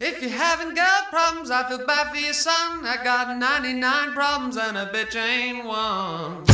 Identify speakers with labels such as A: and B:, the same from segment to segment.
A: If you haven't got problems, I feel bad for your son. I got 99 problems and a bitch ain't one.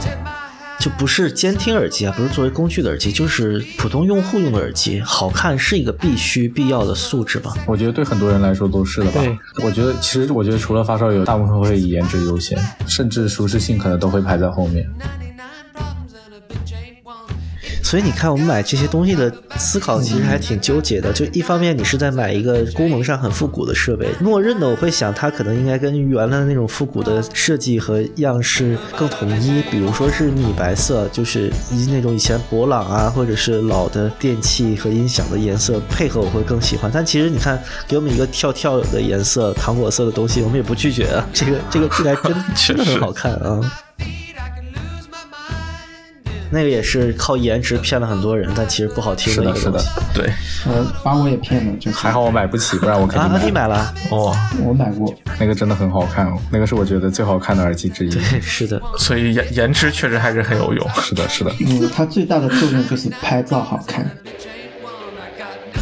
A: Tip my hat.
B: 就不是监听耳机啊，不是作为工具的耳机，就是普通用户用的耳机。好看是一个必须必要的素质吧。
C: 我觉得对很多人来说都是的吧
D: 对。
C: 我觉得其实我觉得除了发烧友，大部分会以颜值优先，甚至舒适性可能都会排在后面。
A: 99 problems and a bitch ain't one.
B: 所以你看，我们买这些东西的思考其实还挺纠结的。就一方面，你是在买一个功能上很复古的设备，默认的我会想它可能应该跟原来的那种复古的设计和样式更统一，比如说是米白色，就是以那种以前博朗啊或者是老的电器和音响的颜色配合，我会更喜欢。但其实你看，给我们一个跳跳的颜色、糖果色的东西，我们也不拒绝 啊。这个这个这个还真真的很好看啊。
A: Feet, I could lose my mind.
B: 那个也是靠颜值骗了很多人，但其实不好听
C: 是
B: 一
C: 的，
B: 个
C: 是
B: 东
C: 的
B: 西。，
D: 对，
E: 呃，把我也骗了，就是
C: 还好我买不起，不然我肯
B: 啊
C: 定
B: 啊，
C: 买。
B: 你买了？
C: 哦，
E: 我买过，
C: 那个真的很好看哦，那个是我觉得最好看的耳机之一。
D: 啊
B: 是的，
D: 所以颜颜值确实还是很有用。
C: 是的，是的，
E: 嗯，它最大的作用就是拍照好看。
A: Bitch ain't one. I got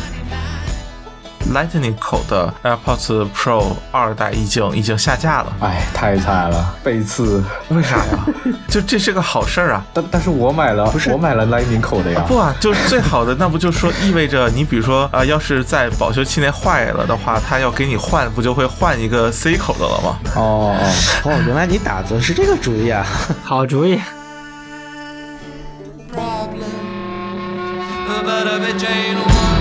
A: 99
D: Lightning 口的 AirPods Pro 二代已经已经下架了，
C: 哎，太菜了，背刺。
D: 为啥呀？ 就这是个好事儿啊！
C: 但但是我买了，我买了 Lightning 口的呀。
D: 不啊，就是最好的，那不就说意味着你比如说啊、呃要是在保修期内坏了的话，他要给你换，不就会换一个 C 口的了吗？
C: 哦哦，
B: 哦，原来你打的是这个主意啊！
F: 好主意，
A: problems, but a bitch ain't one.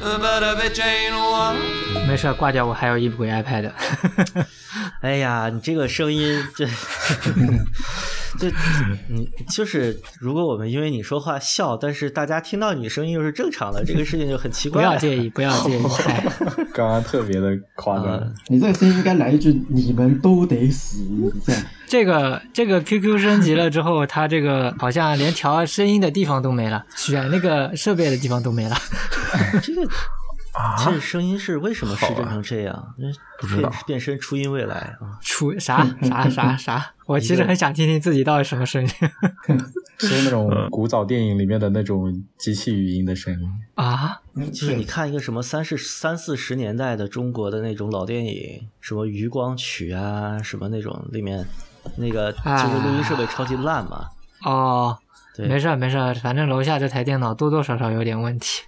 A: But a bitch ain't one.
F: 没事儿挂掉，我还有一 鬼 iPad。
B: 哎呀，你这个声音， 这这你就是，如果我们因为你说话笑，但是大家听到你声音又是正常的，这个事情就很奇
F: 不
B: 怪。
F: 要介 意，不要介意。哎
C: 刚刚特别的夸张
D: 啊
B: 嗯。
E: 你这个声音应该来一句“你们都得死”，这样。
F: 这个这个 QQ 升级了之后，它这个好像连调声音的地方都没了，选那个设备的地方都没了。
B: 这个这个声音是为什么是变成这样？
D: 不知道
B: 变变身初音未来啊！
F: 出啥
B: 嗯
F: 啥啥啥？我其实很想听听自己到底什么 声音
C: 就是那种古早电影里面的那种机器语音的声音。
F: 啊！
B: 就是 你看一个什么三十三四十年代的中国的那种老电影，什么《余光曲》啊，什么那种里面那个就是录音设备超级烂嘛。
F: 哦，
B: 对，
F: 没事儿没事儿，反正楼下这台电脑多多少少有点问题。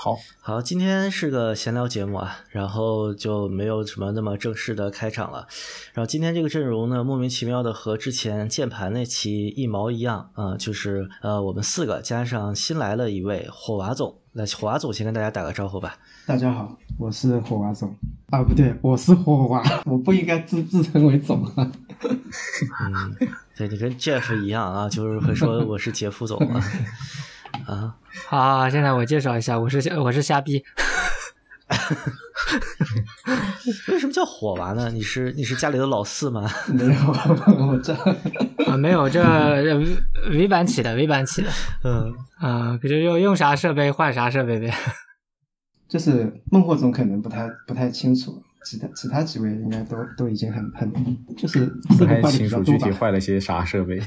C: 好，
B: 好，今天是个闲聊节目啊，然后就没有什么那么正式的开场了。然后今天这个阵容呢，莫名其妙的和之前键盘那期一毛一样啊、就是呃我们四个加上新来了一位火娃总，那火娃总先跟大家打个招呼吧。
E: 大家好，我是火娃总啊，不对，我是火娃，我不应该自自称为总啊。
B: 嗯，对你跟 Jeff 一样啊，就是会说我是杰夫总啊。啊，
F: 好，现在我介绍一下，我是我是瞎逼，
B: 为什么叫火娃呢？你是你是家里的老四吗？
E: 没有， 我这
F: 啊，没 有这呃 V V 版起的 V 版起的，
B: 嗯，
F: 啊，可就用用啥设备换啥设备呗。
E: 就是孟获总可能不太不太清楚，其他其他几位应该都都已经很很就是
C: 不
E: 设
C: 太
E: 备坏的
C: 清
E: 比较
C: 楚具
E: 多
C: 体
E: 吧。
C: 坏了些啥设备。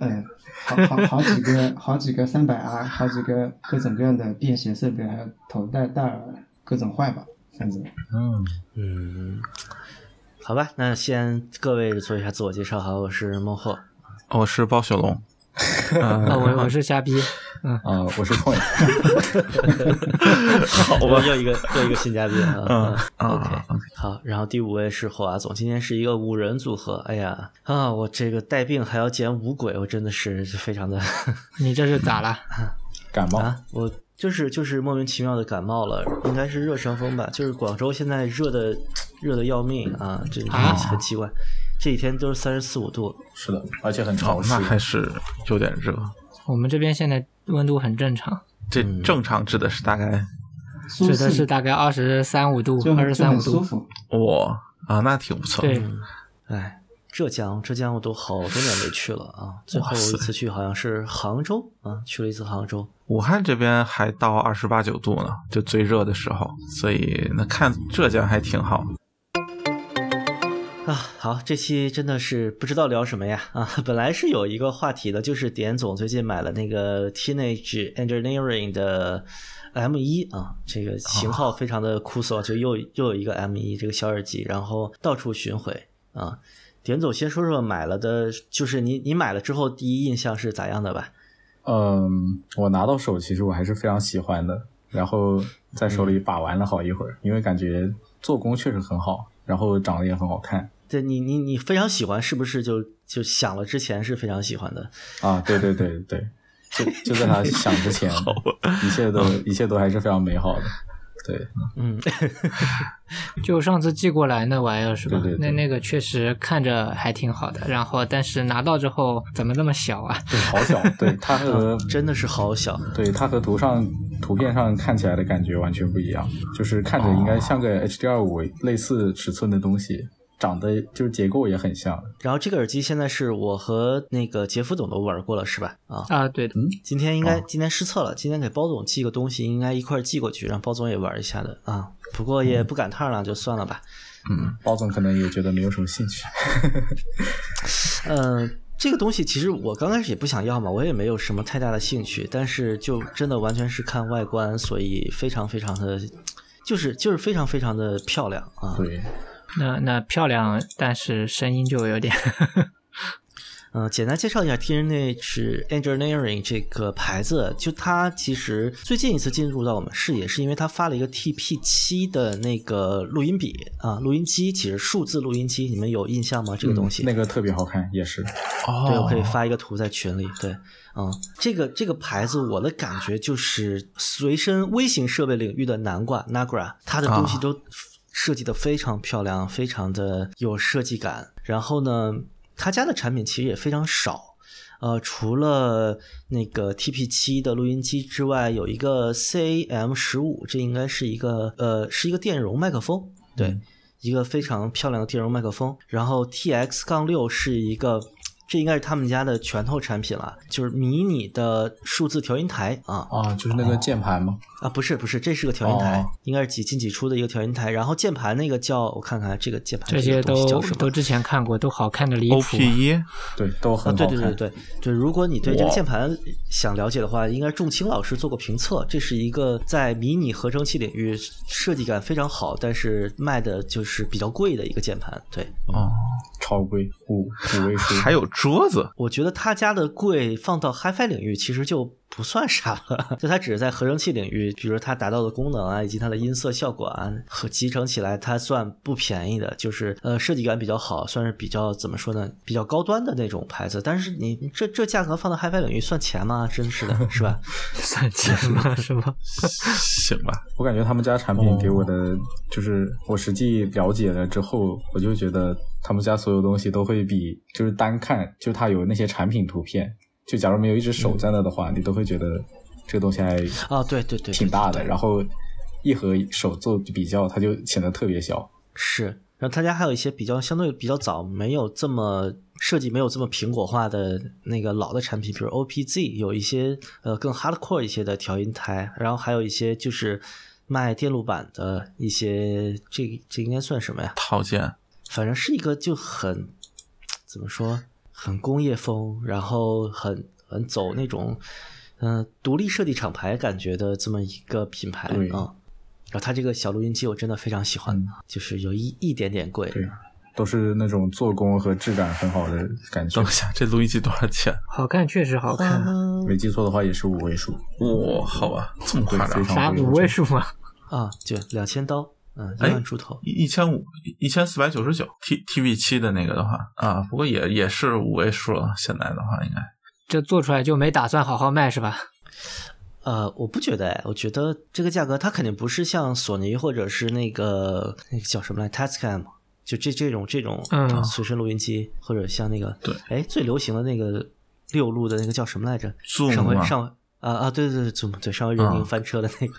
E: 嗯，好好好几个好几个三百 R，好几个各种各样的便携设备，还有头戴戴耳，各种坏吧，反正。
C: 嗯，
B: 嗯，好吧，那先各位做一下自我介绍哈，我是孟获。
D: 我哦是暴雪龙， 嗯
F: 啊，我我是瞎逼，
C: 啊，我是 Point。
B: 好吧， 又一个又一个新嘉宾啊。
D: 嗯
B: 嗯 OK，
D: 啊
B: 好，然后第五位是霍华总，今天是一个五人组合。哎呀啊，我这个带病还要剪五鬼，我真的是非常的
F: 你这是咋了？
C: 感冒，
B: 啊，我。就是就是莫名其妙的感冒了，应该是热伤风吧。就是广州现在热的热的要命啊，这
F: 啊
B: 很奇怪，这几天都是三十四五度。
C: 是的，而且很
D: 哦
C: 潮，湿
D: 那。还是有点热。
F: 我们这边现在温度很正常，
D: 这正常指的是大概
E: 舒
F: 指的
E: 适
F: 是大概二十三五度
E: 就，
F: 二
E: 很
F: 十
E: 就
F: 三
E: 很
F: 五
E: 舒
F: 度。
E: 服，
D: 我啊，那挺不错。
F: 对，
B: 哎，浙江，浙江我都好多年没去了啊！最后一次去好像是杭州啊，去了一次杭州。
D: 武汉这边还到二十八九度呢，就最热的时候，所以那看浙江还挺好。
B: 啊，好，这期真的是不知道聊什么呀啊！本来是有一个话题的，就是点总最近买了那个 Teenage Engineering 的 M 一啊，这个型号非常的酷搜，就又又有一个 M 一这个小耳机，然后到处巡回啊。点总先说说买了的，就是你你买了之后第一印象是咋样的吧？
C: 嗯，我拿到手其实我还是非常喜欢的，然后在手里把玩了好一会儿，因为感觉做工确实很好，然后长得也很好看
B: 对你你你非常喜欢，是不是就就想了之前是非常喜欢的？
C: 啊！对对对对，就就在他想之 前，一切都一切都还是非常美好的。对，
B: 嗯，
F: 就上次寄过来那玩意儿是吧？
C: 对对对
F: 那那个确实看着还挺好的，然后但是拿到之后怎么这么小啊？
C: 对，好小，对它 和
D: 嗯
B: 真的是好小。
C: 对它和图上图片上看起来的感觉完全不一样，就是看着应该像个 HDR 五类似尺寸的东西，长得就是结构也很像。
B: 然后这个耳机现在是我和那个杰夫总都玩过了，是吧？啊，
F: 啊，对的，
B: 今天应该、
C: 哦
B: 今天失策了，今天给包总寄个东西，应该一块儿寄过去，让包总也玩一下的啊。不过也不赶趟了，就算了吧。
C: 嗯，包总可能也觉得没有什么兴趣。
B: 嗯、这个东西其实我刚开始也不想要嘛，我也没有什么太大的兴趣，但是就真的完全是看外观，所以非常非常的，就是就是非常非常的漂亮啊。
C: 对，
F: 那那漂亮，但是声音就有点
B: 呃，简单介绍一下 t e e n a g e Engineering 这个牌子，就它其实最近一次进入到我们视野，是因为它发了一个 TP 七的那个录音笔啊，录音机，其实数字录音机，你们有印象吗？这个东西？
C: 嗯那个哦特别好看，也是。
B: 对，我可
D: 哦
B: 以发一个图在群里。对，嗯，这个这个牌子，我的感觉就是随身微型设备领域的南瓜 Nagra，它的东
C: 啊
B: 西都设计的非常漂亮，非常的有设计感。然后呢，他家的产品其实也非常少。呃，除了那个 TP 七的录音机之外，有一个 CM 十五，这应该是一个呃是一个电容麦克风，对，
F: 嗯
B: 一个非常漂亮的电容麦克风。然后 TX 杠六是一个，这应该是他们家的拳头产品了，就是迷你的数字调音台啊
C: 啊，就是那个键盘吗？
B: 啊，不是不是，这是个调音台，
C: 哦
B: 应该是几进几出的一个调音台。然后键盘那个叫我看看这个键盘
F: 这
B: 个
F: 些
B: 东西
F: 都
B: 叫什么
F: 都之前看过，都好看的离谱。啊
D: OP 一
C: 对，都
B: 啊，
C: 很好
B: 对
C: 看。
B: 对对对对，如果你对这个
C: 哇
B: 键盘想了解的话，应该仲青老师做过评测，这是一个在迷你合成器领域设计感非常好，但是卖的就是比较贵的一个键盘。对
D: 哦，
C: 超贵，五五位数。
D: 还有桌子，
B: 我觉得他家的贵放到 HiFi 领域其实就不算啥了，就它只是在合成器领域，比如它达到的功能啊，以及它的音色效果啊，和集成起来它算不便宜的，就是呃设计感比较好，算是比较怎么说呢，比较高端的那种牌子。但是你你这这价格放到 HiFi 领域算钱吗？真是的，是 吧？
F: 算钱吗？是吗？
D: 行吧，
C: 我感觉他们家产品给我的，就是我实际了解了之后，我就觉得他们家所有东西都会比，就是单看，就它有那些产品图片，就假如没有一只手在那的话，你都会觉得这个东西还
B: 啊，对对对，
C: 挺大的。
B: 对对对
C: 然后一和手做比较，它就显得特别小。
B: 是。然后他家还有一些比较相对比较早，没有这么设计没有这么苹果化的那个老的产品，比如 OPZ 有一些呃更 hardcore 一些的调音台，然后还有一些就是卖电路板的一些，这这应该算什么呀？
D: 套件
B: 反正是一个就很怎么说，很工业风，然后很很走那种嗯、呃独立设计厂牌感觉的这么一个品牌啊。
C: 对
B: 嗯然后它这个小录音机我真的非常喜欢，
C: 嗯
B: 就是有一一点点贵。
C: 对，都是那种做工和质感很好的感觉
D: 等一。下，这录音机多少钱？
F: 好看，确实好看啊。
C: 没记错的话，也是五位数。
D: 哇、好吧，这么夸张
C: 对，非常
F: 啥五位数吗？
B: 啊，就两千刀，嗯，一
D: 哎
B: 万出头。
D: 一一千五一千四百九十九 T T V 七的那个的话啊，不过也也是五位数了，现在的话应该
F: 这做出来就没打算好好卖是吧？
B: 呃，我不觉得哎，我觉得这个价格它肯定不是像索尼或者是那个那个叫什么来 Tascam，就这这种这种啊
F: 嗯
B: 随身录音机，或者像那个
D: 对，
B: 哎，最流行的那个六路的那个叫什么来着？上
D: Zoom
B: 回
D: 啊
B: 上回啊啊，对对对，Zoom，对上回人宁
D: 嗯
B: 翻车的 那个，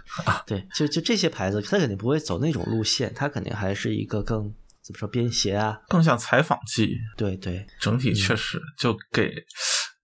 B: 对，就就这些牌子，它肯定不会走那种路线，它肯定还是一个更。怎么说编写啊，
D: 更像采访记忆。
B: 对对，
D: 整体确实就给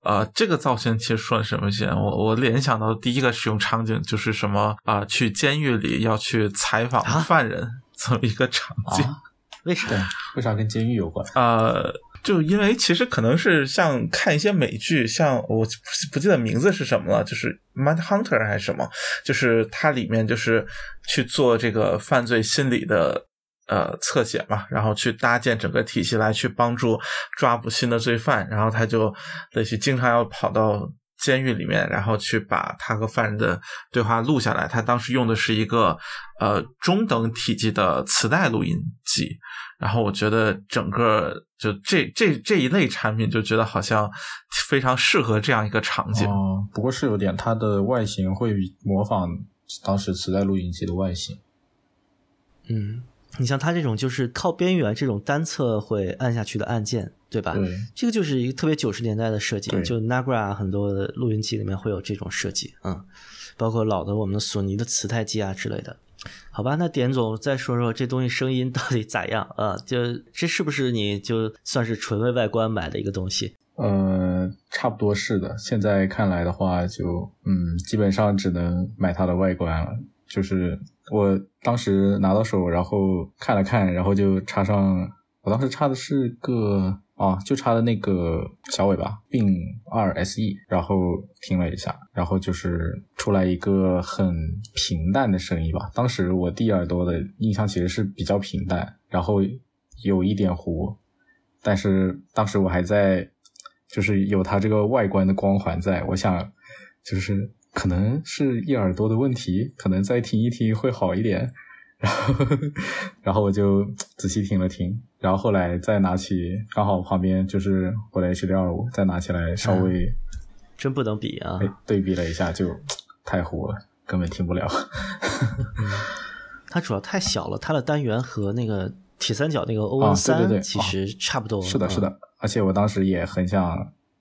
D: 啊、这个造型其实算什么先？我我联想到第一个使用场景就是什么啊、去监狱里要去采访
B: 啊
D: 犯人这么一个场景。
C: 啊
B: 为啥？
C: 为啥跟监狱有关？
D: 呃，就因为其实可能是像看一些美剧，像我不不记得名字是什么了，就是《Mind Hunter》还是什么，就是它里面就是去做这个犯罪心理的。呃，侧写嘛，然后去搭建整个体系来去帮助抓捕新的罪犯，然后他就类似于经常要跑到监狱里面，然后去把他和犯人的对话录下来。他当时用的是一个呃中等体积的磁带录音机，然后我觉得整个就这这这一类产品，就觉得好像非常适合这样一个场景。
C: 哦，不过是有点，它的外形会模仿当时磁带录音机的外形。
B: 嗯，你像它这种就是靠边缘这种单侧会按下去的按键，对吧？
C: 对，
B: 这个就是一个特别九十年代的设计，啊
C: 对
B: 就 Nagra 很多的录音机里面会有这种设计，嗯，包括老的我们的索尼的磁带机啊之类的。好吧，那点总再说说这东西声音到底咋样啊？就这是不是你就算是纯为外观买的一个东西？
C: 呃，差不多是的。现在看来的话就，嗯，基本上只能买它的外观了。就是我当时拿到手，然后看了看，然后就插上。我当时插的是个啊，就插的那个小尾巴 Win 二 SE，然后听了一下，然后就是出来一个很平淡的声音吧。当时我第一耳朵的印象其实是比较平淡，然后有一点糊，但是当时我还在，就是有它这个外观的光环在，我想就是可能是一耳朵的问题，可能再听一听会好一点。 然后，然后我就仔细听了听，然后后来再拿起，刚好旁边就是我的 H 六二五，再拿起来稍微、
B: 真不能比啊！
C: 哎对比了一下，就太糊了，根本听不了。
B: 它主要太小了，它的单元和那个铁三角那个 O N
C: 啊对对
B: 三
C: 对
B: 其实差不多。
C: 是的，
B: 嗯
C: 是。的，而且我当时也很想，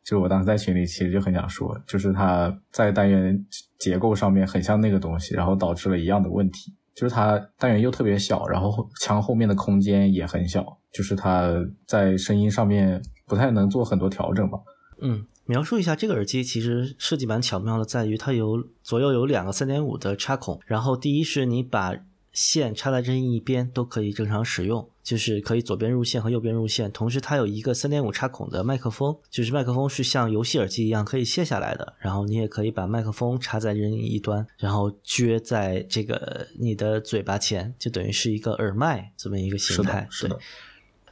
C: 就是我当时在群里其实就很想说，就是它在单元结构上面很像那个东西，然后导致了一样的问题，就是它单元又特别小，然后后墙后面的空间也很小，就是它在声音上面不太能做很多调整吧。
B: 嗯，描述一下这个耳机，其实设计蛮巧妙的，在于它有左右有两个三点五的插孔，然后第一是你把线插在任意一边都可以正常使用，就是可以左边入线和右边入线，同时它有一个三点五插孔的麦克风，就是麦克风是像游戏耳机一样可以卸下来的，然后你也可以把麦克风插在任意一端，然后撅在这个你的嘴巴前，就等于是一个耳麦这么一个
C: 是
B: 形
C: 的
B: 态，
C: 是
B: 对
C: 的。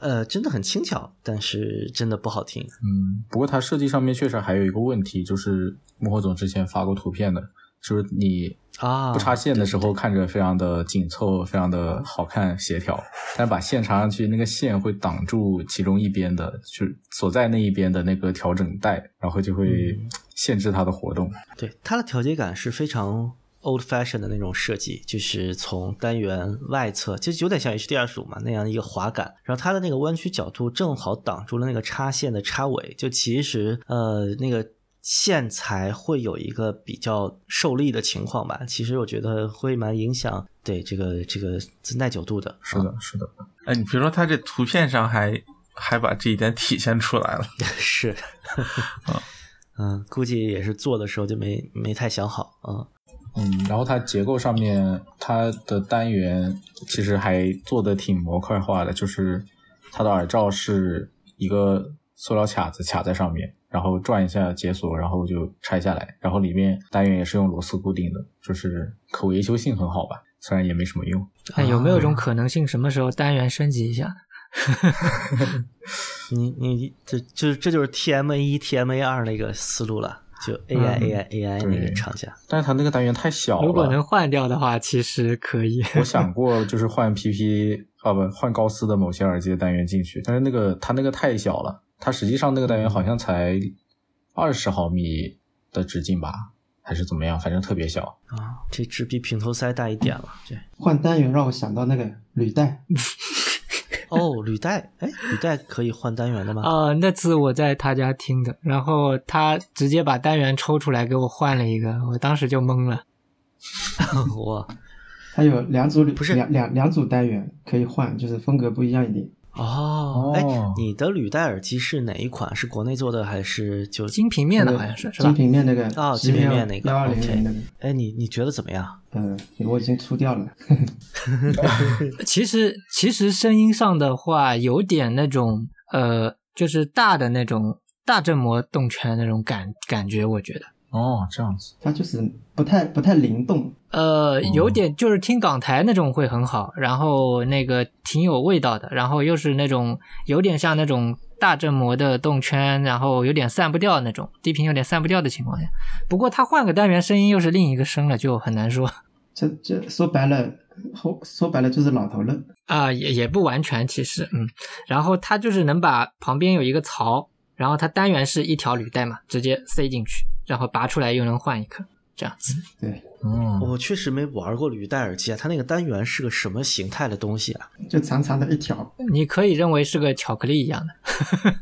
B: 呃，真的很轻巧，但是真的不好听。
C: 嗯，不过它设计上面确实还有一个问题，就是幕后总之前发过图片的，就是你
B: 啊
C: 不插线的时候看着非常的紧凑，非常的好看协调，但把线插上去，那个线会挡住其中一边的，就是所在那一边的那个调整带，然后就会限制它的活动。
B: 对，它的调节感是非常 old fashion 的那种设计，就是从单元外侧，其实有点像 H D 二十五嘛那样一个滑感，然后它的那个弯曲角度正好挡住了那个插线的插尾，就其实呃那个。线材会有一个比较受力的情况吧，其实我觉得会蛮影响对这个这个耐久度的。
C: 是的，是的，
D: 哎，你别说，它这图片上还还把这一点体现出来了。
B: 是，嗯，估计也是做的时候就没没太想好啊。嗯
C: 嗯，然后它结构上面，它的单元其实还做的挺模块化的，就是它的耳罩是一个塑料卡子卡在上面，然后转一下解锁，然后就拆下来，然后里面单元也是用螺丝固定的，就是可维修性很好吧，虽然也没什么用。
F: 哎，有没有一
C: 哦
F: 种可能性，什么时候单元升级一下？
B: 你你这就是这就是 TMA 一 TMA 二那个思路了，就
F: 嗯
B: AI、AI AI 那个
C: 对
B: 场下，
C: 但是它那个单元太小了，
F: 如果能换掉的话，其实可以。
C: 我 想过就是换 PP 啊不换高斯的某些耳机的单元进去，但是那个它那个太小了，它实际上那个单元好像才二十毫米的直径吧，还是怎么样，反正特别小。
B: 啊，这只比平头塞大一点了。对，
E: 换单元让我想到那个履带，
B: 哦，履带，哎，履带可以换单元的 吗？
F: 啊、那次我在他家听的，然后他直接把单元抽出来给我换了一个，我当时就懵了。
B: 我
E: 它有两组履，
B: 不是
E: 两两两组单元可以换，就是风格不一样一点。
F: 哦，
B: 哎
C: 哦，
B: 你的履带耳机是哪一款？是国内做的还是
C: 嗯
B: 就？
F: 金平面的好像是是吧
E: 金？平面那个
B: 哦金平面那个
E: 幺二零
B: OK
E: 零那个，
B: 哎，你你觉得怎么样？
E: 嗯，我已经出掉了。
F: 其实其实声音上的话，有点那种呃，就是大的那种大振膜动圈那种感感觉，我觉得。
C: 哦，这样子，
E: 它就是不太不太灵动，
F: 呃，有点就是听港台那种会很好，然后那个挺有味道的，然后又是那种有点像那种大振膜的动圈，然后有点散不掉那种，低频有点散不掉的情况下。不过它换个单元声音又是另一个声了，就很难说
E: 这这说白了，后说白了就是老头乐。
F: 啊、也也不完全其实，嗯。然后它就是能把旁边有一个槽，然后它单元是一条履带嘛，直接塞进去，然后拔出来又能换一颗，这样子。
E: 对，
C: 嗯，
B: 我确实没玩过履带耳机啊，它那个单元是个什么形态的东西啊？
E: 就长长的一条，
F: 你可以认为是个巧克力一样的。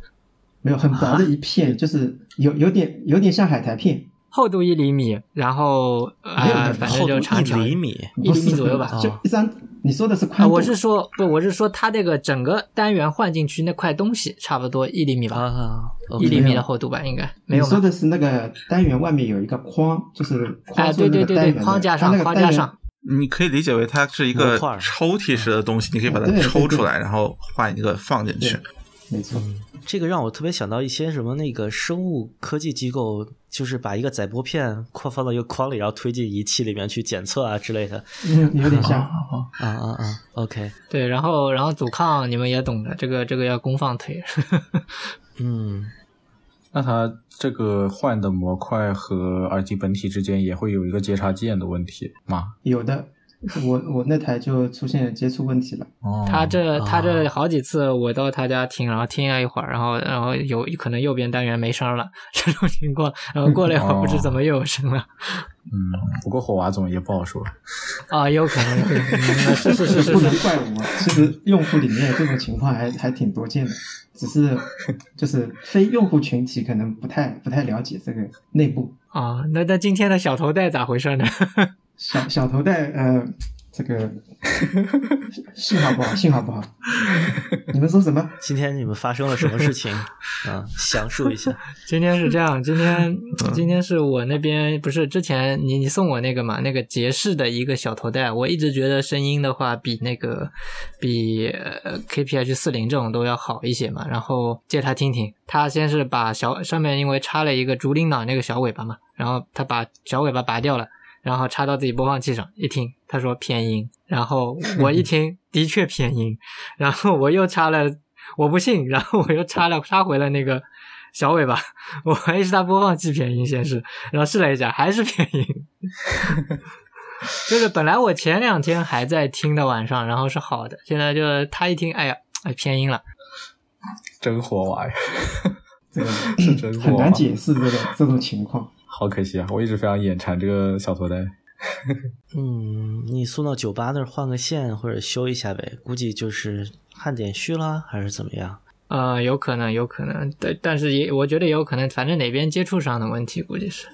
E: 没有很薄
F: 啊
E: 的一片，就是有有点有点像海苔片，
F: 厚度一厘米，然后
E: 没有那
F: 啊、
E: 么
F: 反
B: 厚
F: 正
B: 度
F: 就长条
B: 一厘米，
F: 一厘米左右吧。哦
E: 就一张。你说的是宽
F: 啊，
E: 度，
F: 我是说不，我是说它这个整个单元换进去那块东西，差不多一厘米吧，
B: 啊，OK，
F: 一厘米的厚度吧，应该
E: 你
F: 没有
E: 说
F: 吧？
E: 的是那个单元外面有一个框，就是框
F: 哎，
E: 住
F: 对
E: 那
F: 对
E: 个
F: 对
E: 单
F: 对
E: 元，的
F: 框架
E: 它那
F: 上，
E: 个
F: 框
E: 单
F: 架
E: 元
F: 上，
D: 你可以理解为它是一
B: 模
D: 个
B: 块儿嗯
D: 抽屉式的东西，你可以把它
E: 对对
D: 抽出
E: 对
D: 来，然后换一个放进去
E: 对。没错，
B: 这个让我特别想到一些什么那个生物科技机构，就是把一个载波片框放到一个框里，然后推进仪器里面去检测啊之类的。
E: 嗯，有点像。
B: 啊啊啊！OK，
F: 对，然后然后阻抗你们也懂的，这个这个要功放推，
E: 哦
B: 嗯，
C: 那它这个换的模块和耳机本体之间也会有一个接插件的问题吗？
E: 有的，我我那台就出现接触问题了，
C: 哦，
F: 他这
B: 啊
F: 他这好几次我到他家听，然后听了一会儿，然后然后有可能右边单元没声了这种情况，然后过了一会
E: 哦
F: 儿不知怎么又有声了。
C: 嗯，不过火娃总也不好说，
F: 啊，有可能，有可 能，嗯是是是是
E: 不能
F: 是，
E: 怪我。其实用户里面这种情况还还挺多见的，只是就是非用户群体可能不太不太了解这个内部。
F: 啊，那那今天的小头戴咋回事呢？
E: 小小头戴，呃，这个信号不好，信号不好。你们说什么？
B: 今天你们发生了什么事情？啊，详述一下。
F: 今天是这样，今天今天是我那边不是之前你你送我那个嘛，那个杰士的一个小头戴，我一直觉得声音的话比那个比呃 KPH 四零这种都要好一些嘛，然后借他听听，他先是把小上面因为插了一个竹林脑那个小尾巴嘛，然后他把小尾巴拔掉了。然后插到自己播放器上，一听他说偏音，然后我一听的确偏音，然后我又插了，我不信，然后我又插了插回了那个小尾巴，我怀疑是它播放器偏音先是，然后试了一下还是偏音， 就是本来我前两天还在听的晚上，然后是好的，现在就他一听，哎呀，哎偏音了，
C: 真火娃 呀，
E: 这个
C: 是真火
E: 很
C: 娃
E: 难，解释这个这种情况。
C: 好可惜啊！我一直非常眼馋这个小头戴，
B: 嗯，你送到酒吧那儿换个线或者修一下呗，估计就是焊点虚啦，还是怎么样？
F: 呃，有可能，有可能，但但是也我觉得也有可能，反正哪边接触上的问题，估计是，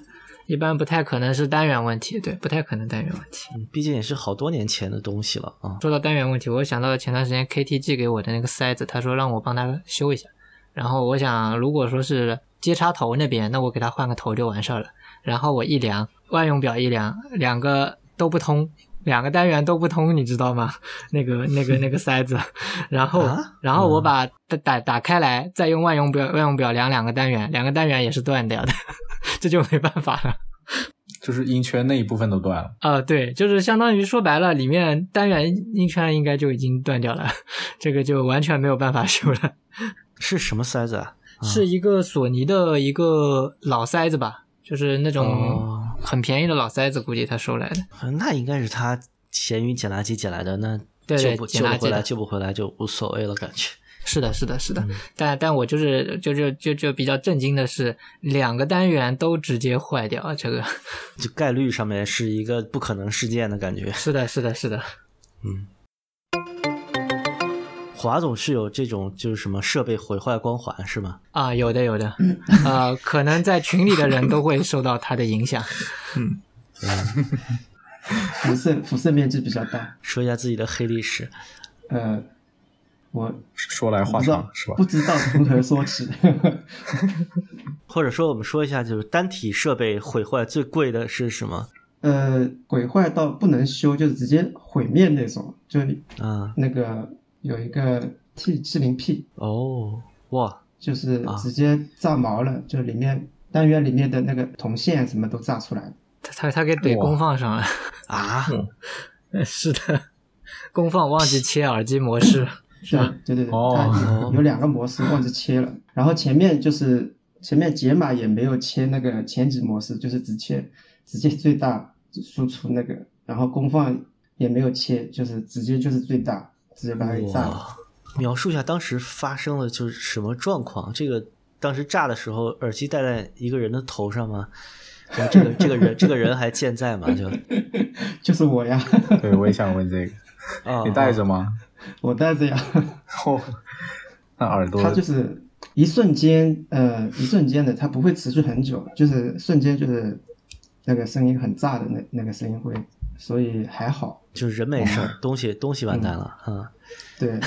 F: 一般不太可能是单元问题，对，不太可能单元问题。
B: 嗯，毕竟也是好多年前的东西了啊。
F: 说到单元问题，我想到了前段时间 KT 寄给我的那个塞子，他说让我帮他修一下。然后我想，如果说是接插头那边，那我给他换个头就完事儿了。然后我一量，万用表一量，两个都不通，两个单元都不通，你知道吗？那个、那个、那个塞子。然后
B: 啊，
F: 然后我把打打打开来，再用万用表万用表量两个单元，两个单元也是断掉的， 这就没办法了。
C: 就是音圈那一部分都断了。
F: 呃，对，就是相当于说白了，里面单元音圈应该就已经断掉了， 这个就完全没有办法修了。
B: 是什么塞子啊？啊
F: 是一个索尼的一个老塞子吧，就是那种
B: 哦，
F: 很便宜的老塞子，估计他收来的。
B: 嗯那应该是他闲鱼捡垃圾捡来的，那
F: 对
B: 救
F: 对
B: 不
F: 捡
B: 救不
F: 垃圾
B: 回来
F: 的
B: 救不回来就无所谓了，感觉。
F: 是的，是的，是的。但但我就是就就就就比较震惊的是，两个单元都直接坏掉，这个
B: 就概率上面是一个不可能事件的感觉。
F: 是的，是的，是的。
B: 华总是有这种就是什么设备毁坏光环是吗？
F: 啊，有的有的，呃，可能在群里的人都会受到它的影响。
E: 辐射辐射面积比较大，
B: 说一下自己的黑历史。
E: 呃，我
C: 说来话
E: 不知
C: 长
E: 道
C: 是吧
E: 不？知道从何说起。
B: 或者说我们说一下，就是单体设备毁坏最贵的是什么？
E: 呃，鬼坏到不能修，就是直接毁灭那种，就
B: 啊，
E: 那个有一个 T 七零 P，
B: 哦，哇，
E: 就是
B: 啊
E: 直接炸毛了，就里面单元里面的那个铜线什么都炸出来了。
F: 他他他给怼功放上了，
B: 啊，
F: 是的，功放忘记切耳机模式，
E: 是吧？对对对，
C: 哦
E: 它有有两个模式忘记切了，然后前面就是前面解码也没有切那个前置模式，就是只切直接最大输出那个，然后功放也没有切，就是直接就是最大，直接把它给炸了。
B: 哇，描述一下当时发生了就是什么状况？这个当时炸的时候，耳机戴在一个人的头上吗？然后这个这个人这个人还健在吗？就
E: 就是我呀，
C: 对，我也想问 这个，
B: 啊，
C: 你带着吗？
E: 我带着呀，
C: 哦，那耳朵
E: 它就是一瞬间，呃，一瞬间的，它不会持续很久，就是瞬间就是那个声音很炸的那那个声音会，所以还好，
B: 就是人没事儿，东西东西完蛋了啊。
E: 对。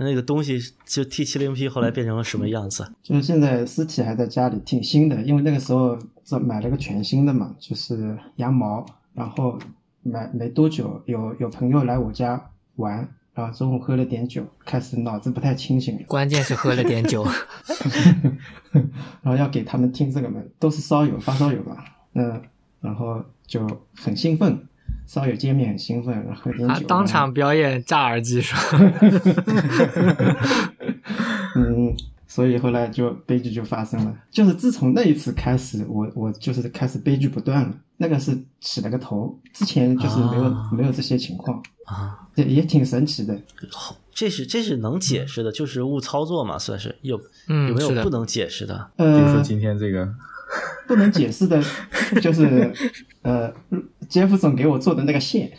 B: 那那个东西就 T 7 0 P 后来变成了什么样子？
E: 就是现在尸体还在家里，挺新的，因为那个时候这买了个全新的嘛，就是羊毛，然后买没多久，有有朋友来我家玩，然后中午喝了点酒，开始脑子不太清醒了，
F: 关键是喝了点酒，
E: 然后要给他们听这个嘛，都是烧友发烧友吧，嗯，然后就很兴奋，烧友见面很兴奋，然后喝点
F: 啊
E: 酒，，
F: 当
E: 然后
F: 场表演炸耳机是吧？
E: 嗯，所以后来就悲剧就发生了。就是自从那一次开始，我我就是开始悲剧不断了。那个是起了个头，之前就是没有、
B: 啊
E: 没有这些情况，
B: 啊，
E: 也也挺神奇的。
B: 这是这是能解释的，就是误操作嘛，算是有
F: 嗯
B: 有没
F: 是
B: 有
F: 的
B: 不能解释的？
C: 比如说
E: 呃，
C: 今天这个，
E: 不能解释的，就是 呃，杰夫总给我做的那个线，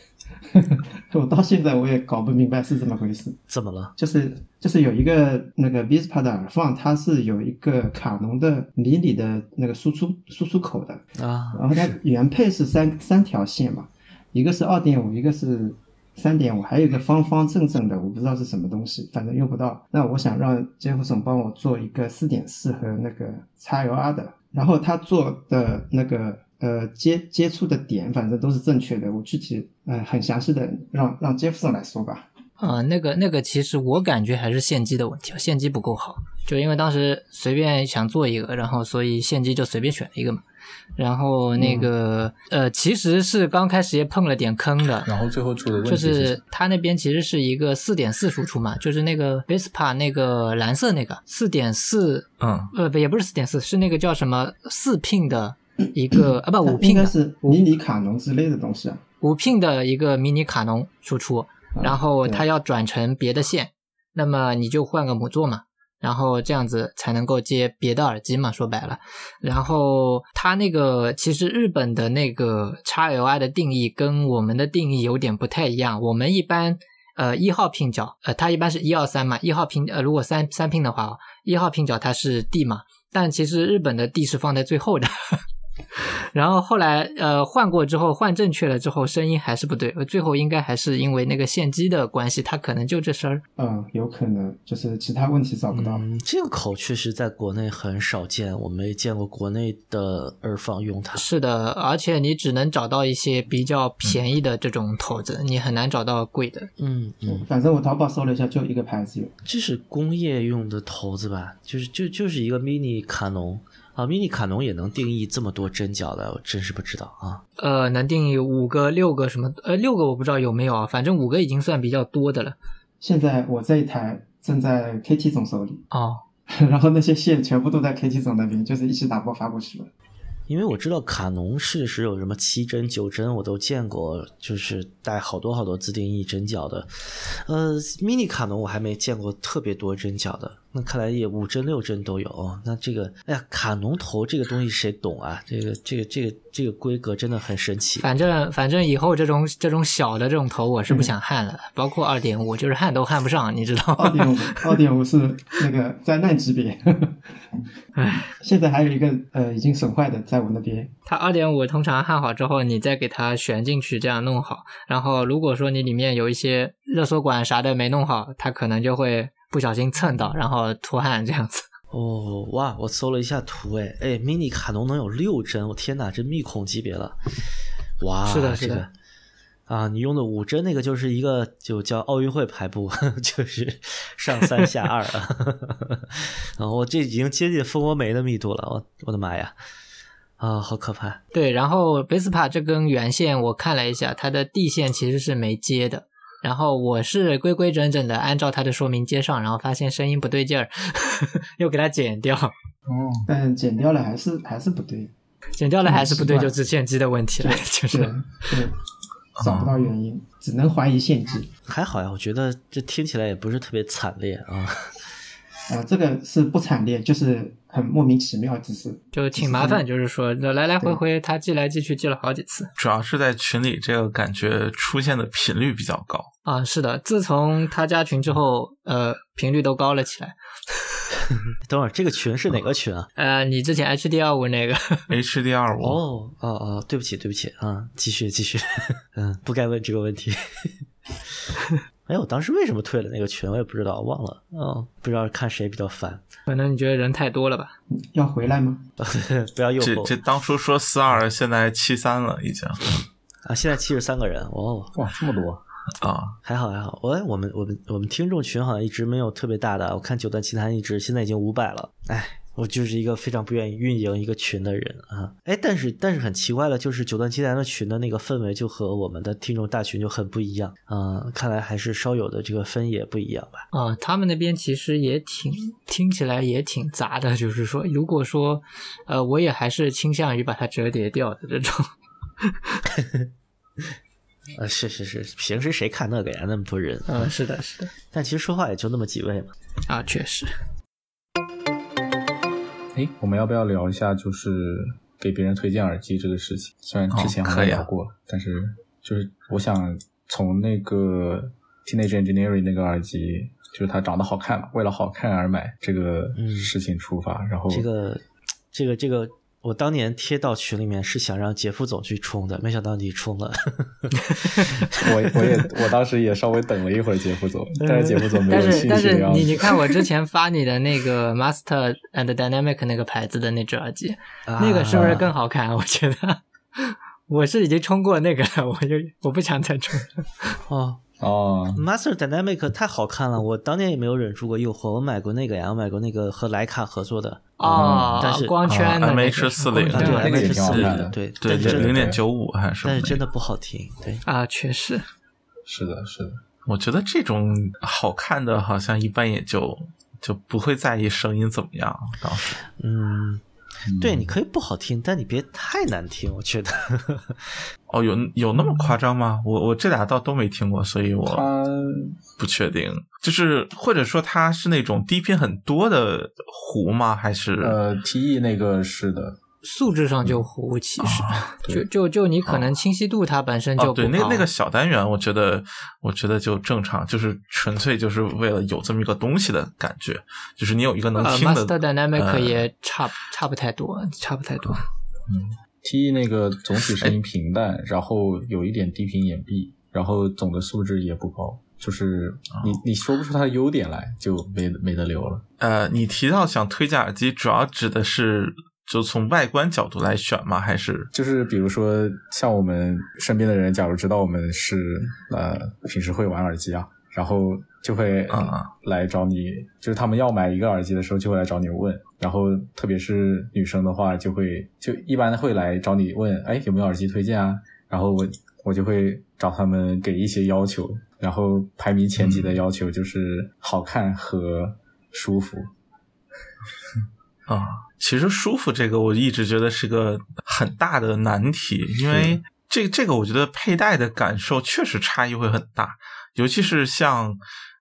E: 我到现在我也搞不明白是怎么回事。
B: 怎么了？
E: 就是就是有一个那个 Vespa 的耳放，它是有一个卡农的迷你的那个输出输出口的，
B: 啊
E: 然后它原配是三三条线嘛，一个是二点五，一个是三点五，还有一个方方正正的，我不知道是什么东西，反正用不到。那我想让杰夫总帮我做一个四点四和那个 XLR 的，然后他做的那个呃接接触的点，反正都是正确的。我具体呃很详细的让让杰夫总来说吧。
F: 啊，那个那个，其实我感觉还是线机的问题，线机不够好。就因为当时随便想做一个，然后所以线机就随便选了一个嘛。然后那个、呃，其实是刚开始也碰了点坑 的，
C: 然后最后出的问题
F: 就是
C: 什
F: 是它那边其实是一个四点四输出嘛，就是那个 Vespa 那个蓝色那个四点四，
C: 么
F: 呃，不也不是四点四，是那个叫什么四 pin 的一个啊不五
E: 它应
F: pin
E: 该
F: 的
E: 是迷你卡农之类的东西啊。
F: 五 pin 的一个迷你卡农输出，
E: 啊
F: 然后它
E: 对
F: 要转成别的线，那么你就换个母座嘛，然后这样子才能够接别的耳机嘛，说白了。然后它那个其实日本的那个 XLI 的定义跟我们的定义有点不太一样，我们一般。呃，一号拼角，呃，它一般是一二三嘛，一号拼，呃，如果三三拼的话，一号拼角它是 D 嘛，但其实日本的 D 是放在最后的，然后后来呃换过之后换正确了之后声音还是不对，呃最后应该还是因为那个线机的关系，它可能就这声儿。
E: 嗯，有可能就是其他问题找不到。
B: 嗯，这个口确实在国内很少见，我没见过国内的耳放用它。
F: 是的，而且你只能找到一些比较便宜的这种头子，你很难找到贵的。
B: 嗯嗯，
E: 反正我淘宝搜了一下，就一个牌子有。
B: 这是工业用的头子吧？就是就就是一个 mini 卡农啊，mini 卡农也能定义这么多针脚的，我真是不知道啊。
F: 呃，能定义五个、六个什么？呃，六个我不知道有没有啊，反正五个已经算比较多的了。
E: 现在我这一台正在 KT 总手里，
F: 哦，
E: 然后那些线全部都在 KT 总那边，就是一起打包发过去了。
B: 因为我知道卡农是是有什么七针九针，我都见过，就是带好多好多自定义针脚的。呃，mini 卡农我还没见过特别多针脚的，那看来也五帧六帧都有哦。那这个，哎呀，卡农头这个东西谁懂啊？这个这个这个这个规格真的很神奇。
F: 反正反正以后这种这种小的这种头我是不想焊了，包括二点五，就是焊都焊不上，你知道
E: 二
F: 吗？
E: 点五，二点五是那个灾难级别。现在还有一个呃已经损坏的在我那边，
F: 它二点五通常焊好之后，你再给它旋进去，这样弄好。然后如果说你里面有一些热缩管啥的没弄好，它可能就会不小心蹭到，然后脱焊这样子。
B: 哦，哇！我搜了一下图，哎哎，mini 卡农能有六帧，我天哪，这密孔级别了！哇，
F: 是的是的
B: 这个啊，你用的五帧那个就是一个就叫奥运会排布， 就是上三下二啊。 然后我这已经接近蜂窝煤的密度了，我我的妈呀！啊，好可怕！
F: 对，然后 Vespa 这根原线我看了一下，它的地线其实是没接的。然后我是规规整整的按照它的说明接上，然后发现声音不对劲儿， 又给它剪掉，
C: 哦，
E: 但剪掉了还是还是不对，
F: 剪掉了还是不
E: 嗯
F: 对，
E: 奇怪
F: 就是线机的问题了，就
E: 对嗯
F: 是。啊
E: 对，找不到原因，只能怀疑献祭。
B: 还好呀，我觉得这听起来也不是特别惨烈啊。
E: 啊，这个是不惨烈，就是很莫名其妙，只是
F: 就挺麻烦，就是说来来回回他寄来寄去寄了好几次
D: 主要是在群里这个感觉出现的频率比较高。
F: 啊。是的，自从他加群之后，呃，频率都高了起来。
B: 等会儿这个群是哪个群啊？
F: 呃，你之前 H D 二五那个，
D: HD 二五、
B: 哦哦哦，对不起对不起啊，继续继续， 嗯，不该问这个问题。 哎，我当时为什么退了那个群，我也不知道，忘了。嗯，不知道看谁比较烦，
F: 可能你觉得人太多了吧？
E: 要回来吗？
B: 不要诱
D: 这
B: 惑
D: 这当初说四二，现在七三了已经
B: 啊！现在七十三个人，哦，
C: 哇，这么多！
D: 啊，
B: 还好还好。哎喂，我们我们我们听众群好像一直没有特别大的，我看九段奇谭一直现在已经五百了。哎，我就是一个非常不愿意运营一个群的人啊。哎，但是但是很奇怪的就是九段奇谭的群的那个氛围就和我们的听众大群就很不一样。嗯，看来还是稍有的这个分野不一样吧。
F: 啊、他们那边其实也挺听起来也挺杂的，就是说，如果说，呃，我也还是倾向于把它折叠掉的这种。
B: 呃，是是是，平时谁看那个呀？那么多人，
F: 嗯、是的，是的，
B: 但其实说话也就那么几位嘛。
F: 啊，确实。
C: 哎，我们要不要聊一下就是给别人推荐耳机这个事情？虽然之前
D: 哦
C: 好
D: 可
C: 像
D: 以啊
C: 聊过，但是就是我想从那个 Teenage Engineering 那个耳机，就是它长得好看嘛，为了好看而买这个
B: 嗯
C: 事情出发，然后
B: 这
F: 嗯
B: 个，这个，这个，我当年贴到群里面是想让杰夫总去冲的，没想到你冲了。
C: 我我也我当时也稍微等了一会儿杰夫 总，但是杰夫总没
F: 但
C: 有
F: 是
C: 兴
F: 但
C: 趣
F: 是
C: 的样
F: 你你
C: 子。
F: 看我之前发你的那个 Master and Dynamic 那个牌子的那只耳机，
C: 啊
F: 那个是
B: 啊
F: 不是更好看？啊我觉得 我是已经冲过那个了，我就我不想再冲了。
B: 哦
C: 哦，
B: ？Master Dynamic 太好看了，我当年也没有忍住过诱惑，我买过那个呀，我买过那个和莱卡合作的
D: 嗯
F: 哦，
B: 但是
F: 光圈的那个、
D: MH 啊四零，
B: 啊，对
C: 那个也
B: ，MH
C: 挺好
B: 四零
C: 看
B: 的
C: 的，
B: 对，
D: 对
B: 但是真
D: 零
B: 的
D: 点九五还是什么
B: 但
D: 那
B: 是
D: 个？
B: 真的不好听，对。
F: 啊，确实
C: 是的，是的，
D: 我觉得这种好看的，好像一般也就就不会在意声音怎么样。当时
B: 嗯，
C: 嗯
B: 对，你可以不好听，但你别太难听，我觉得。
D: 哦，有有那么夸张吗？我我这俩倒都没听过，所以我
C: 它
D: 不确定。就是或者说它是那种低频很多的糊吗？还是
C: 呃 TE 那个是的，
F: 素质上就互无其事，
D: 啊
F: 就
C: 对
F: 就就你可能清晰度它本身就
D: 哦，
F: 不
D: 对，
F: 高。
D: 那那个小单元，我觉得，我觉得就正常，就是纯粹就是为了有这么一个东西的感觉，就是你有一个能
F: 呃
D: 听的。
F: Master Dynamic
D: 呃
F: 也差不差不太多，差不太多。
C: T 那个总体声音平淡，然后有一点低频掩蔽，然后总的素质也不高，就是你你说不出它的优点来，就没没得聊了。
D: 呃，你提到想推荐耳机，主要指的是就从外观角度来选吗？还是
C: 就是比如说像我们身边的人，假如知道我们是呃平时会玩耳机啊，然后就会
D: 啊
C: 来找你，就是他们要买一个耳机的时候就会来找你问，然后特别是女生的话，就会就一般会来找你问，哎有没有耳机推荐啊？然后我我就会找他们给一些要求，然后排名前
D: 嗯
C: 几的要求就是好看和舒服。
D: 啊、其实舒服这个，我一直觉得是个很大的难题，因为这这个我觉得佩戴的感受确实差异会很大，尤其是像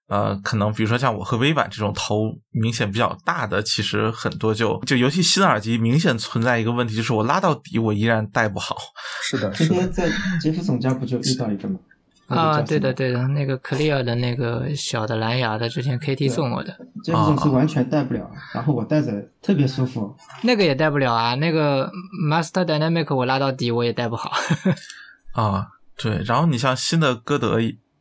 D: 呃，可能比如说像我和微版这种头明显比较大的，其实很多就就尤其新耳机明显存在一个问题，就是我拉到底我依然戴不好。
C: 是的，
E: 昨
C: 是的
E: 天，在杰夫总家不就遇到一个吗？那
F: 啊，
E: 个叫什么
F: 对的，对的，那个 Clear 的那个小的蓝牙的，之前 KT 送我的，
E: 杰
D: 啊
E: 夫总是完全戴不了，然后我戴着特别舒服。
F: 那个也带不了啊。那个 Master Dynamic 我拉到底我也带不好。
D: 啊，对，然后你像新的歌德，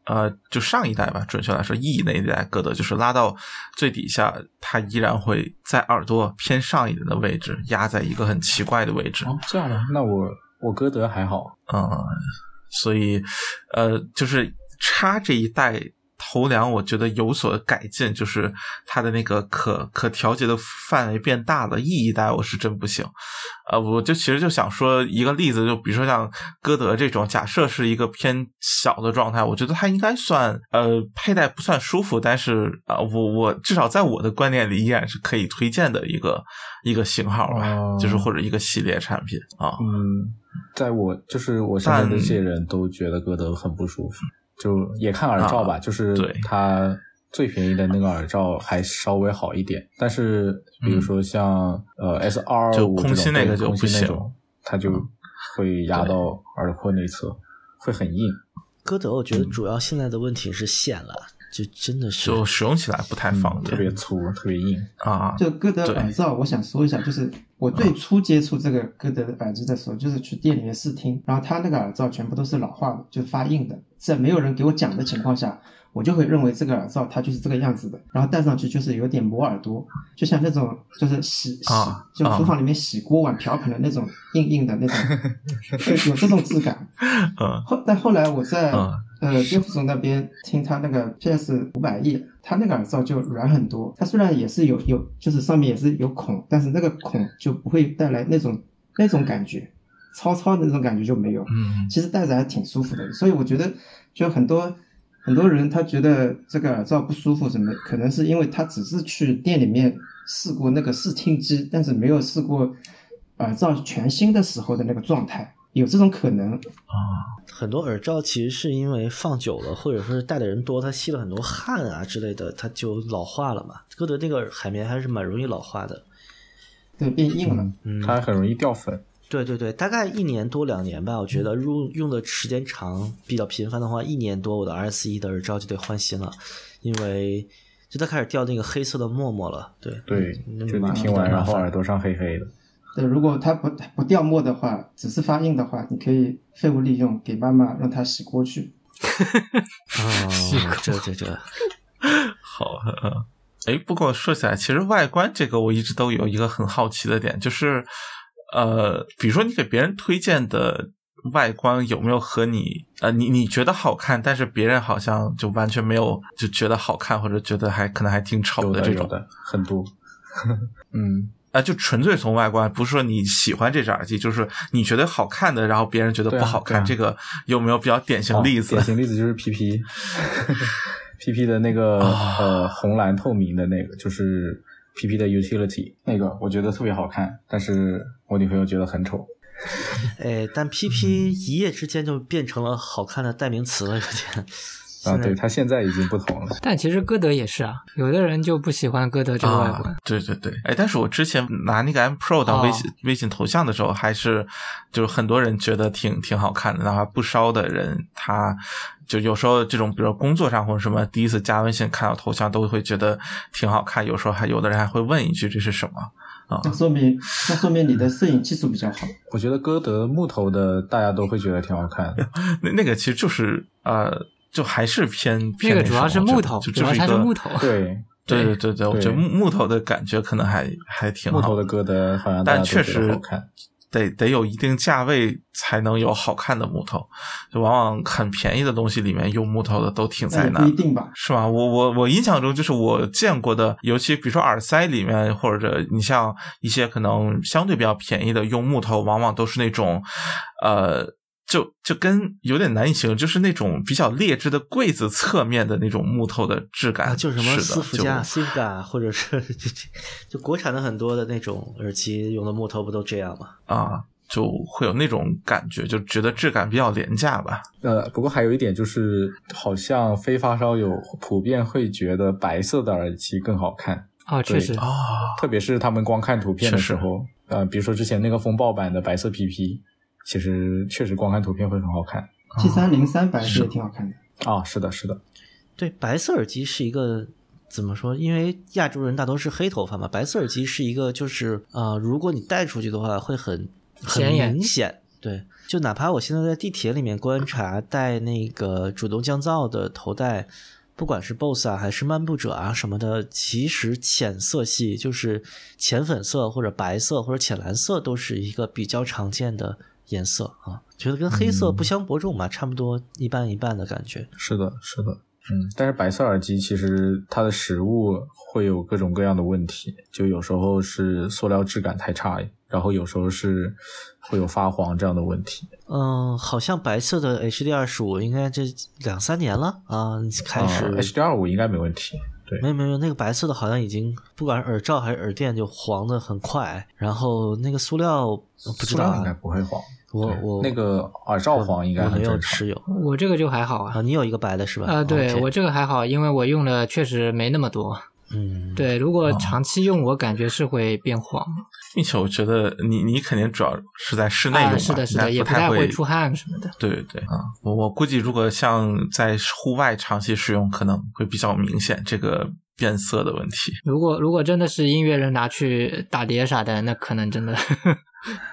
D: 呃，就上一代吧，准确来说，E 那一代歌德，就是拉到最底下，它依然会在耳朵偏上一点的位置压在一个很奇怪的位置，
C: 哦，这样吗？那我我歌德还好，
D: 嗯，所以，呃，就是叉这一代头梁，我觉得有所改进，就是它的那个可可调节的范围变大了。E 一代我是真不行，呃，我就其实就想说一个例子，就比如说像歌德这种，假设是一个偏小的状态，我觉得它应该算呃佩戴不算舒服，但是啊、呃我我至少在我的观念里依然是可以推荐的一个一个型号吧，
C: 哦
D: 就是或者一个系列产品啊。
C: 嗯，在我就是我身边
D: 但
C: 的这些人都觉得歌德很不舒服，就也看耳罩吧，
D: 啊
C: 就是
D: 对
C: 它最便宜的那个耳罩还稍微好一点，但是比如说像、呃 S 二
D: 嗯就
C: 五
D: 空心那个就
C: 空
D: 不
C: 心那
D: 行嗯
C: 种，它就会压到耳廓内侧，会很硬。
B: 歌德，我觉得主要现在的问题是线了，就真的是
D: 就使用起来不太方便，
C: 嗯特别粗，特别硬。
D: 啊，
E: 就歌德
D: 对
E: 耳罩，我想说一下，就是我最初接触这个歌德的耳机的时候，就是去店里面试听，然后他那个耳罩全部都是老化的，就是发硬的，在没有人给我讲的情况下，我就会认为这个耳罩它就是这个样子的，然后戴上去就是有点磨耳朵，就像那种就是洗洗
D: 啊，
E: 就
D: 啊
E: 厨房里面洗锅碗瓢盆的那种硬硬的那种， 就有这种质感。
D: 嗯
E: 后但后来我在、
D: 嗯
E: 呃岳父总那边听他那个 PS 五百亿，他那个耳罩就软很多。它虽然也是有有，就是上面也是有孔，但是那个孔就不会带来那种那种感觉，糙糙的那种感觉就没有。
D: 嗯
E: 其实戴着还挺舒服的，所以我觉得就很多很多人他觉得这个耳罩不舒服什么的，可能是因为他只是去店里面试过那个试听机，但是没有试过耳罩全新的时候的那个状态，有这种可能。
B: 很多耳罩其实是因为放久了，或者说是戴的人多，它吸了很多汗啊之类的，它就老化了嘛。歌德那个海绵还是蛮容易老化的。
E: 对，变硬了。
B: 嗯，
C: 它很容易掉粉。
D: 嗯
B: 对对对，大概一年多两年吧，我觉得用用的时间长、比较频繁的话，一年多我的 R S 一的耳罩就得换新了，因为就它开始掉那个黑色的沫沫了。对，
C: 对，
B: 那
D: 嗯
C: 就你
B: 蛮
C: 听完，
B: 麻
C: 然后
B: 烦
C: 耳朵上黑黑的。
E: 对，如果它不不掉沫的话，只是发硬的话，你可以废物利用，给妈妈让它洗锅去。
B: 哦，这这这，
D: 好，嗯，哎，不过说起来，其实外观这个我一直都有一个很好奇的点，就是呃，比如说你给别人推荐的外观有没有和你呃，你你觉得好看，但是别人好像就完全没有就觉得好看，或者觉得还可能还挺丑
C: 有
D: 这
C: 有
D: 种
C: 的很多。 嗯，
D: 啊、就纯粹从外观，不是说你喜欢这只耳机，就是你觉得好看的，然后别人觉得
C: 对啊
D: 不好看，
C: 对啊
D: 这个有没有比较典型
C: 哦
D: 例子？
C: 典型例子就是 PP，PP 的那个、
D: 啊
C: 呃红蓝透明的那个，就是 PP 的 utility 那个，我觉得特别好看，但是我女朋友觉得很丑。
B: 哎，但 P P 一夜之间就变成了好看的代名词了，有点。
C: 啊，
B: 现在
C: 对，它现在已经不同了。
F: 但其实歌德也是啊，有的人就不喜欢歌德这个外观。哦
D: 啊。对对对，哎，但是我之前拿那个 M Pro 当微信、微信头像的时候，还是就是很多人觉得挺挺好看的，哪怕不烧的人，他就有时候这种，比如说工作上或者什么，第一次加微信看到头像都会觉得挺好看，有时候还有的人还会问一句这是什么。啊
F: 嗯
E: 那说明那说明你的摄影技术比较好。
C: 我觉得歌德木头的大家都会觉得挺好看的，
D: 那那个其实就是呃，就还是偏
F: 那
D: 偏
F: 个
D: 什
F: 主
D: 么
F: 要是
D: 我觉
F: 木
D: 得
F: 头，
D: 就
F: 主
D: 就
F: 要
D: 是一
F: 它是
D: 个
F: 木头。
C: 对，
D: 对对对对，我觉得
C: 对
D: 木木头的感觉可能还还挺好
C: 木头的歌德好像大家
D: 但
C: 都
D: 确
C: 觉得
D: 实
C: 好看。
D: 得得有一定价位才能有好看的木头，就往往很便宜的东西里面用木头的都挺
B: 嗯
E: 那
D: 灾
E: 也不一
D: 难。
E: 定吧。
D: 是吗？我我我印象中就是我见过的，尤其比如说耳塞里面，或者你像一些可能相对比较便宜的用木头，往往都是那种，呃，就就跟有点难以形容，就是那种比较劣质的柜子侧面的那种木头的质感，
B: 啊，就是什么
D: 哎的
B: 斯福
D: 就
B: 加、斯福加，或 者是就就国产的很多的那种耳机用的木头不都这样吗？
D: 啊，就会有那种感觉，就觉得质感比较廉价吧。
C: 呃，不过还有一点就是，好像非发烧友普遍会觉得白色的耳机更好看，
F: 哦，确
C: 对
F: 实，
D: 啊，
C: 特别是他们光看图片的
D: 确实
C: 时候，呃，比如说之前那个风暴版的白色 PP，其实确实光看图片会很好看
E: T 三零三白
D: 是
E: 色也挺好看的。
C: 啊。是的，是的，
B: 对，白色耳机是一个怎么说？因为亚洲人大多是黑头发嘛，白色耳机是一个就是呃，如果你戴出去的话，会很很
F: 显眼
B: 明显。对，就哪怕我现在在地铁里面观察戴那个主动降噪的头戴，不管是 BOSS 啊还是漫步者啊什么的，其实浅色系就是浅粉色或者白色或者浅蓝色都是一个比较常见的颜色啊，觉得跟黑
F: 嗯
B: 色不相伯仲嘛，差不多一半一半的感觉。
C: 是的，是的。嗯，但是白色耳机其实它的实物会有各种各样的问题，就有时候是塑料质感太差，然后有时候是会有发黄这样的问题。
B: 嗯，好像白色的 HD 二十五应该这两三年了啊，开始、
C: HDR 五应该没问题。
B: 没有没有没有那个白色的好像已经不管是耳罩还是耳垫就黄的很快，然后那个塑料我不知
C: 塑
B: 道
C: 料应该
B: 啊，
C: 不会黄。
B: 我
C: 对
B: 我
C: 那个耳罩黄应该
B: 我
C: 很
B: 没有
C: 正常
B: 持有
F: 我这个就还好啊
B: 啊，。你有一个白的是吧？
F: 啊，对
B: OK
F: 我这个还好，因为我用的确实没那么多。
B: 嗯
F: 对，如果长期用，我感觉是会变黄。
D: 并且我觉得你你肯定主要是在室内用吧，
F: 啊，是的，是的，
D: 应
F: 也
D: 该
F: 不
D: 不太
F: 会出嗯汗什么的。
D: 对对对，我我估计如果像在户外长期使用，可能会比较明显这个变色的问题。
F: 如果如果真的是音乐人拿去打碟啥的，那可能真的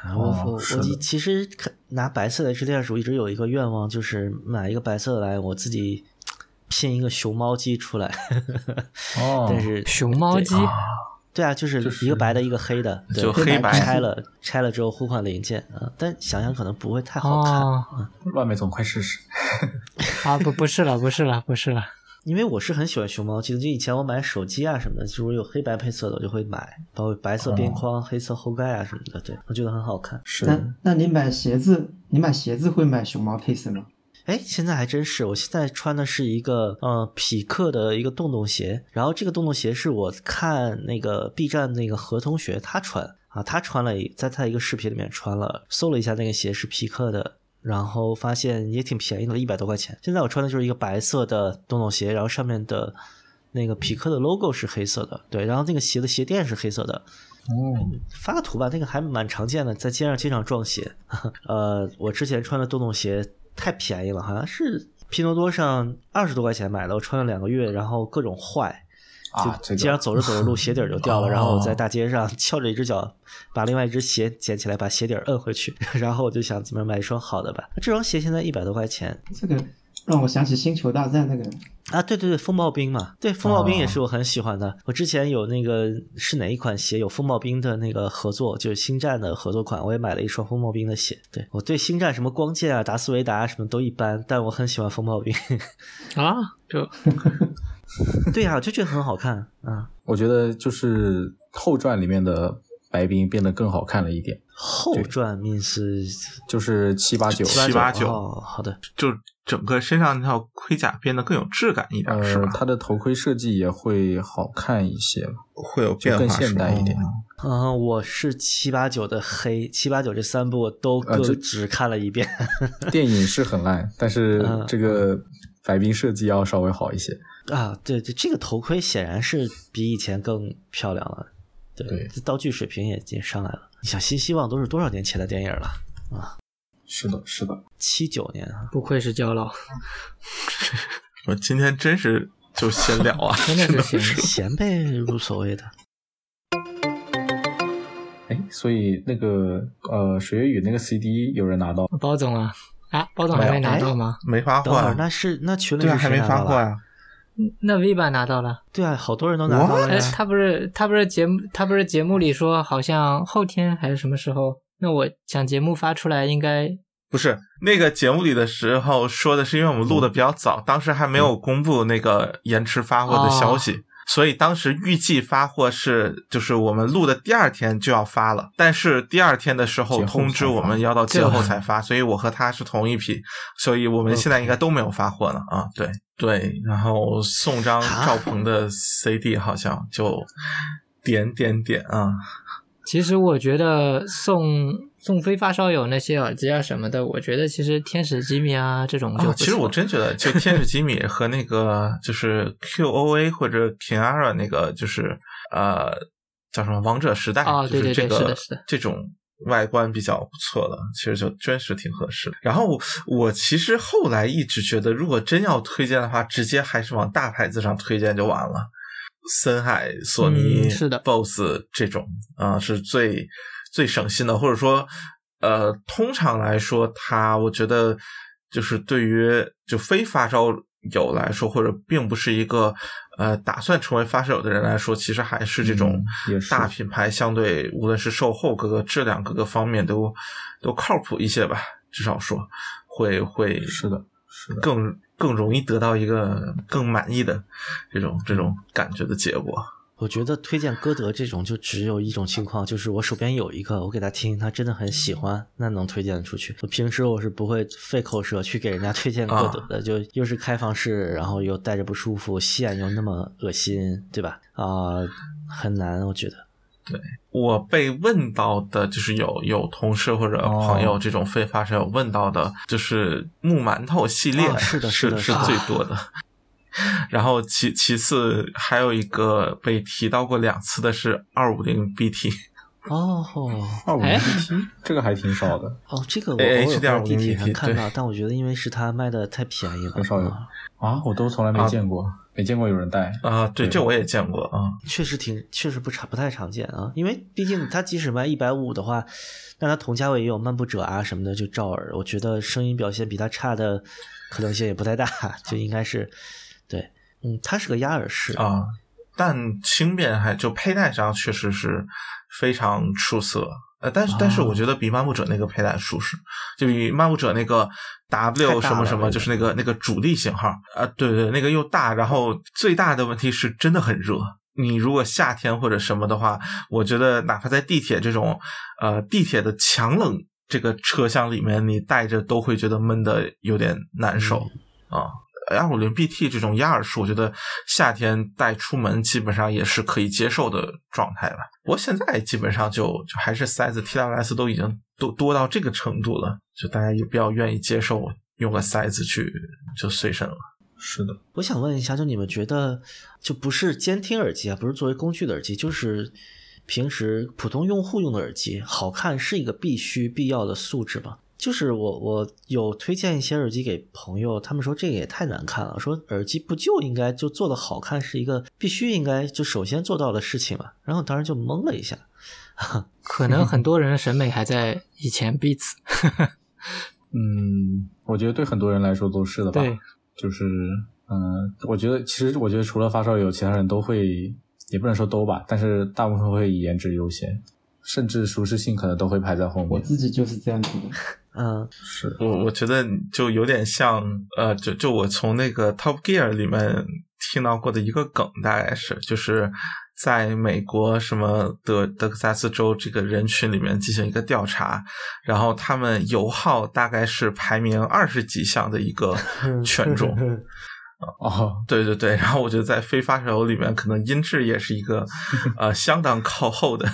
B: 啊我
C: 哦
B: 我
C: 是
B: 我
C: 的
B: 其其实看拿白色的 HD 二十五一直有一个愿望，就是买一个白色的来，我自己拼一个熊猫机出来。
C: 哦
B: 但是
F: 熊猫机
B: 对啊，就是
C: 就是
B: 一个白的，一个黑的，对
D: 就黑白
B: 拆了，拆了之后互换零件啊、但想想可能不会太好看，
F: 哦
C: 万美总快试试。
F: 啊不不是了不是了不是了
B: 因为我是很喜欢熊猫机的。就以前我买手机啊什么的，就是有黑白配色的，我就会买，包括白色边框、黑色后盖啊什么的，对我觉得很好看。
C: 是
E: 那那你买鞋子，你买鞋子会买熊猫配色吗？
B: 哎，现在还真是，我现在穿的是一个呃匹克的一个洞洞鞋，然后这个洞洞鞋是我看那个 B 站那个何同学他穿啊，他穿了一，在他一个视频里面穿了，搜了一下那个鞋是匹克的。然后发现也挺便宜的，一百多块钱。现在我穿的就是一个白色的洞洞鞋，然后上面的那个匹克的 logo 是黑色的，对，然后那个鞋的鞋垫是黑色的，发个图吧，那个还蛮常见的，在街上经常撞鞋。呃，我之前穿的洞洞鞋太便宜了，好像是拼多多上二十多块钱买的，我穿了两个月，然后各种坏，
C: 啊，
B: 就
C: 这
B: 街上
C: 个
B: 走着走着路鞋底儿就掉了，
C: 哦
B: 然后我在大街上翘着一只脚把另外一只鞋捡起来，把鞋底儿摁回去， 然后我就想怎么买一双好的吧。这双鞋现在一百多块钱
E: 这个让我想起星球大战那个
B: 啊，对对对，风暴兵嘛，对，风暴兵
D: 哦
B: 也是我很喜欢的。我之前有那个是哪一款鞋有风暴兵的那个合作，就是星战的合作款，我也买了一双风暴兵的鞋。对我对星战什么光剑啊、达斯维达啊什么都一般，但我很喜欢风暴兵。
F: 啊就
B: 对呀、我就觉得很好看啊。
C: 我觉得就是后传里面的白冰变得更好看了一点，
B: 后传面是
C: 就是七八九
D: 七八九
B: 哦，好的，
D: 就整个身上那套盔甲变得更有质感一点，是
C: 呃
D: 吧，？
C: 它的头盔设计也会好看一些，
D: 会有
C: 就
D: 变化，
C: 更现代一点
D: 是吧。
B: 嗯，我是七八九的黑，七八九这三部我都
C: 啊
B: 各
C: 这
B: 只看了一遍。
C: 电影是很烂，但是
B: 嗯
C: 这个白冰设计要稍微好一些。
B: 啊，对对，这个头盔显然是比以前更漂亮了，对，
C: 对
B: 这道具水平也已经上来了。你想，《新希望》都是多少年前的电影了？
C: 是的，是的，
B: 七九年啊，
F: 不愧是胶佬，
D: 我今天真是就闲聊啊，
F: 真的是行。
B: 前辈无所谓的。
C: 哎，所以那个呃，水月雨那个 CD 有人拿到
F: 包总啊啊，包总还没拿到吗？
D: 没发
B: 等
D: 货
B: 会儿
D: 啊，
B: 那是那群里
D: 对啊，
B: 是
D: 还
B: 谁
D: 没
B: 拿
D: 发
B: 到
D: 货
B: 了？
D: 呀。
F: 那 V 版拿到了。
B: 对啊，好多人都拿到了
F: 哎，
B: 呀。
F: 他不是他不是节目他不是节目里说好像后天还是什么时候？那我想节目发出来应该
D: 不是那个节目里的时候说的是，因为我们录的比较早，当时还没
C: 嗯
D: 有公布那个延迟发货的消
C: 哦
D: 息，所以当时预计发货是就是我们录的第二天就要发了，但是第二天的时候
C: 节后才发
D: 通知我们要到节后才发，所以我和他是同一批，所以我们现在应该都没有发货呢啊，对对，然后宋张
B: 啊
D: 赵鹏的 CD 好像就点点点啊，
F: 其实我觉得送送非发烧友那些耳机啊什么的，我觉得其实天使吉米啊这种就不
D: 啊，
F: 错、
D: 其实我真觉得，就天使吉米和那个就是 QOA 或者 Kinara 那个就是呃叫什么王者时代，
F: 啊
D: 就
F: 对对
D: 这
F: 对
D: 个
F: 是的是的
D: 这种外观比较不错的，其实就真是挺合适的。然后我我其实后来一直觉得，如果真要推荐的话，直接还是往大牌子上推荐就完了。森海、索尼、
F: 嗯是的
D: ，BOSS 这种啊、是最最省心的，或者说，呃，通常来说，它我觉得就是对于就非发烧友来说，或者并不是一个呃打算成为发烧友的人来说，其实还是这种
C: 嗯也是
D: 大品牌相对无论是售后各个质量各个方面都都靠谱一些吧，至少说会会
C: 是的，是的，
D: 更更容易得到一个更满意的这种这种感觉的结果。
B: 我觉得推荐歌德这种就只有一种情况，就是我手边有一个，我给他听，他真的很喜欢，那能推荐出去。我平时我是不会费口舌去给人家推荐歌德的，就又是开放式，然后又带着不舒服，线又那么恶心，对吧？啊、很难，我觉得。
D: 我被问到的，就是有有同事或者朋友
C: 哦
D: 这种非发烧友问到的，就是木馒头系列，
B: 啊是的
D: 是
B: 是的
D: 是
B: 是的
D: 最多的。 然后其其次还有一个被提到过两次的是二五零 BT
B: 哦
C: 二五
F: 哎
C: BT 这个还挺少的，
B: 哦，这个我偶
D: 哎
B: 尔会在
D: HDR
B: 地铁
D: 无
B: 上
D: 语
B: 看到
D: 对，
B: 但我觉得因为是他卖的太便宜了，
C: 很少有
B: 啊
C: 啊，我都从来没见过，没见过有人带
D: 啊，对，
C: 对
D: 这我也见过啊。
B: 确实挺确实不常不太常见啊，因为毕竟它即使卖一百五的话，那它同价位也有漫步者啊什么的就照耳，我觉得声音表现比它差的可能性也不太大， 就应该是对，嗯，它是个压耳式，
D: 啊，但轻便还就佩戴上确实是非常出色。呃，但是但是
B: 啊
D: 我觉得比漫步者那个佩戴舒适，就比漫步者那个
B: 太
D: W
B: 大
D: 什么
B: 了
D: 什
B: 那
D: 么，
B: 个嗯
D: 就是那个那个主力型号啊，对对，那个又大，然后最大的问题是真的很热。你如果夏天或者什么的话，我觉得哪怕在地铁这种呃地铁的强冷这个车厢里面，你戴着都会觉得闷的有点难受。
C: 嗯
D: 啊。二五零 BT 这种压耳式，我觉得夏天带出门基本上也是可以接受的状态了。我现在基本上就就还是 size TWS 都已经多多到这个程度了，就大家也比较愿意接受用个 size 去就随身了。
C: 是的，
B: 我想问一下，就你们觉得，就不是监听耳机啊，不是作为工具的耳机，就是平时普通用户用的耳机，好看是一个必须必要的素质吗？就是我我有推荐一些耳机给朋友，他们说这个也太难看了，说耳机不就应该就做的好看是一个必须应该就首先做到的事情嘛，然后当时就懵了一下，
F: 可能很多人的审美还在以前 Beats，
C: 嗯，我觉得对很多人来说都是的吧，
F: 对，
C: 就是嗯、我觉得其实我觉得除了发烧友，其他人都会，也不能说都吧，但是大部分会以颜值优先，甚至舒适性可能都会排在后
E: 我
C: 面。
E: 自己就是这样子的。
B: 嗯，
C: 是的，
D: 我我觉得就有点像呃，就就我从那个 Top Gear 里面听到过的一个梗，大概是就是在美国什么德德克萨斯州这个人群里面进行一个调查，然后他们油耗大概是排名二十几项的一个权重。
C: 哦，
D: 对对对，然后我觉得在非发烧友里面，可能音质也是 一个呃相当靠后的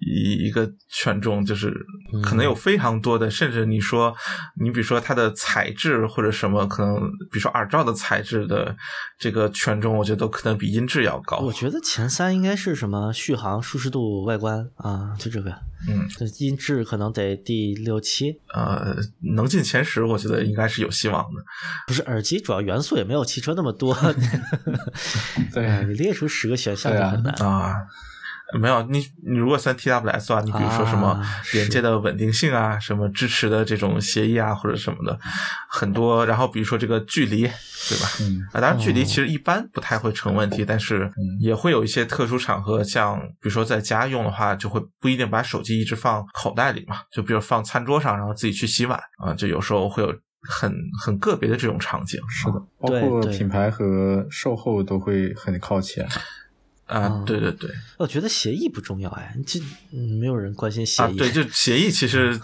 D: 一一个权重，就是
B: 嗯
D: 可能有非常多的，甚至你说你比如说它的材质或者什么，可能比如说耳罩的材质的这个权重，我觉得都可能比音质要高。
B: 我觉得前三应该是什么续航、舒适度、外观啊，就这个，
D: 嗯，
B: 这音质可能得第六七，
D: 呃，能进前十，我觉得应该是有希望的。
B: 不是耳机，主要元素也没有汽车那么 多。
C: 对
B: 哎你列出十个选项就
C: 对啊
B: 很难。
D: 啊。没有你，你如果算 TWS 的话，你比如说什么
B: 啊是
D: 连接的稳定性啊，什么支持的这种协议啊，或者什么的，很多。然后比如说这个距离，对吧？
C: 嗯，
D: 啊，当然距
B: 哦
D: 离其实一般不太会成问题，但是
B: 嗯
D: 也会有一些特殊场合，像比如说在家用的话，就会不一定把手机一直放口袋里嘛，就比如放餐桌上，然后自己去洗碗啊，就有时候会有很很个别的这种场景。
C: 是的，包
B: 对
C: 括
B: 对
C: 品牌和售后都会很靠前。
D: 啊
B: 嗯，
D: 对对对。
B: 我觉得协议不重要，哎，这嗯没有人关心协
D: 啊，
B: 议。
D: 对，就协议其 实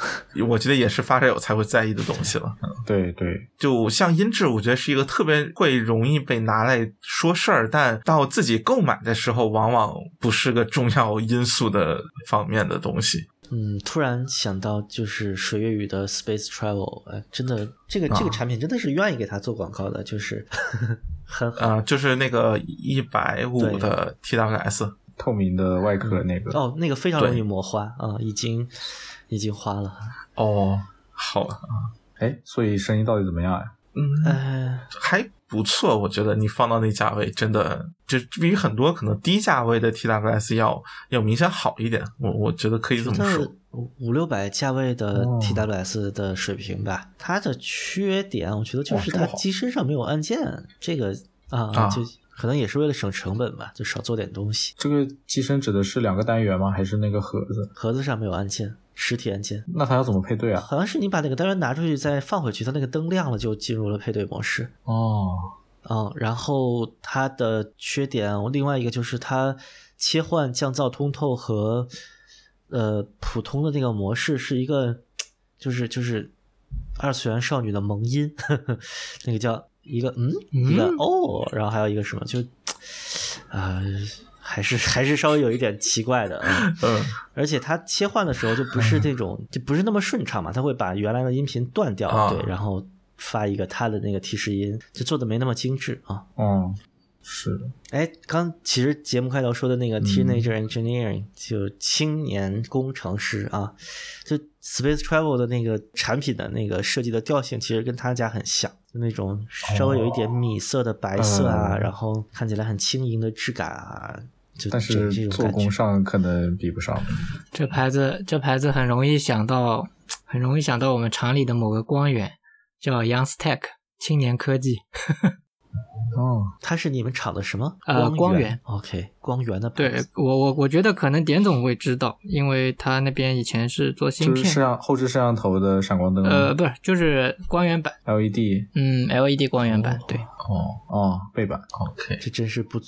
D: 我觉得也是发烧友才会在意的东西了。
C: 对对，
D: 就像音质，我觉得是一个特别会容易被拿来说事儿，但到自己购买的时候，往往不是个重要因素的方面的东西。
B: 嗯，突然想到就是水月雨的 Space Travel，哎，真的，这个这个
D: 啊
B: 产品真的是愿意给他做广告的，就是很好。
D: 啊、就是那个一百五
B: 对
D: 的 TWS，
C: 透明的外壳那个。
B: 哦，那个非常容易
D: 对
B: 磨花啊、已经已经花了。
D: 哦，好吧，
C: 哎、所以声音到底怎么样啊呀、
D: 嗯，
B: 哎，
D: 还不错，我觉得你放到那价位，真的就比很多可能低价位的 TWS 要要明显好一点，我我觉得可以
B: 觉
D: 这么
B: 得
D: 说。
B: 五六百价位的
C: 哦
B: TWS 的水平吧，它的缺点我觉得就
D: 哦
B: 是
D: 这么
B: 它
D: 好
B: 机身上没有按键，这个啊、
D: 啊
B: 就可能也是为了省成本吧，就少做点东西。
C: 这个机身指的是两个单元吗？还是那个盒子？
B: 盒子上没有按键，实体按键。
C: 那它要怎么配对啊？
B: 好像是你把那个单元拿出去再放回去，它那个灯亮了就进入了配对模式。
C: 哦，
B: 嗯，然后它的缺点，另外一个就是它切换降噪通透和呃普通的那个模式是一个，就是就是二次元少女的萌音， 那个叫一个嗯一个哦，然后还有一个什么就啊、还是还是稍微有一点奇怪的。嗯
D: 嗯，
B: 而且它切换的时候就不是这种，就不是那么顺畅嘛，它会把原来的音频断掉，
D: 啊
B: 对，然后发一个它的那个提示音，就做的没那么精致啊。
C: 嗯，是
B: 哎，刚其实节目开头说的
C: 嗯
B: 那个 teenager engineering、就青年工程师啊，就 space travel 的那个产品的那个设计的调性，其实跟他家很像，就那种稍微有一点米色的白色啊，
C: 哦嗯
B: 然后看起来很轻盈的质感啊，就
C: 但
B: 这这
C: 是
B: 种
C: 做
B: 感觉
C: 工。上可能比不上。
F: 这牌子，这牌子很容易想到，很容易想到我们厂里的某个光源，叫 Youngs Tech 青年科技，
C: 哦，
B: 它是你们厂的什么？
C: 光
F: 呃，
C: 源
F: 光源。
B: OK，光源的牌
F: 对
B: 子
F: 我，我我觉得可能点总会知道，因为他那边以前是做芯
C: 就是啊
F: 片，
C: 摄像后置摄像头的闪光灯吗
F: 呃，不是，就是光源板，
C: ，LED。
F: 嗯，LED 光源板，对，
C: 哦哦，背板。
D: ，OK，
B: 这真是不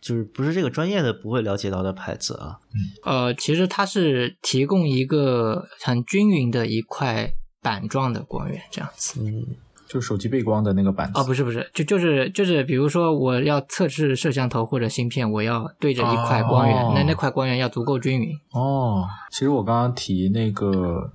B: 就是不是这个专业的不会了解到的牌子啊。
F: 呃，其实它是提供一个很均匀的一块板状的光源，这样子。
B: 嗯，
C: 就手机背光的那个板子。
B: 啊
F: 哦，不是不是，就就是就是，比如说我要测试摄像头或者芯片，我要对着一块光源，
C: 哦
F: 那那块光源要足够均匀。
C: 哦，其实我刚刚提那个，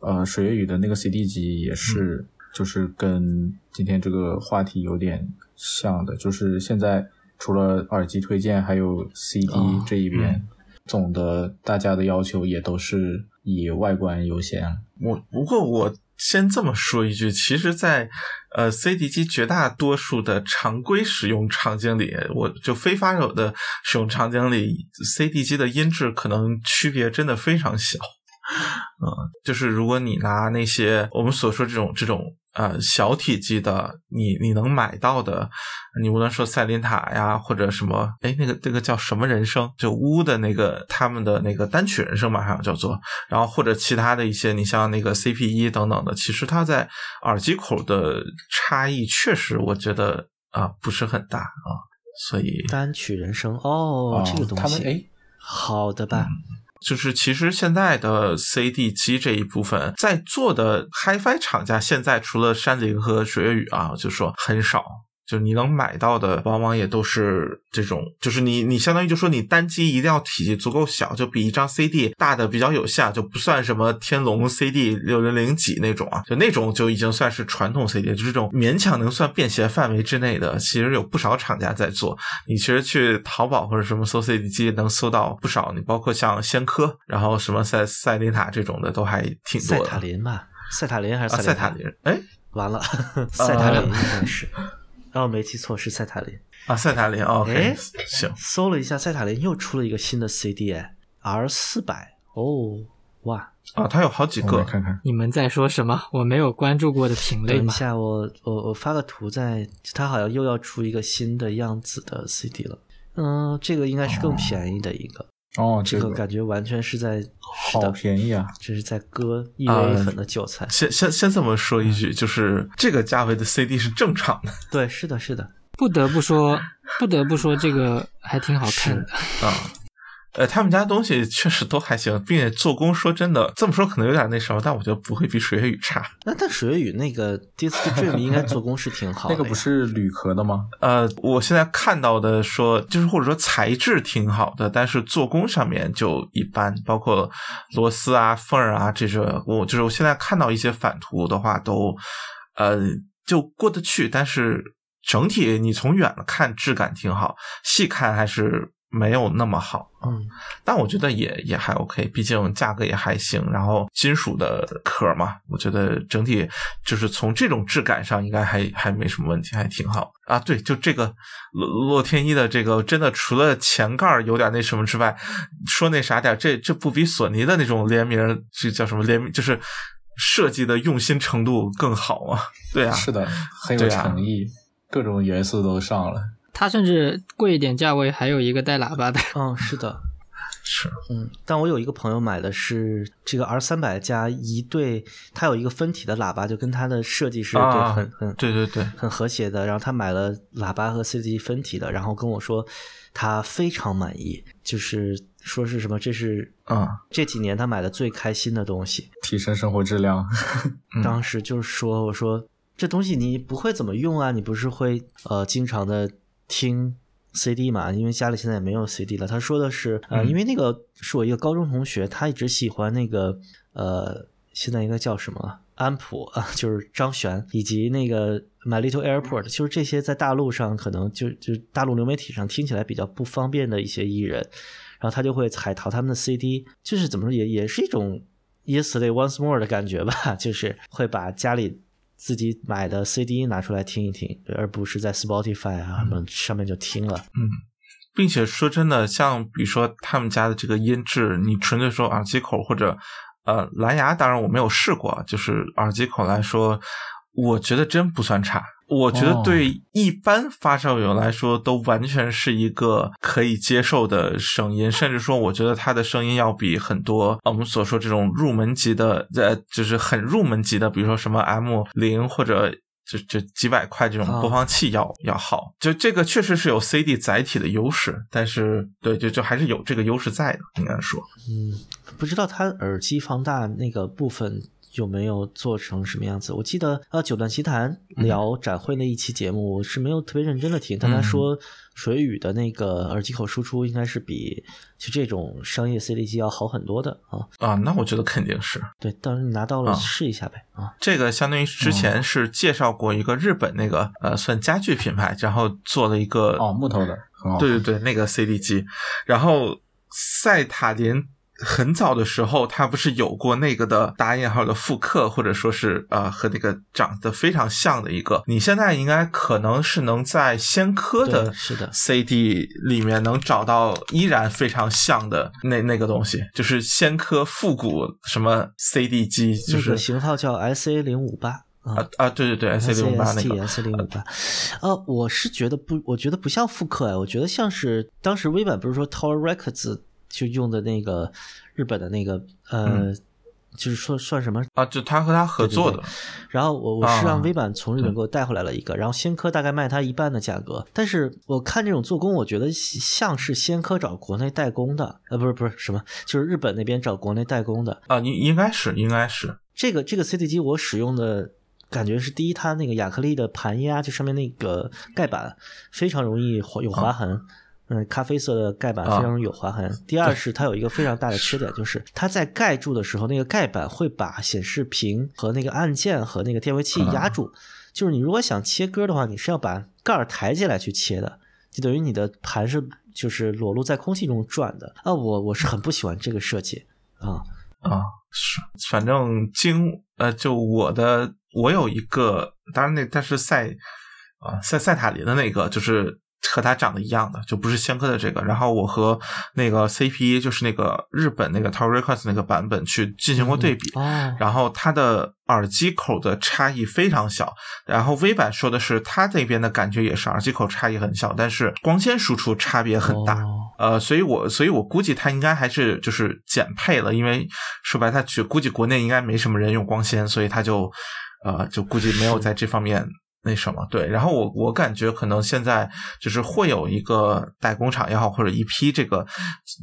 C: 呃，水月雨的那个 CD 集也是，
B: 嗯
C: 就是跟今天这个话题有点像的，就是现在除了耳机推荐，还有 CD
B: 哦
C: 这一边，总的大家的要求也都是以外观优先。
D: 我不过我先这么说一句，其实在，呃 CD 机绝大多数的常规使用场景里，我就非发售的使用场景里，CD 机的音质可能区别真的非常小。嗯，就是如果你拿那些我们所说这种这种呃小体积的，你你能买到的，你无论说赛琳塔呀，或者什么，哎，那个那个叫什么人声，就乌的那个他们的那个单曲人声吧，好像叫做，然后或者其他的一些，你像那个 CP 一等等的，其实它在耳机口的差异确实，我觉得啊、不是很大啊，所以
B: 单曲人生哦，
C: 啊
B: 这个东西，
C: 他们嗯哎，
B: 好的吧？
D: 就是其实现在的 CD 机这一部分，在座的 HiFi 厂家现在除了山林和水月雨啊，我就说很少。就是你能买到的，往往也都是这种，就是你你相当于就说你单机一定要体积足够小，就比一张 CD 大的比较有限，就不算什么天龙 CD 六零零几那种啊，就那种就已经算是传统 CD，就是这种勉强能算便携范围之内的，其实有不少厂家在做。你其实去淘宝或者什么搜 CD 机能搜到不少，你包括像仙科，然后什么塞塞琳塔这种的都还挺
B: 赛
D: 多的。
B: 塔林吧，赛塔林还
D: 啊，
B: 是
D: 塞
B: 塔
D: 塔林，哎，
B: 完了，赛塔林应该是，然后没记错是赛塔林。
D: 啊，塞塔林哦
B: 哎
D: ，OK，行，
B: 搜了一下，赛塔林又出了一个新的 CD 哎，R 四百哦，哇！
D: 啊，它有好几
C: 我
D: 个
C: 来，看看。
F: 你们在说什么？我没有关注过的品类
B: 等一
F: 嘛？
B: 下，我我我发个图在，它好像又要出一个新的样子的 CD 了。嗯，这个应该是更便宜的一个，
C: 哦，
B: 这
C: 这
B: 个
C: 个
B: 感觉完全是在是
C: 好
B: 的，
C: 便宜啊！
B: 这是在割一
D: 啊
B: v 粉的韭菜。
D: 先先先这么说一句，就是这个价位的 CD 是正常的
B: 对，是的，是的，
F: 不得不说，不得不说，这个还挺好看的。
D: 啊。呃，他们家东西确实都还行，并且做工说真的，这么说可能有点那什么，但我觉得不会比水月雨差。
B: 那但水月雨那个 Disc Dream 应该做工是挺好的
C: 那
B: 呀，
C: 个不是铝壳的吗？
D: 呃，我现在看到的说，就是或者说材质挺好的，但是做工上面就一般，包括螺丝啊、缝儿啊这些，我就是我现在看到一些反图的话都，呃，就过得去，但是整体你从远了看质感挺好，细看还是没有那么好。啊
B: 嗯，
D: 但我觉得也也还 OK，毕竟价格也还行，然后金属的壳嘛，我觉得整体就是从这种质感上应该还还没什么问题，还挺好啊。对，就这个洛洛天依的这个，真的除了前盖儿有点那什么之外，说那啥点儿，这这不比索尼的那种联名，这叫什么联名？就是设计的用心程度更好啊。对啊，
C: 是的，很有
D: 对啊
C: 诚意，各种元素都上了。
F: 它甚至贵一点价位还有一个带喇叭的，
B: 嗯，是的，
D: 是
B: 嗯，但我有一个朋友买的是这个 R 三百加一对，它有一个分体的喇叭，就跟它的设计是、
D: 啊
B: 对很很
D: 对对对，
B: 很和谐的。然后他买了喇叭和 CD 分体的，然后跟我说他非常满意，就是说是什么这是
D: 嗯，
B: 这几年他买的最开心的东西。
C: 提升生活质量，
D: 嗯
B: 当时就是说我说这东西你不会怎么用啊，你不是会呃经常的听 CD 嘛？因为家里现在也没有 CD 了。他说的是呃，
D: 嗯
B: 因为那个是我一个高中同学，他一直喜欢那个呃，现在应该叫什么了安普 啊，就是张悬以及那个 My Little Airport，就是这些在大陆上可能就就大陆流媒体上听起来比较不方便的一些艺人，然后他就会海淘他们的 CD，就是怎么说也也是一种 Yesterday Once More 的感觉吧， 就是会把家里自己买的 CD 拿出来听一听，对而不是在 Spotify 啊什么上面就听了。
D: 并且说真的，像比如说他们家的这个音质，你纯粹说耳机口或者呃蓝牙，当然我没有试过，就是耳机口来说，我觉得真不算差。我觉得
C: 哦
D: 对一般发烧友来说，都完全是一个可以接受的声音，甚至说，我觉得它的声音要比很多呃我们所说这种入门级的，呃，就是很入门级的，比如说什么 M 零或者就就几百块这种
B: 啊
D: 播放器
C: 哦
D: 要、要好。就这个确实是有 CD 载体的优势，但是对，就就还是有这个优势在的，应该说。
B: 嗯，不知道它耳机放大那个部分有没有做成什么样子？我记得呃，九段奇谭聊展会那一期节目，我是没有特别认真的听，但他说水雨的那个耳机口输出应该是比就这种商业 CD 机要好很多的啊。
D: 啊，那我觉得肯定是
B: 对，到时候你拿到了
D: 啊
B: 试一下呗啊。
D: 这个，相当于
C: 哦
D: 之前是介绍过一个日本那个、呃，算家具品牌，然后做了一个
C: 哦，木头的，很好。
D: 对对对，那个 CD 机。然后塞塔林很早的时候，它不是有过那个的打引号的复刻，或者说是呃和那个长得非常像的一个。你现在应该可能是能在仙科
B: 对
D: 的
B: 是的
D: CD 里面能找到依然非常像的那那个东西，就是仙科复古什么 CD 机，就
B: 那
D: 是
B: 个型号叫 SA 零五八
D: 啊
B: 啊。
D: 啊对对对 CD 零八那
B: SST
D: 个
B: S 啊零五八，呃，我是觉得不，我觉得不像复刻哎，我觉得像是当时微版不是说 Tower Records 就用的那个日本的那个呃，
D: 嗯
B: 就是说算什么
D: 啊，就他和他合作的
B: 对对然后我我是让
D: 啊
B: 微版从日本给我带回来了一个，然后仙科大概卖它一半的价格，但是我看这种做工，我觉得像是仙科找国内代工的，呃，不是不是什么，就是日本那边找国内代工的。
D: 啊，应应该是应该是
B: 这个这个 CD 机我使用的感觉是，第一，它那个亚克力的盘压，就上面那个盖板非常容易划有
D: 啊
B: 划痕。嗯，咖啡色的盖板非常容易有划痕。第二是它有一个非常大的缺点，就是它在盖住的时候，那个盖板会把显示屏和那个按键和那个电位器
D: 嗯
B: 压住。就是你如果想切割的话，你是要把盖儿抬起来去切的，就等于你的盘是就是裸露在空气中转的。啊，我我是很不喜欢这个设计啊。
D: 啊，是，反正经呃，就我的我有一个，当然那但是赛啊赛赛塔林的那个就是。和它长得一样的，就不是仙科的这个。然后我和那个 CP，就是那个日本那个 Tower Records 那个版本去进行过对比，
F: 嗯
B: 哦，
D: 然后它的耳机口的差异非常小。然后微版说的是它这边的感觉也是耳机口差异很小，但是光纤输出差别很大。
B: 哦
D: 呃，所以我所以我估计它应该还是就是减配了，因为说白它去估计国内应该没什么人用光纤，所以它就呃就估计没有在这方面那什么对，然后我我感觉可能现在就是会有一个代工厂也好，或者一批这个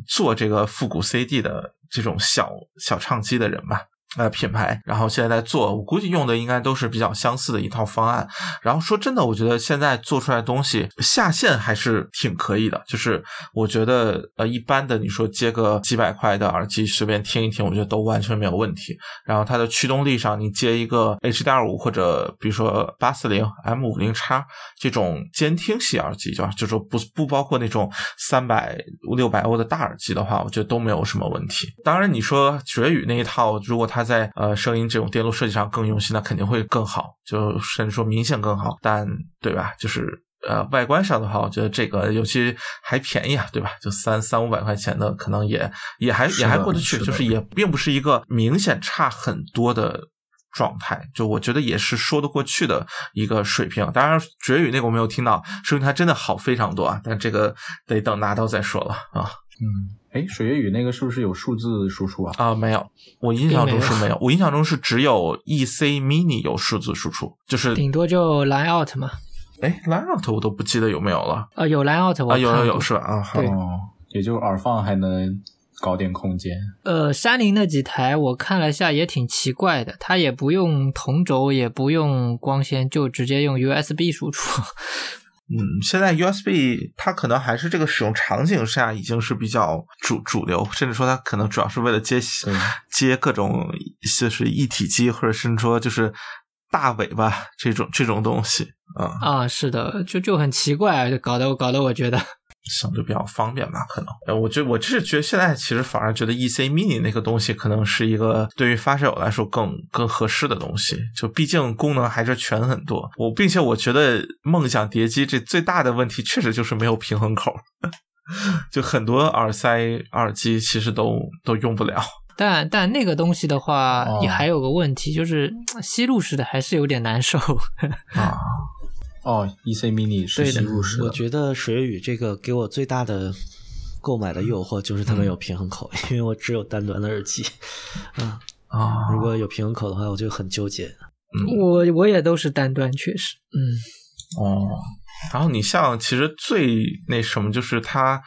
D: 做这个复古 CD 的这种小小唱机的人吧，呃品牌，然后现在在做，我估计用的应该都是比较相似的一套方案。然后说真的，我觉得现在做出来的东西下限还是挺可以的，就是我觉得呃一般的你说接个几百块的耳机随便听一听，我觉得都完全没有问题。然后它的驱动力上，你接一个 HDR 五或者比如说八四零 M 五零叉这种监听系耳机，就就说不不包括那种三百六百欧的大耳机的话，我觉得都没有什么问题。当然，你说绝语那一套，如果它在呃声音这种电路设计上更用心，那肯定会更好，就甚至说明显更好。但对吧？就是呃，外观上的话，我觉得这个尤其还便宜啊，对吧？就三三五百块钱的，可能也也还
C: 是
D: 也
C: 的
D: 还过得去，
C: 是的
D: 就是也并不是一个明显差很多的。状态就我觉得也是说得过去的一个水平，当然绝语那个我没有听到，说明它真的好非常多啊，但这个得等拿到再说了啊
C: 嗯，哎，水月雨那个是不是有数字输出啊？
D: 啊没有，我印象中是
F: 并没
D: 没有，我印象中是只有 EC Mini 有数字输出，就是
F: 顶多就 line out 嘛。
D: 哎 Layout 我都不记得有没有了
F: 啊，有 line out 我
D: 啊有有
F: 看
D: 有
F: 过
D: 是吧啊好
F: 对
C: 哦，也就是耳放还能搞点空间。
F: 呃，山林那几台我看了一下，也挺奇怪的，它也不用同轴，也不用光纤，就直接用 USB 输出。
D: 嗯，现在 USB 它可能还是这个使用场景下已经是比较主主流，甚至说它可能主要是为了接
C: 对
D: 接各种就是一体机，或者甚至说就是大尾巴这种这种东西啊、
F: 啊，是的，就就很奇怪，就搞得搞得我觉得，
D: 相对比较方便吧，可能。呃，我觉得我这是觉得现在其实反而觉得 EC Mini 那个东西可能是一个对于发烧友来说更更合适的东西，就毕竟功能还是全很多。我并且我觉得梦想叠机这最大的问题确实就是没有平衡口， 就很多耳塞耳机其实都都用不了。
F: 但但那个东西的话，
C: 哦
F: 也还有个问题，就是嗯吸入式的还是有点难受。
C: 哦，EC Mini 是
F: 对的
C: 吸入式
B: 我
C: 的，
B: 觉得水与这个给我最大的购买的诱惑就是它没有平衡口，因为我只有单端的耳机。
D: 啊
B: 如果有平衡口的话，我就很纠结。
F: 我我也都是单端，确实，嗯，
D: 哦，然后你像其实最那什么，就是它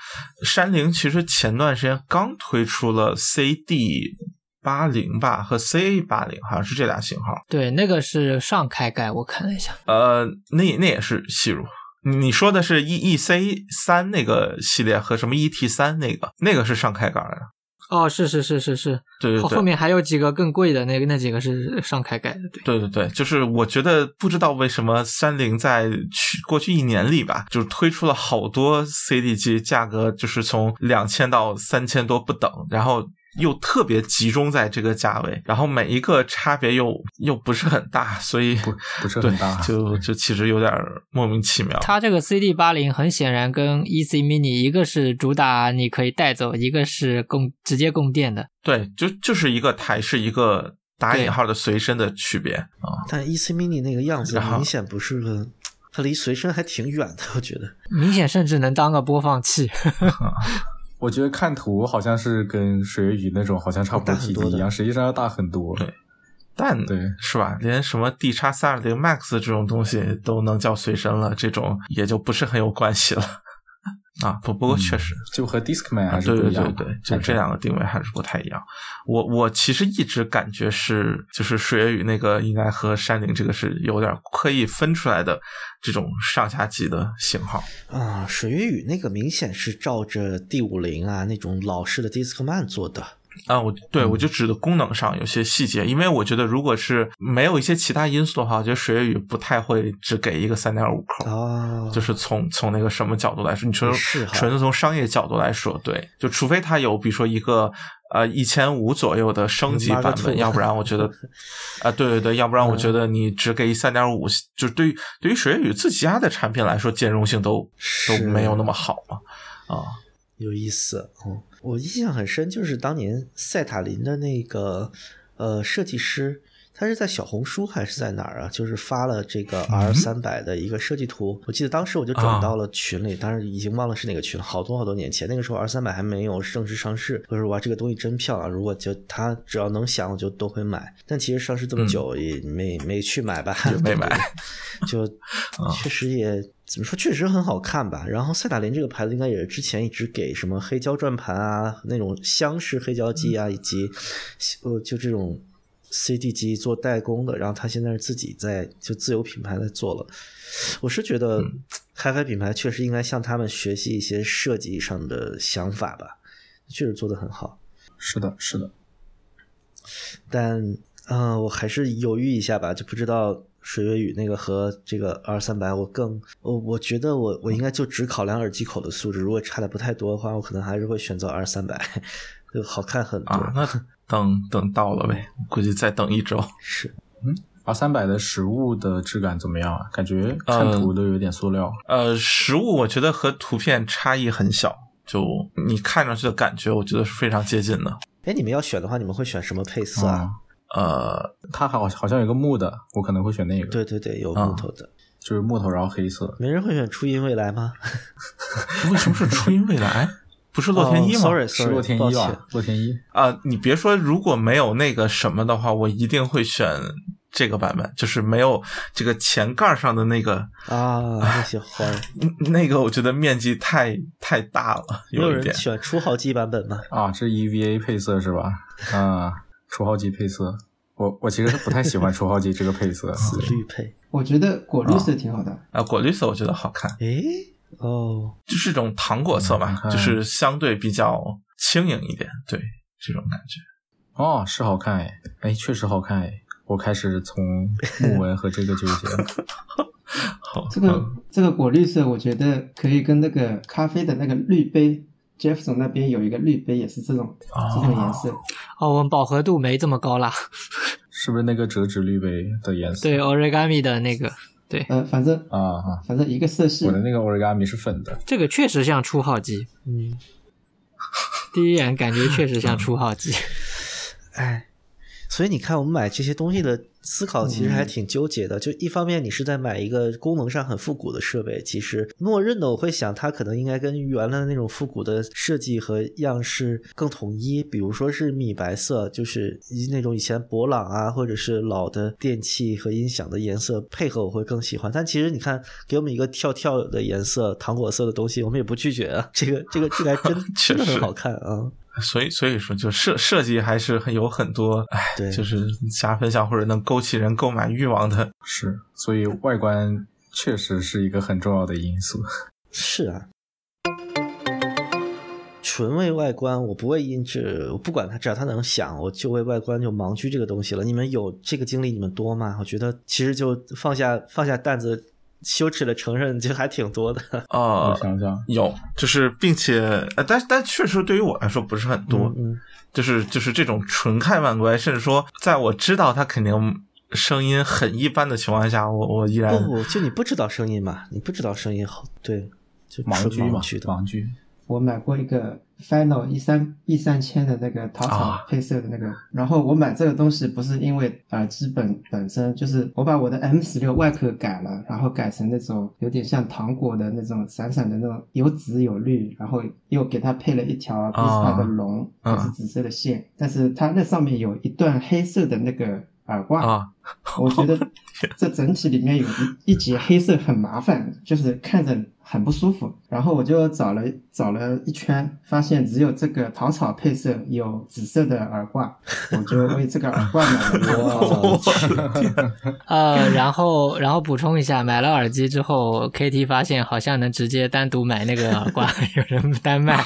D: 山灵其实前段时间刚推出了 CD 八零吧和 CA 八零，好像是这俩型号。
F: 对，那个是上开盖，我看了一下，
D: 呃，那那也是吸入。你你说的是 E E C 三那个系列和什么 E T 三那个，那个是上开杆的，
F: 哦，是是是是是，
D: 对对
F: 后
D: 对
F: 后面还有几个更贵的，那个那几个是上开盖的，对。
D: 对对对，就是我觉得不知道为什么三菱在去过去一年里吧，就是推出了好多 CD 机，价格就是从两千到三千多不等，然后。又特别集中在这个价位，然后每一个差别又又不是很大，所以
C: 不不是
D: 对
C: 很大
D: 就就其实有点莫名其妙。
F: 它这个 CD 八零很显然跟 EC Mini 一个是主打你可以带走，一个是供直接供电的。
D: 对，就就是一个台式一个打
F: 对
D: 引号的随身的区别。
B: 但 EC mini 那个样子
D: 然后
B: 明显不是个，它离随身还挺远的，我觉得。
F: 明显甚至能当个播放器，
C: 我觉得看图好像是跟水月雨那种好像差不多
B: 大很
C: 体
B: 多
C: 积一
B: 的
C: 样，实际上要大很多。
D: 对但
C: 对
D: 是吧？连什么 D 叉三二零 Max 这种东西都能叫随身了，这种也就不是很有关系了啊。不不过确实，
C: 嗯就和 Discman
D: 啊，
C: 还是
D: 对
C: 不
D: 对
C: 一样
D: 对
C: 的。
D: 对，就这两个定位还是不太一样。我我其实一直感觉是，就是水月雨那个应该和山林这个是有点刻意分出来的这种上下级的型号。
B: 啊、水月雨那个明显是照着 D 五零啊那种老式的 Discman 做的。
D: 啊，我对
C: 嗯
D: 我就指的功能上有些细节，因为我觉得如果是没有一些其他因素的话，我觉得水月雨不太会只给一个三点五扣。
B: 哦，
D: 就是从从那个什么角度来说，你纯
B: 是哈
D: 纯从商业角度来说，对，就除非它有比如说一个呃一千五左右的升级
B: Mark 嗯
D: 版
B: Two 嗯
D: 本，要不然我觉得 啊、对对对，要不然我觉得你只给三点五，就是对于对于水月雨自己家的产品来说，兼容性都都
B: 是
D: 没有那么好嘛，啊、
B: 有意思。哦，我印象很深，就是当年赛塔林的那个呃设计师，他是在小红书还是在哪儿啊？就是发了这个 R 三百的一个设计图，我记得当时我就转到了群里，当然已经忘了是哪个群，好多好多年前，那个时候 R 三百还没有正式上市。我说哇，这个东西真漂亮，如果就它只要能想，我就都会买。但其实上市这么久也没、没去买吧，
D: 就没买， 啊
B: 就确实也。怎么说，确实很好看吧。然后赛打林这个牌子应该也是之前一直给什么黑胶转盘啊、那种箱式黑胶机
D: 嗯
B: 啊，以及呃就这种 CD 机做代工的。然后他现在是自己在就自有品牌在做了。我是觉得
D: 嗯
B: 嗨嗨品牌确实应该向他们学习一些设计上的想法吧，确实做得很好。
C: 是的，是的。
B: 但嗯、呃，我还是犹豫一下吧，就不知道。水月雨那个和这个 R 三百，我更我我觉得我我应该就只考量耳机口的素质，如果差的不太多的话，我可能还是会选择 R 三百，就好看很多。
D: 啊，那等等到了呗，估计再等一周。
B: 是，
C: 嗯，R 三百的实物的质感怎么样啊？感觉
B: 嗯
C: 看图都有点塑料。
D: 呃，实物我觉得和图片差异很小，就你看上去的感觉，我觉得是非常接近的。
B: 哎，你们要选的话，你们会选什么配色啊？
C: 嗯
D: 呃，
C: 它好好像有个木的，我可能会选那个。
B: 对对对，有
D: 啊
B: 木头的，
C: 就是木头，然后黑色。
B: 没人会选初音未来 吗？
D: 为什么是初音未来？不是洛天依吗
B: s o r r y
C: 是
B: sorry，
C: 洛天
B: 抱
C: 依
B: 歉
C: 吧？洛天依。
D: 啊、你别说，如果没有那个什么的话，我一定会选这个版本，就是没有这个前盖上的那个
B: 啊，那些花儿，
D: 嗯那个，我觉得面积太太大了，
B: 没有
D: 一
B: 人
D: 点。
B: 选初号机版本吗？
C: 啊，这 EVA 配色是吧？啊，初号机配色，我我其实是不太喜欢初号机这个配色。啊
B: 紫绿配，
E: 我觉得果绿色挺好的，
D: 啊，果绿色我觉得好看，
B: 诶，哦，
D: 就是这种糖果色嘛，
C: 嗯
D: 就是相对比较轻盈一点，对这种感觉。
C: 哦，是好看哎，哎，确实好看哎。我开始从木纹和这个 纠结。
D: 好，
E: 这个
D: 嗯
E: 这个果绿色，我觉得可以跟那个咖啡的那个绿杯，Jeff 总那边有一个绿杯，也是这种
C: 啊
E: 这种颜色。
F: 哦，我们饱和度没这么高啦。
C: 是不是那个折纸绿杯的颜色？
F: 对，origami 的那个，对，
E: 呃，反正
C: 啊啊，
E: 反正一个色系
C: 我的那个 origami 是粉的。
F: 这个确实像初号机。
B: 嗯，
F: 第一眼感觉确实像初号机。
B: 哎，所以你看，我们买这些东西的思考其实
D: 嗯
B: 还挺纠结的。就一方面，你是在买一个功能上很复古的设备，其实默认的我会想，它可能应该跟原来的那种复古的设计和样式更统一，比如说是米白色，就是以那种以前博朗啊，或者是老的电器和音响的颜色配合，我会更喜欢。但其实你看，给我们一个跳跳的颜色、糖果色的东西，我们也不拒绝啊。这个这个这个还真
D: 确
B: 真的很
D: 实
B: 好看啊。
D: 所以所以说，就设设计还是很有很多，哎，
B: 对
D: 就是加分项或者能勾起人购买欲望的。
C: 是，所以外观确实是一个很重要的因素。
B: 是啊，纯为外观，我不为音质，我不管它，只要它能响，我就为外观就盲居这个东西了。你们有这个经历，你们多吗？我觉得其实就放下放下担子，羞耻的承认，就还挺多的。呃
D: 啊。
C: 我想想，
D: 有，就是并且，呃，但但确实对于我来说不是很多，
B: 嗯 嗯
D: 就是就是这种纯看外观，甚至说在我知道它肯定声音很一般的情况下，我我依
C: 嗯
D: 然
B: 不不，就你不知道声音嘛，你不知道声音好，对，就
C: 盲
B: 纯
C: 狙嘛，
B: 盲居的。
C: 盲狙。
E: 我买过一个 Final 一三一三千的那个淘
D: 啊
E: 宝配色的那个，然后我买这个东西不是因为耳机本本身，就是我把我的 M 十六外壳改了，然后改成那种有点像糖果的那种闪闪的那种，有紫有绿，然后又给它配了一条 b i s p a 的龙，也、
D: 啊
E: 是紫色的线，但是它那上面有一段黑色的那个耳挂，
D: 啊，
E: 我觉得这整体里面有一一节黑色很麻烦，就是看着很不舒服。然后我就找了找了一圈，发现只有这个桃草配色有紫色的耳挂，我就为这个耳挂买了一个桃
B: 哇
E: 草配色。
F: 呃，然后然后补充一下，买了耳机之后，KT 发现好像能直接单独买那个耳挂， 有人单卖。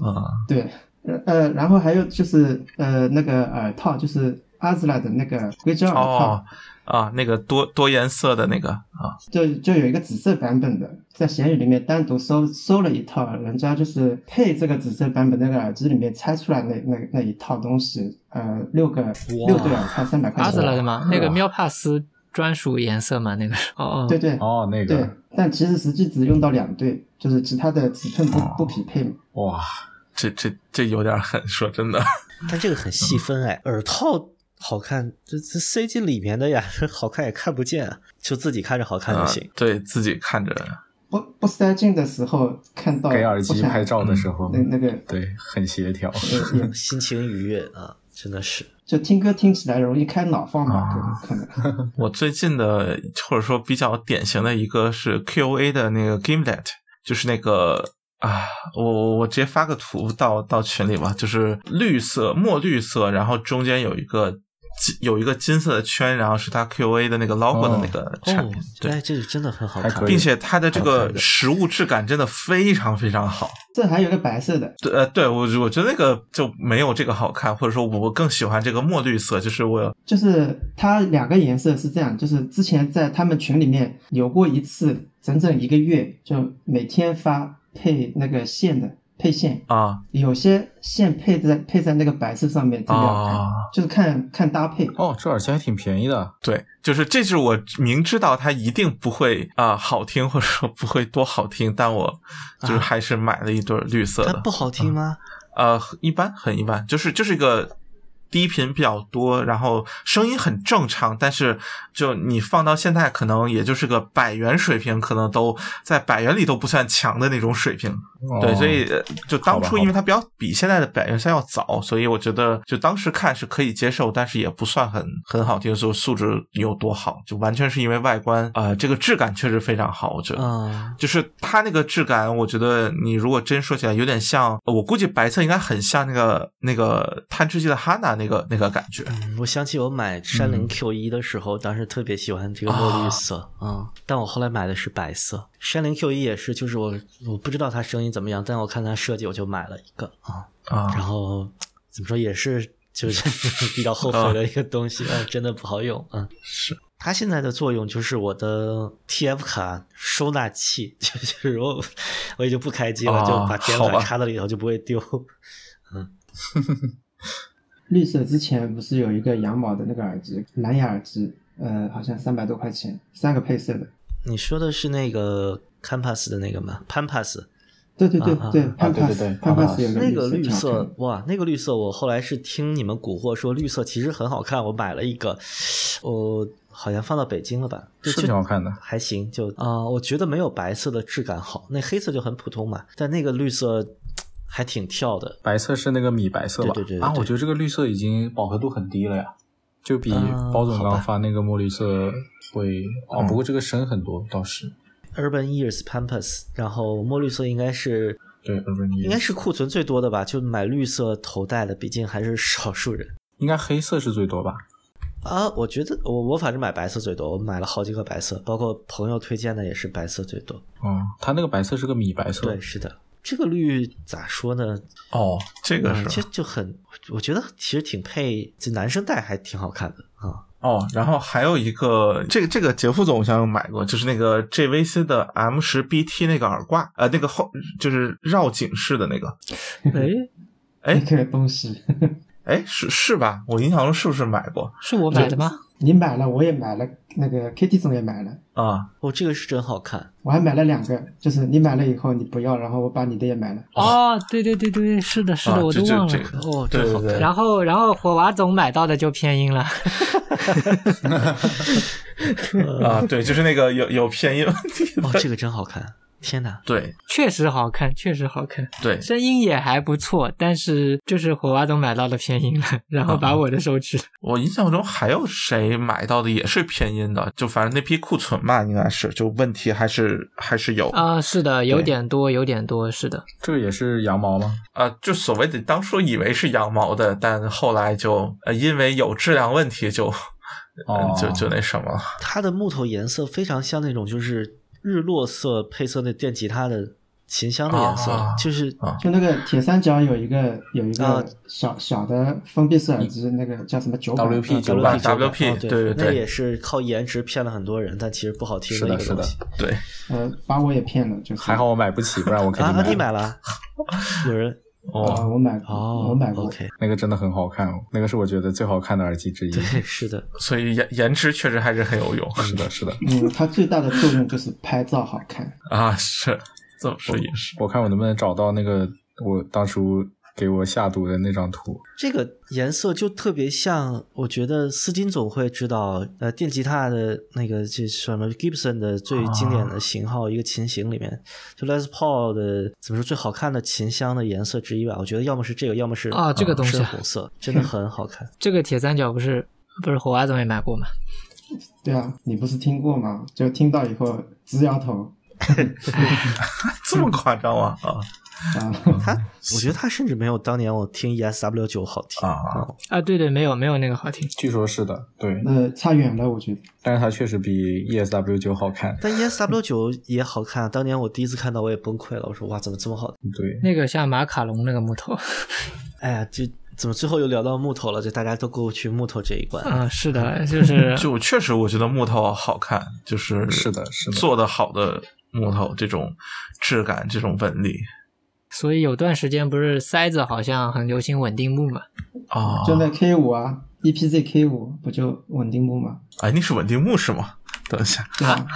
D: 嗯
E: 对，呃呃，然后还有就是呃那个耳套，就是阿兹拉的那个硅胶耳套，
D: 哦啊，那个多多颜色的那个啊，
E: 就就有一个紫色版本的，在闲鱼里面单独搜搜了一套，人家就是配这个紫色版本那个耳机里面拆出来那那那一套东西，呃，六个六对耳套三百块
F: 阿
E: 钱。
F: 斯勒的吗？那个喵帕斯专属颜色嘛，那个哦哦哦，
E: 对对、
C: 哦，那
E: 对
C: 个，，
E: 但其实实际只用到两对，就是其他的尺寸不
C: 哦
E: 不匹配嘛。
C: 哇，
D: 这这这有点狠，说真的，
B: 但这个很细分哎，耳套好看，这这塞进里面的呀， 好看也看不见啊，就自己看着好看就
D: 啊
B: 行。
D: 对自己看着，
E: 不不塞进的时候看到
C: 给耳机拍
E: 照，
C: 照
B: 嗯
C: 的时候，
E: 哦那那个
C: 对，很协调。
E: 呃
C: 嗯
E: 也
B: 心情愉悦啊，真的是。
E: 就听歌听起来容易开脑放嘛，
C: 啊
E: 可能可能。
D: 我最近的或者说比较典型的一个是 QA 的那个 Gimlet，就是那个啊，我我我直接发个图到到群里吧，就是绿色墨绿色，然后中间有一个金有一个金色的圈，然后是它 QA 的那个 logo 的那个产
B: 哦
D: 品，，
B: 哎，
D: 对，
B: 这个真的很好
C: 还
B: 看
C: 可，以
D: 并且它的这
B: 好
D: 个
B: 看的
D: 实物质感真的非常非常好。
E: 这还有个白色的，
D: 对，呃，对我我觉得那个就没有这个好看，或者说我我更喜欢这个墨绿色，就是我
E: 就是它两个颜色是这样，就是之前在他们群里面有过一次，整整一个月，就每天发配那个线的配线，
D: 啊
E: 有些线配在配在那个白色上面特别好看，
B: 哦
D: 啊。
E: 就是看看搭配。
C: 哦，这耳机还挺便宜的，
D: 对，就是这是我明知道它一定不会啊、好听，或者说不会多好听，但我就是
B: 啊
D: 还是买了一对绿色
B: 它
D: 的，
B: 不好听吗？
D: 呃，一般很一般，就是就是一个低频比较多，然后声音很正常，但是就你放到现在，可能也就是个百元水平，可能都在百元里都不算强的那种水平。对，
C: 哦
D: 所以呃就当
C: 好吧
D: 初
C: 好
D: 因为它比较比现在的百元赛要早，所以我觉得就当时看是可以接受，但是也不算很很好听，说素质有多好，就完全是因为外观啊、呃这个质感确实非常好，我
C: 嗯
D: 觉得。
B: 啊，
D: 就是它那个质感，我觉得你如果真说起来，有点像，我估计白色应该很像那个那个贪吃鸡的哈娜那个那个感觉，
B: 嗯我想起我买山林
C: 嗯
B: Q 一的时候，当时特别喜欢这个墨绿色，嗯，但我后来买的是白色。山林 Q 一也是，就是我我不知道它声音怎么样，但我看它设计我就买了一个啊，然
D: 啊
B: 后怎么说也是就是 比较后悔的一个东西，嗯，真的不好用，嗯，
D: 是
B: 它现在的作用就是我的 TF 卡收纳器， 就是我我也就不开机了，
D: 啊
B: 就
C: 哦
B: 把 TF
D: 好
B: 卡
D: 吧
B: 插到里头就不会丢。
E: 绿色之前不是有一个羊毛的那个耳机，蓝牙耳机，呃，好像三百多块钱，三个配色的。
B: 你说的是那个 Campus 的那个吗？Pampas
E: 对对对
B: 啊啊
E: 对
B: 啊
E: 潘帕
C: 对对对
E: 斯潘帕斯有
B: 那
E: 个
B: 个绿
E: 挺好看
B: 色
E: 的，
B: 哇，那个绿色我后来是听你们蛊惑说绿色其实很好看，我买了一个，我好像放到北京了吧？对
C: 是
B: 就
C: 挺好看的。
B: 还行，就啊、我觉得没有白色的质感好，那黑色就很普通嘛，但那个绿色还挺跳的，
C: 白色是那个米白色吧？
B: 对对对对
C: 啊，
B: 对
C: 我觉得这个绿色已经饱和度很低了呀，就比
B: 啊
C: 包总
B: 好吧
C: 刚发那个墨绿色会啊、
D: 嗯
C: 不过这个深很多倒是。
B: Urban Ears Pampas，然后墨绿色应该是
D: 嗯
C: 对，二分一
B: 应该是库存最多的吧，就买绿色头戴的，毕竟还是少数人
C: 应该黑色是最多吧？
B: 啊。我觉得我我反正买白色最多，我买了好几个白色，包括朋友推荐的也是白色最多。
C: 哦，它那个白色是个米白色。
B: 对，，是的。这个绿咋说呢？
D: 哦，这个
B: 嗯
D: 是
B: 其实就很，我觉得其实挺配，这男生戴还挺好看的啊、
D: 哦，然后还有一个，这个这个杰副总好像有买过，就是那个 JVC 的 M 十 BT 那个耳挂，呃，那个后就是绕颈式的那个，
F: 哎，
D: 哎
E: 那个东西，
D: 哎，是是吧？我印象中是不是买过
F: 是我买的吗？
E: 你买了，我也买了，那个 Kitty 总也买了，
D: 啊？
B: 哦，这个是真好看。
E: 我还买了两个，就是你买了以后你不要，然后我把你的也买了。
F: 哦，对对对对对，是的，是
D: 啊
F: 的，我
D: 这
F: 都
D: 这
F: 忘
D: 这
F: 了
D: 个。
B: 哦，
D: 对
B: 真
D: 对
B: 好看。
D: 对
F: 然后，然后火娃总买到的就偏音了，
D: 啊，对，就是那个有有偏音问 题
B: 哦，
D: 的，
B: 这个真好看。天哪！
D: 对
F: 确实好看，确实好看，
D: 对
F: 声音也还不错，但是就是火娃总买到的偏音了， 然后把我的收取了。
D: 我印象中还有谁买到的也是偏音的，就反正那批库存嘛，应该是就问题还是还是有啊、
F: 啊，是的，有
D: 对
F: 点多，有点多，是的。
C: 这个也是羊毛吗？
B: 嗯
D: 啊就所谓的当初以为是羊毛的，但后来就呃因为有质量问题就、
C: 哦
D: 就就那什么了
B: 它的木头颜色非常像那种就是日落色配色那电吉他的琴箱的颜色，
D: 啊
B: 就是
D: 啊
E: 就那个铁三角有一个有一
B: 啊
E: 个小小的封闭式耳机，那个叫什么九百
C: WP 九
D: 百
B: WP 九百
D: WP
B: 哦对
D: 对对
B: 那
D: 对
B: 也是靠颜值骗了很多人，但其实不好听
C: 是
B: 一
C: 的
B: 个
C: 是
B: 东
C: 的
B: 西。
D: 对，
E: 呃，把我也骗了，就是
C: 还好我买不起，不然我肯
B: 啊，
C: 定
B: 啊
C: 买。
B: 你买了？有人
E: 啊、
D: 哦，
E: 我买
B: 哦，
E: 我买过
B: OK，
C: 那个真的很好看，哦那个是我觉得最好看的耳机之一。
B: 对，是的，
D: 所以颜颜值确实还是很有 用
C: 是的，是的，
E: 嗯，它最大的作用就是拍照好看。
D: 啊，是这么说也是
C: 我看我能不能找到那个我当初给我下毒的那张图。
B: 这个颜色就特别像，我觉得斯金总会知道，呃，电吉他的那个这什么 Gibson 的最经典
F: 啊
B: 的型号、一个琴型里面，就 Les Paul 的怎么说最好看的琴箱的颜色之一吧。我觉得要么是这个，要么是
F: 啊这个东西啊
B: 深红色，真的很好 看。
F: 这个铁三角不是不是火娃总也买过吗？
E: 对啊，你不是听过吗？就听到以后直摇头
D: 这么夸张啊啊！
E: 啊！
B: 它，我觉得它甚至没有当年我听 ESW 九好听
D: 啊
B: 嗯
F: 啊，对对，没有没有那个好听。
C: 据说是的，对，
E: 那差远了，我觉得。
C: 但是它确实比 ESW 九好看。
B: 但 ESW 九也好看，当年我第一次看到我也崩溃了，我说哇，怎么这么好？
C: 对，
F: 那个像马卡龙那个木头，
B: 哎呀，这怎么最后又聊到木头了？这大家都过不去木头这一关。
F: 啊，是的，就是
D: 就确实我觉得木头好看，就是
C: 是的是的
D: 做的好的木头这种质感、这种纹理
F: 所以有段时间不是塞子好像很流行稳定木嘛？
D: 啊，
B: 哦
E: 就那 K 五啊，EPZ K 五不就稳定木吗？
D: 哎，那是稳定木是吗？ 等一下，
E: 对啊吧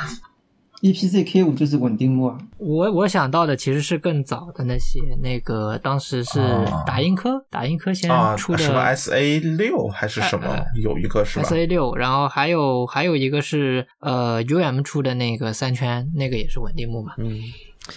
E: ？EPZ K 五就是稳定木啊，
F: 我我想到的其实是更早的那些，那个当时是
D: 啊
F: 打印科，打印科先
D: 啊，
F: 出的
D: 什么 S A 六还是什么、
F: 哎哎
D: 有一个是吧
F: S A 六，然后还有还有一个是呃 U M 出的那个三圈，那个也是稳定木嘛。
B: 嗯，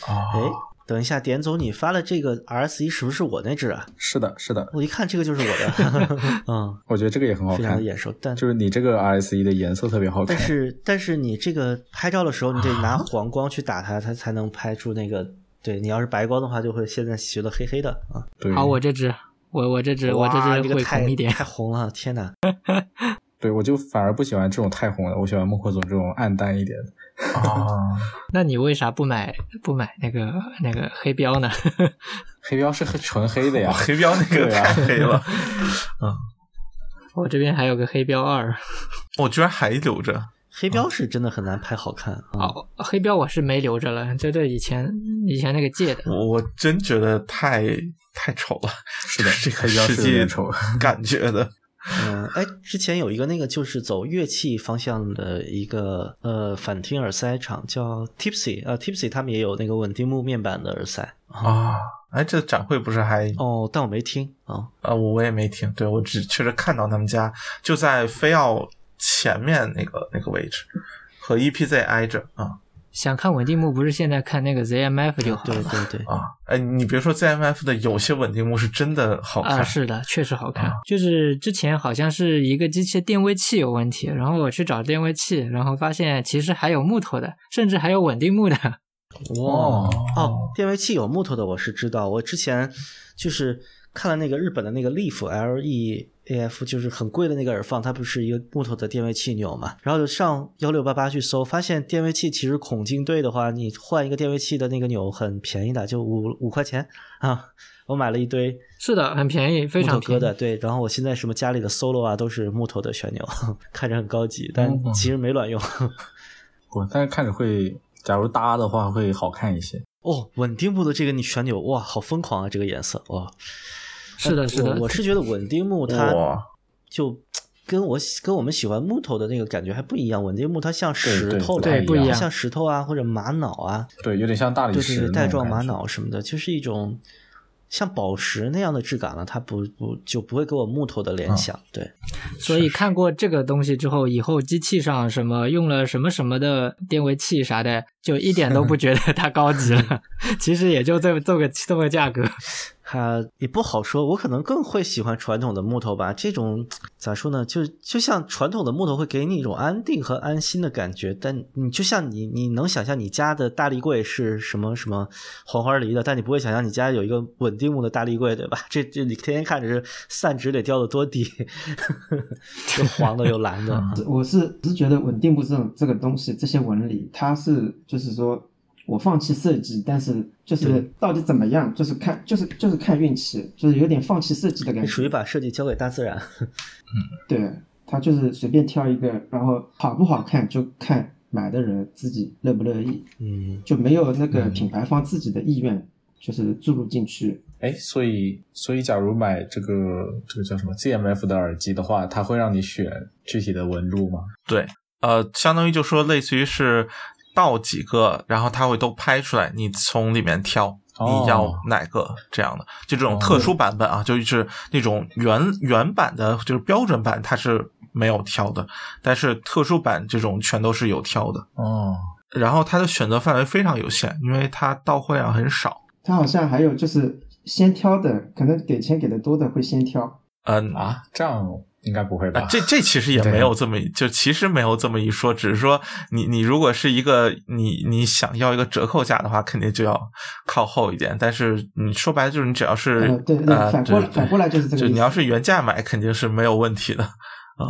D: 啊
B: 哎，等一下，点总，你发的这个 RS 一是不是我那只啊？
C: 是的，是的，
B: 我一看这个就是我的，嗯，
C: 我觉得这个也很好
B: 非常
C: 看
B: 的，眼熟。但
C: 就是你这个 RS 一的颜色特别好看
B: 但。是但是你这个拍照的时候，你得拿黄光去打它，它才能拍出那个。对你要是白光的话，就会现在觉得黑黑的啊。
D: 嗯
C: 对，
F: 好，我这只我我这只我
B: 哇
F: 这
B: 这
F: 只
B: 个
F: 会
B: 太
F: 红一点。
B: 太红了，天哪！
C: 对我就反而不喜欢这种太红的，我喜欢孟获总这种暗淡一点的。
D: 啊，
F: 那你为啥不买不买那个那个黑标呢？
C: 黑标是黑纯黑的 呀
D: 哇，黑标那个
C: 对啊
D: 太黑 了，
F: 我这边还有个黑标二，
D: 我居然还留着。
B: 黑标是真的很难拍好看啊。
F: 哦，黑标我是没留着了，这这以前以前那个借的。
D: 我我真觉得太太丑了，是
C: 的
D: 这个
C: 黑胶
D: 实
C: 是有
D: 际
C: 点丑
D: 感觉的
B: 嗯，哎，之前有一个那个就是走乐器方向的一个呃反听耳塞厂叫 Tipsy 啊、t i p s y 他们也有那个稳定木面板的耳塞
D: 啊。哎，这展会不是还
B: 哦，但我没听啊、
D: 啊，我我也没听，对我只确实看到他们家就在飞奥前面那个那个位置，和 EPZ 挨着啊
F: 想看稳定木，不是现在看那个 ZMF 就好
B: 对
F: 了吗？
B: 对对，
D: 啊！哎，你别说 ZMF 的有些稳定木是真的好看，
F: 啊，是的，确实好看。
D: 啊
F: 就是之前好像是一个机器的电位器有问题，然后我去找电位器，然后发现其实还有木头的，甚至还有稳定木的。
B: 哇哦，电位器有木头的我是知道，我之前就是看了那个日本的那个 Leaf L E A F，就是很贵的那个耳放，它不是一个木头的电位器钮嘛，然后就上幺六八八去搜，发现电位器其实孔径对的话，你换一个电位器的那个钮很便宜的，就五五块钱啊，我买了一堆。
F: 是的，很便宜，非
B: 木头
F: 常
B: 哥
F: 便宜。
B: 的，对。然后我现在什么家里的 solo 啊，都是木头的旋钮， 看着很高级，但
C: 嗯
B: 其实没卵用。
C: 不，但是看着会，假如搭的话会好看一些。
B: 哦，稳定木的这个你旋钮，哇，好疯狂啊！这个颜色，哇，
F: 是的，
B: 呃
F: 是的，
B: 我我是觉得稳定木它
D: 哇，
B: 就跟我喜跟我们喜欢木头的那个感觉还不一样，稳定木它像石头了，
C: 对
F: 对不一样
B: 它像石头啊或者玛瑙啊，
C: 对，有点像大理
B: 对对
C: 石那
B: 对，
C: 种
B: 带状玛
C: 感觉。
B: 瑙什么的，就是一种像宝石那样的质感了，它不不就不会给我木头的
C: 嗯
B: 联想，对。
F: 所以看过这个东西之后，以后机器上什么用了什么什么的电位器啥的，就一点都不觉得它高 级了。 其实也就这么这个这么个价格。
B: 它也不好说，我可能更会喜欢传统的木头吧。这种咋说呢？就就像传统的木头会给你一种安定和安心的感觉，但你就像你你能想象你家的大立柜是什么什么黄花梨的，但你不会想象你家有一个稳定木的大立柜，对吧？ 这这你天天看着是散值得掉的多低， 又黄的又蓝的。
E: 我是只是觉得稳定木这种这个东西，这些纹理，它是就是说我放弃设计，但是就是到底怎么样，就是看就是就是看运气，就是有点放弃设计的感
B: 你
E: 觉。
B: 哎属于把设计交给大自然，
E: 对，他就是随便挑一个，然后好不好看就看买的人自己乐不乐意，
B: 嗯，
E: 就没有那个品牌方自己的意愿，就是注入进去。
C: 哎，所以所以，假如买这个这个叫什么 ZMF 的耳机的话，它会让你选具体的纹路吗？
D: 对，呃，相当于就说类似于是倒几个，然后它会都拍出来，你从里面挑。
C: 哦
D: 你要哪个这样的，就这种特殊版本啊，就是那种原原版的，就是标准版它是没有挑的，但是特殊版这种全都是有挑的。
C: 哦，
D: 然后它的选择范围非常有限，因为它到货量很少。
E: 它好像还有就是先挑的，可能给钱给的多的会先挑。
D: 嗯，
C: 啊，这样应该不会吧？
D: 啊，这这其实也
C: 对
D: 没有这么一，就其实没有这么一说，只是说你你如果是一个你你想要一个折扣价的话，肯定就要靠后一点。但是你说白了就是你只要是
E: 呃，对对，
D: 呃
E: 反过来反过来就是这个
D: 就
E: 意思。
D: 你要是原价买肯定是没有问题的。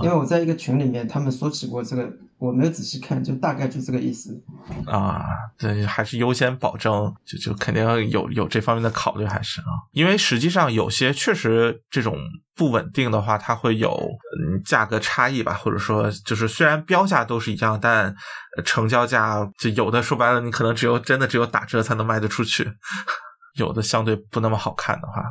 E: 因为我在一个群里面，他们说起过这个，我没有仔细看，就大概就这个意思。
D: 啊，对，还是优先保证，就就肯定要有有这方面的考虑，还是啊，因为实际上有些确实这种不稳定的话，它会有嗯价格差异吧，或者说就是虽然标价都是一样，但呃成交价就有的说白了，你可能只有真的只有打折才能卖得出去， 有的相对不那么好看的话，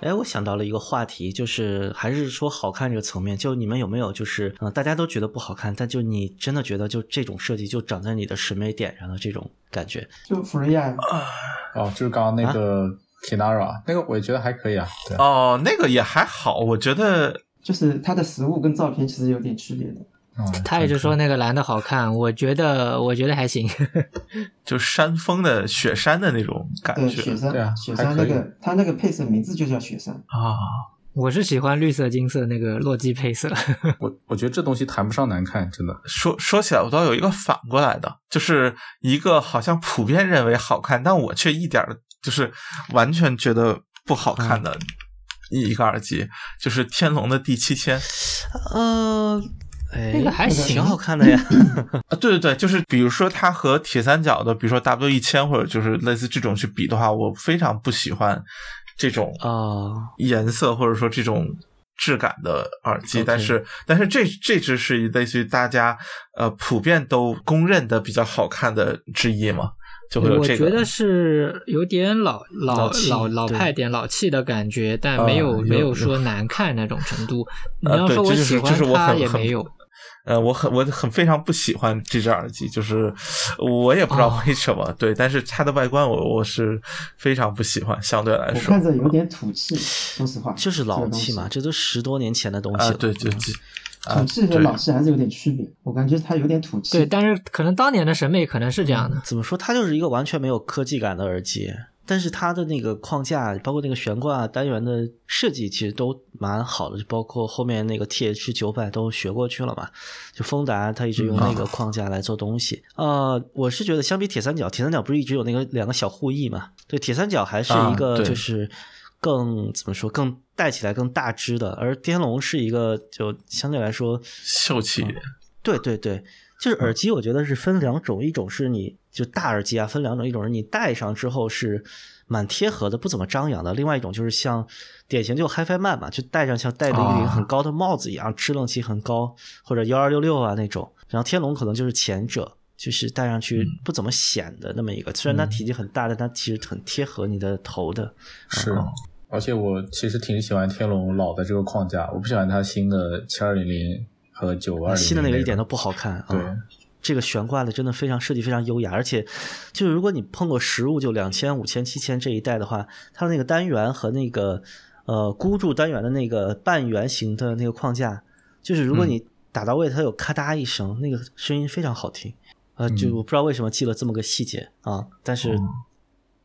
B: 哎，我想到了一个话题，就是还是说好看这个层面，就你们有没有就是，嗯、大家都觉得不好看，但就你真的觉得就这种设计就长在你的审美点上的这种感觉，
E: 就福瑞亚，
C: 哦，就是刚刚
B: 啊
C: 那个 Kinara、那个，我也觉得还可以啊。对啊，
D: 哦，那个也还好，我觉得
E: 就是它的实物跟照片其实有点区别的。
C: 嗯
F: 他也就说那个蓝的好看，我觉得我觉得还行。
D: 就山峰的雪山的那种感
E: 对，
D: 觉
E: 雪山，
C: 对啊
E: 雪
C: 还
E: 山
C: 可
E: 那
C: 以
E: 个，它那个配色名字就叫雪山。
D: 啊。
F: 我是喜欢绿色、金色那个洛基配色，
C: 我我觉得这东西谈不上难看，真的。
D: 说说起来，我倒有一个反过来的，就是一个好像普遍认为好看，但我却一点儿就是完全觉得不好看的一个耳机，就是天龙的第七千
B: 嗯、哎，
F: 呃那个还行
B: 挺好看 的呀。
D: 啊，对对对，就是比如说它和铁三角的，比如说 W 一千或者就是类似这种去比的话，我非常不喜欢这种
B: 哦，
D: 颜色或者说这种质感的耳机，
B: OK
D: 但是但是这这只是类似于大家呃普遍都公认的比较好看的之一嘛，就会有
F: 我
D: 这
F: 觉
D: 个
F: 得是有点老老
B: 老气
F: 老老
B: 对
F: 派点老气的感觉，但
C: 啊
F: 没有、
C: 有
F: 没
C: 有
F: 说难看那种程度。你
D: 呃
F: 要
D: 对
F: 说
D: 这就
F: 喜
D: 是这
F: 欢
D: 是我
F: 它
D: 很
F: 也
D: 很
F: 没有，
D: 呃，我很我很非常不喜欢这只耳机，就是我也不知道
F: 哦
D: 为什么，对，但是它的外观我我是非常不喜欢，相对来
E: 我
D: 说
E: 看着有点土气，说实话，
B: 就是
E: 这
B: 老
E: 个东
B: 气
E: 西
B: 嘛，这都十多年前的东
D: 啊、
B: 西了。
D: 对对
B: 嗯
D: 对，啊
E: 土气和
D: 对
E: 老气还是有点区别。我感觉它有点土气。
F: 对，但是可能当年的审美可能是这样的。
B: 嗯怎么说，它就是一个完全没有科技感的耳机，但是它的那个框架，包括那个悬挂单元的设计，其实都蛮好的，就包括后面那个 TH 九百都学过去了嘛。就丰达它一直用
D: 嗯
B: 那个框架来做东西。呃，我是觉得相比铁三角，铁三角不是一直有那个两个小护翼嘛？对，铁三角还是一
D: 啊
B: 个
D: 对
B: 就是更、怎么说，更带起来更大只的，而天龙是一个就相对来说
D: 秀气一点，
B: 对对对，就是耳机，我觉得是分两种，一种是你就大耳机啊，分两种，一种是你戴上之后是蛮贴合的，不怎么张扬的；另外一种就是像典型就 HiFi 曼嘛，就戴上像戴着一顶很高的帽子一样，支棱起很高，或者幺二六六啊那种。然后天龙可能就是前者。就是戴上去不怎么显的那么一个，虽然它体积很大，但它其实很贴合你的头的。
C: 是，而且我其实挺喜欢天龙老的这个框架，我不喜欢它新的七二零零和九
B: 啊
C: 二零。
B: 新的那个一点都不好看。
C: 对
B: 啊这个悬挂的真的非常设计非常优雅，而且就是如果你碰过实物就两千、五千、七千这一代的话，它的那个单元和那个呃孤注单元的那个半圆形的那个框架，就是如果
C: 嗯
B: 你打到位，它有咔嗒一声，那个声音非常好听。呃，就
C: 嗯哦
B: 我不知道为什么记了这么个细节啊，但是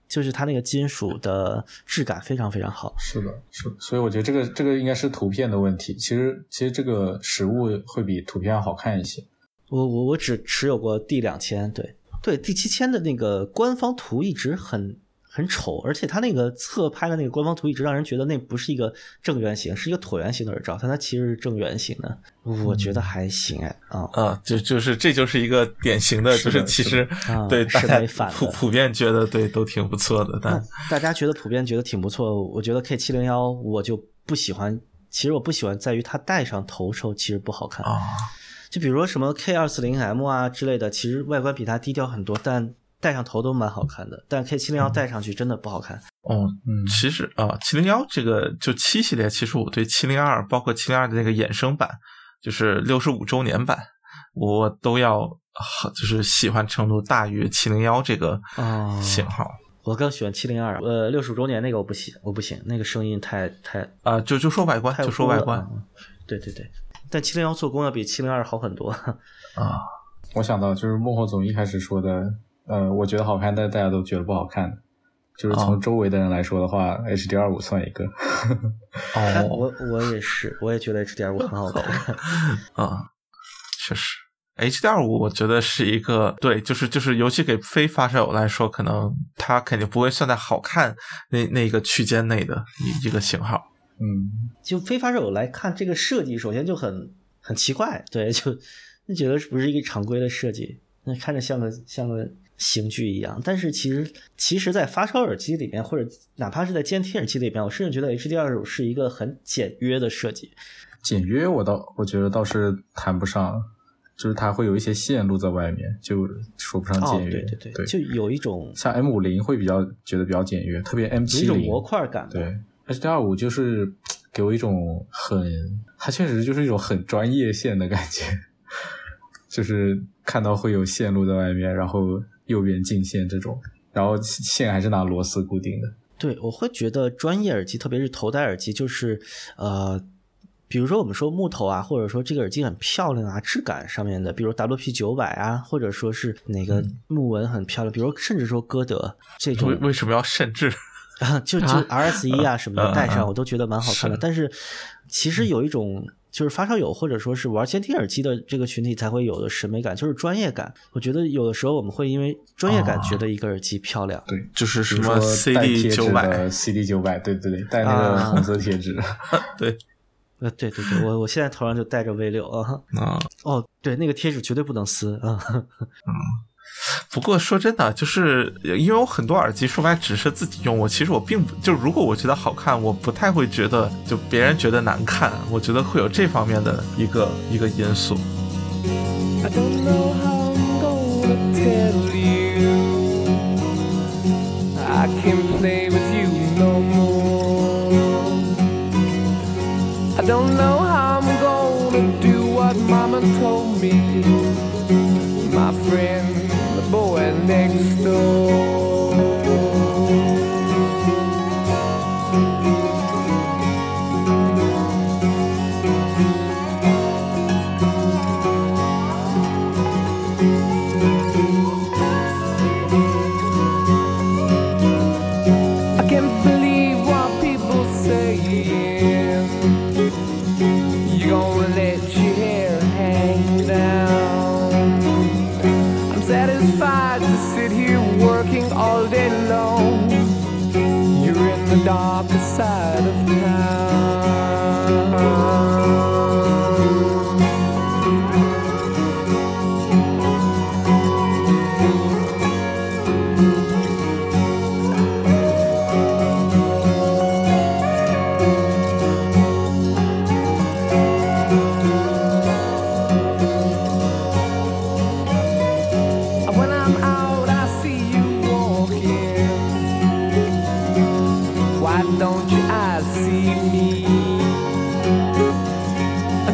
B: 就是它那个金属的质感非常非常好。
C: 是的，是的，所以我觉得这个这个应该是图片的问题。其实其实这个实物会比图片要好看一些。
B: 我我我只持有过 D 两千，对对，D 七千的那个官方图一直很很丑，而且它那个侧拍的那个官方图一直让人觉得那不是一个正圆形，是一个椭圆形的耳罩，但它其实是正圆形的，我觉得还行哎啊、
D: 啊，就就是这就是一个典型的，
C: 是
D: 就
C: 的
D: 是其实
B: 是的啊
D: 对大
B: 审
D: 家
B: 美反的嗯
D: 普普遍觉得对都挺不错的，但
B: 那大家觉得普遍觉得挺不错，我觉得 K 七零幺我就不喜欢，其实我不喜欢在于它戴上头时候其实不好看
D: 啊
B: 就比如说什么 K 二四零 M 啊之类的，其实外观比它低调很多，但戴上头都蛮好看的。但 K 七零幺戴上去真的不好看。
D: 嗯，
C: 嗯
D: 其实啊，七零幺这个就七系列，其实我对七零二包括七零二的那个衍生版，就是六十五周年版，我都要好，就是喜欢程度大于七零幺这个
B: 哦
D: 型号。
B: 我更喜欢七零二，呃，六十五周年那个我不行，我不行，那个声音太太
D: 啊、就就说外观，
B: 太
D: 就说
B: 污
D: 外
B: 了
D: 观
B: 嗯嗯对对对，但七零幺做工要比七零二好很多。
D: 啊，
C: 我想到就是幕后总一开始说的，呃，我觉得好看，但是大家都觉得不好看。就是
D: 哦
C: 从周围的人来说的话、h d 二五算一个。
B: 哎
D: 哦，
B: 我我也是，我也觉得 HDR 五很好看。
D: 啊，确实。HDR 五，我觉得是一个对，就是就是，尤其给非发烧友来说，可能它肯定不会算在好看那那个区间内的一一个型号。
C: 嗯，
B: 就非发手来看这个设计，首先就很很奇怪，对，就就觉得是不是一个常规的设计，那看着像个像个刑具一样。但是其实其实，在发烧耳机里面，或者哪怕是在监听耳机里面，我甚至觉得 HDR 五是一个很简约的设计。
C: 简约我倒我觉得倒是谈不上，就是它会有一些线路在外面，就说不上
B: 哦，
C: 简约。
B: 对对对，就有一种
C: 像 M 五零会比较觉得比较简约，特别 M
B: 有一
C: 七
B: 种
C: 零
B: 模块感吧。
C: 对，HDR 五就是给我一种很，它确实就是一种很专业线的感觉， 就是看到会有线路在外面，然后右边进线这种，然后线还是拿螺丝固定的。
B: 对，我会觉得专业耳机，特别是头戴耳机，就是呃，比如说我们说木头啊，或者说这个耳机很漂亮啊，质感上面的，比如 WP 九百啊，或者说是哪个木纹很漂亮，比如甚至说歌德这
D: 为
B: 种，
D: 为什么要甚至？
B: 啊， 就就
F: 啊
B: RS 一啊什么的
D: 嗯
B: 戴
D: 嗯
B: 上，
D: 嗯
B: 我都觉得蛮好看的。
D: 是
B: 但是其实有一种就是发烧友或者说是玩监听耳机的这个群体才会有的审美感，就是专业感。我觉得有的时候我们会因为专业感觉得一个耳机漂亮。
C: 对，
D: 就是什
C: 比如
D: 么
C: 说带贴
D: CD
C: 纸
D: 九百
C: 的 CD 九百，对对对，带那个
B: 啊
C: 红色贴纸。
B: 呃，对对对，我我现在头上就戴着 V 六啊。
D: 啊？
B: 哦，对，那个贴纸绝对不能撕啊！
D: 不过说真的，就是因为我很多耳机说白了只是自己用，我其实我并不就如果我觉得好看，我不太会觉得就别人觉得难看，我觉得会有这方面的一个一个因素。
G: I
C: 嗯
G: don't know how I'm gonna tell you. I can't play with you no more. I don't know how I'm gonna do what Mama told me. My friend, the boy next door. I can't believe what people saying. You're gonna let your hair hang down. I'm satisfied to sit here working all day long. You're in the darker side of town. When I'm out, I see you walking. Why don't your eyes see me?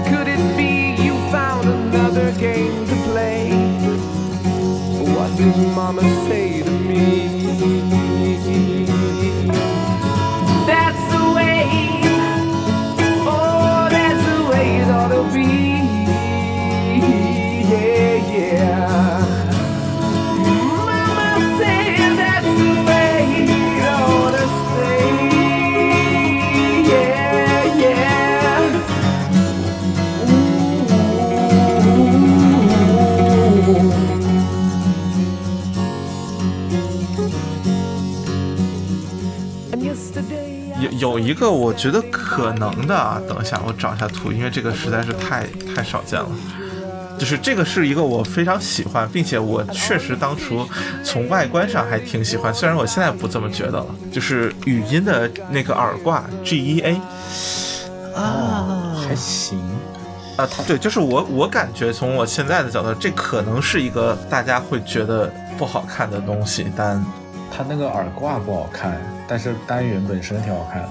G: Could it be you found another game to play? What did Mama say to me? That's the way. Oh, that's the way it ought to be. Yeah, yeah. Mama said that's the way it ought to stay. Yeah, yeah. And yesterday I
D: 有有一个我觉得可能的啊，等一下我找一下图，因为这个实在是太太少见了。就是这个是一个我非常喜欢，并且我确实当初从外观上还挺喜欢，虽然我现在不这么觉得了。就是语音的那个耳挂 G E A，
B: 啊，
C: 哦还行，
D: 啊，它对，就是我我感觉从我现在的角度，这可能是一个大家会觉得不好看的东西，但
C: 它那个耳挂不好看，但是单元本身挺好看的。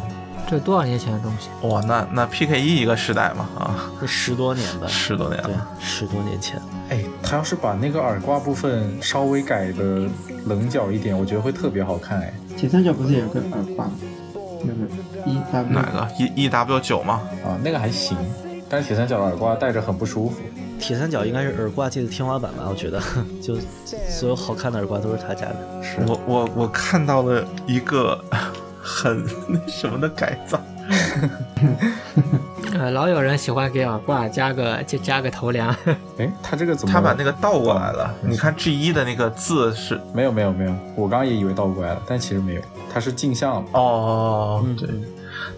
F: 这多少年前的东西？
D: 哇，那那 PKE 一个时代嘛啊，
B: 那十多年吧，
D: 十多年
B: 对
D: 了，，
B: 十多年前，
C: 哎，他要是把那个耳挂部分稍微改的棱角一点，我觉得会特别好看哎。
E: 铁三角不是也有个耳挂吗？那个 E
D: 哪
E: W
D: 个 E E W 九吗？
C: 啊，那个还行，但是铁三角的耳挂戴着很不舒服。
B: 铁三角应该是耳挂界的天花板吧？我觉得， 就所有好看的耳挂都是他家的。
C: 是
D: 我我我看到了一个很 那什么的改造，
F: 呃，老有人喜欢给耳挂加个就加个头梁，
C: 哎，他这个怎么？
D: 他把那个倒过来了。你看 G 一的那个字是
C: 没有没有没有，我刚刚也以为倒过来了，但其实没有，它是镜像。
D: 哦，对，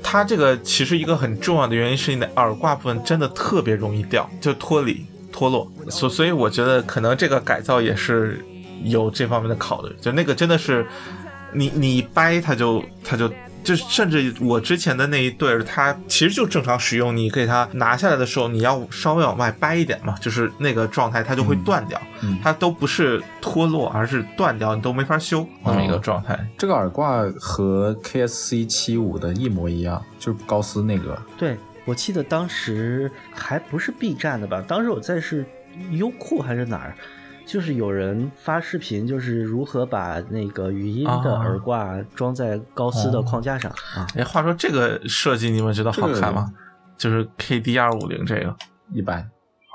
D: 它这个其实一个很重要的原因是你的耳挂部分真的特别容易掉，就脱离脱落，所所以我觉得可能这个改造也是有这方面的考虑，就那个真的是你你一掰它就它就。就甚至我之前的那一对儿，它其实就正常使用。你给它拿下来的时候，你要稍微往外掰一点嘛，就是那个状态，它就会断掉。
C: 嗯
D: 它都不是脱落，而是断掉，你都没法修那么一个状态。
C: 这个耳挂和 KSC 七五的一模一样，就是高斯那个。
B: 对，我记得当时还不是 B 站的吧？当时我在是优酷还是哪儿，就是有人发视频，就是如何把那个语音的
D: 啊
B: 耳挂装在高斯的框架上啊。
D: 哎，话说这个设计你们觉得好看吗？就是 KD 二五零这个，
C: 一般。哦，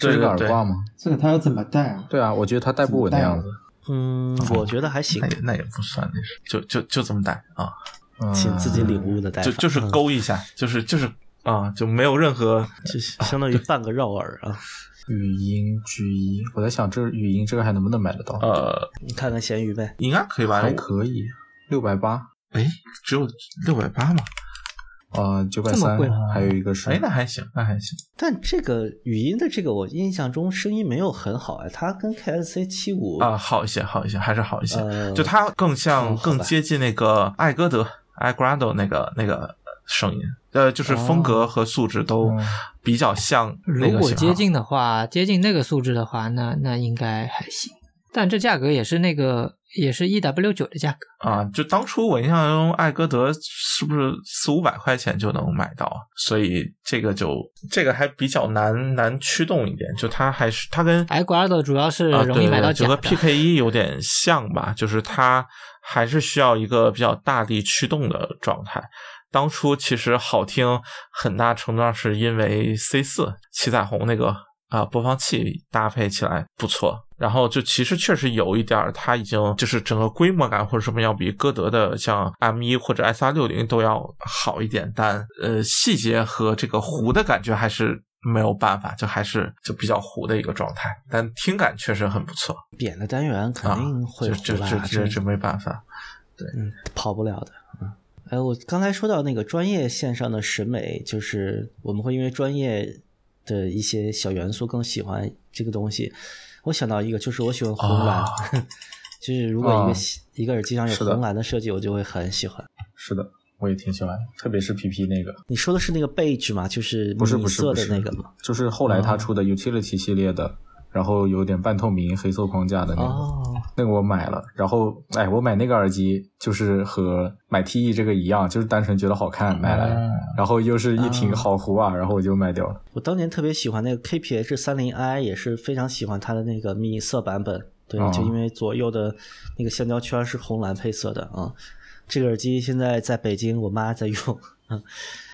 D: 对
C: 这是个耳
D: 对对
C: 挂吗？
E: 这个它要怎么戴啊？
C: 对啊，我觉得它戴不稳的样子。
B: 嗯，我觉得还行
D: 那，也那也不算那是，就就就这么戴啊，
C: 嗯
B: 请自己领悟的戴法，
D: 就就是
B: 嗯
D: 勾一下，就是就是啊，就没有任何
B: 就相当于半个绕耳啊。
C: 语音 G 一，我在想这语音这个还能不能买得到？
D: 呃，
B: 你看看咸鱼呗，
D: 应该可以吧？
C: 还可以，六百八，
D: 哎，只有六百八嘛，
C: 呃，九百
F: 这么
C: 三
F: 贵吗，
C: 还有一个是
D: 哎，那还行，那还行。
B: 但这个语音的这个，我印象中声音没有很好哎，它跟 KSC 七五
D: 啊，好一些，好一些，还是好一些。
B: 呃
D: 就它更像、
B: 嗯好吧
D: 更接近那个艾戈德、艾格兰多那个那个声音，呃，就是风格和素质都
C: 哦
D: 比较像那
F: 如
D: 个
F: 果
D: 型
F: 接
D: 号。
F: 近的话，接近那个素质的话，那那应该还行。但这价格也是那个也是 E W 九的价格，
D: 啊，就当初我印象中，艾戈德是不是四五百块钱就能买到啊？所以这个就这个还比较难难驱动一点，就它还是它跟
F: 埃瓜多主要是
D: 啊，
F: 容易
D: 对
F: 买到
D: 对
F: 假
D: 就
F: 的。
D: 和 PK 一有点像吧，就是它还是需要一个比较大力驱动的状态。当初其实好听很大程度上是因为 C 四七彩虹那个啊、播放器搭配起来不错，然后就其实确实有一点儿，它已经就是整个规模感或者什么要比歌德的像 M 一或者 S R 六零都要好一点，但呃细节和这个糊的感觉还是没有办法，就还是就比较糊的一个状态，但听感确实很不错
B: 扁的单元肯
D: 啊
B: 定，会
D: 这
B: 糊
D: 这
B: 吧，
D: 这这
B: 这
D: 这没办法，
B: 嗯跑不了的。嗯，哎，我刚才说到那个专业线上的审美，就是我们会因为专业的一些小元素更喜欢这个东西。我想到一个，就是我喜欢红蓝，
D: 啊
B: 就是如果一个、
C: 啊
B: 一个耳机上有
C: 是的
B: 红蓝的设计，我就会很喜欢。
C: 是的，我也挺喜欢的，特别是 PP 那个，
B: 你说的是那个 beige 吗？就是
C: 不是
B: 米
C: 不是
B: 色
C: 不
B: 的
C: 是
B: 那个吗？
C: 就是后来他出的 Utility 系列的，然后有点半透明黑色框架的那个。
B: 哦，
C: 那个我买了，然后哎，我买那个耳机就是和买 TE 这个一样，就是单纯觉得好看买来，然后又是一挺好糊啊，然后我就卖掉了。
B: 我当年特别喜欢那个 KPH 三零 i，也是非常喜欢它的那个米色版本。对，
C: 哦
B: 就因为左右的那个橡胶圈是红蓝配色的啊、嗯这个耳机现在在北京，我妈在用。嗯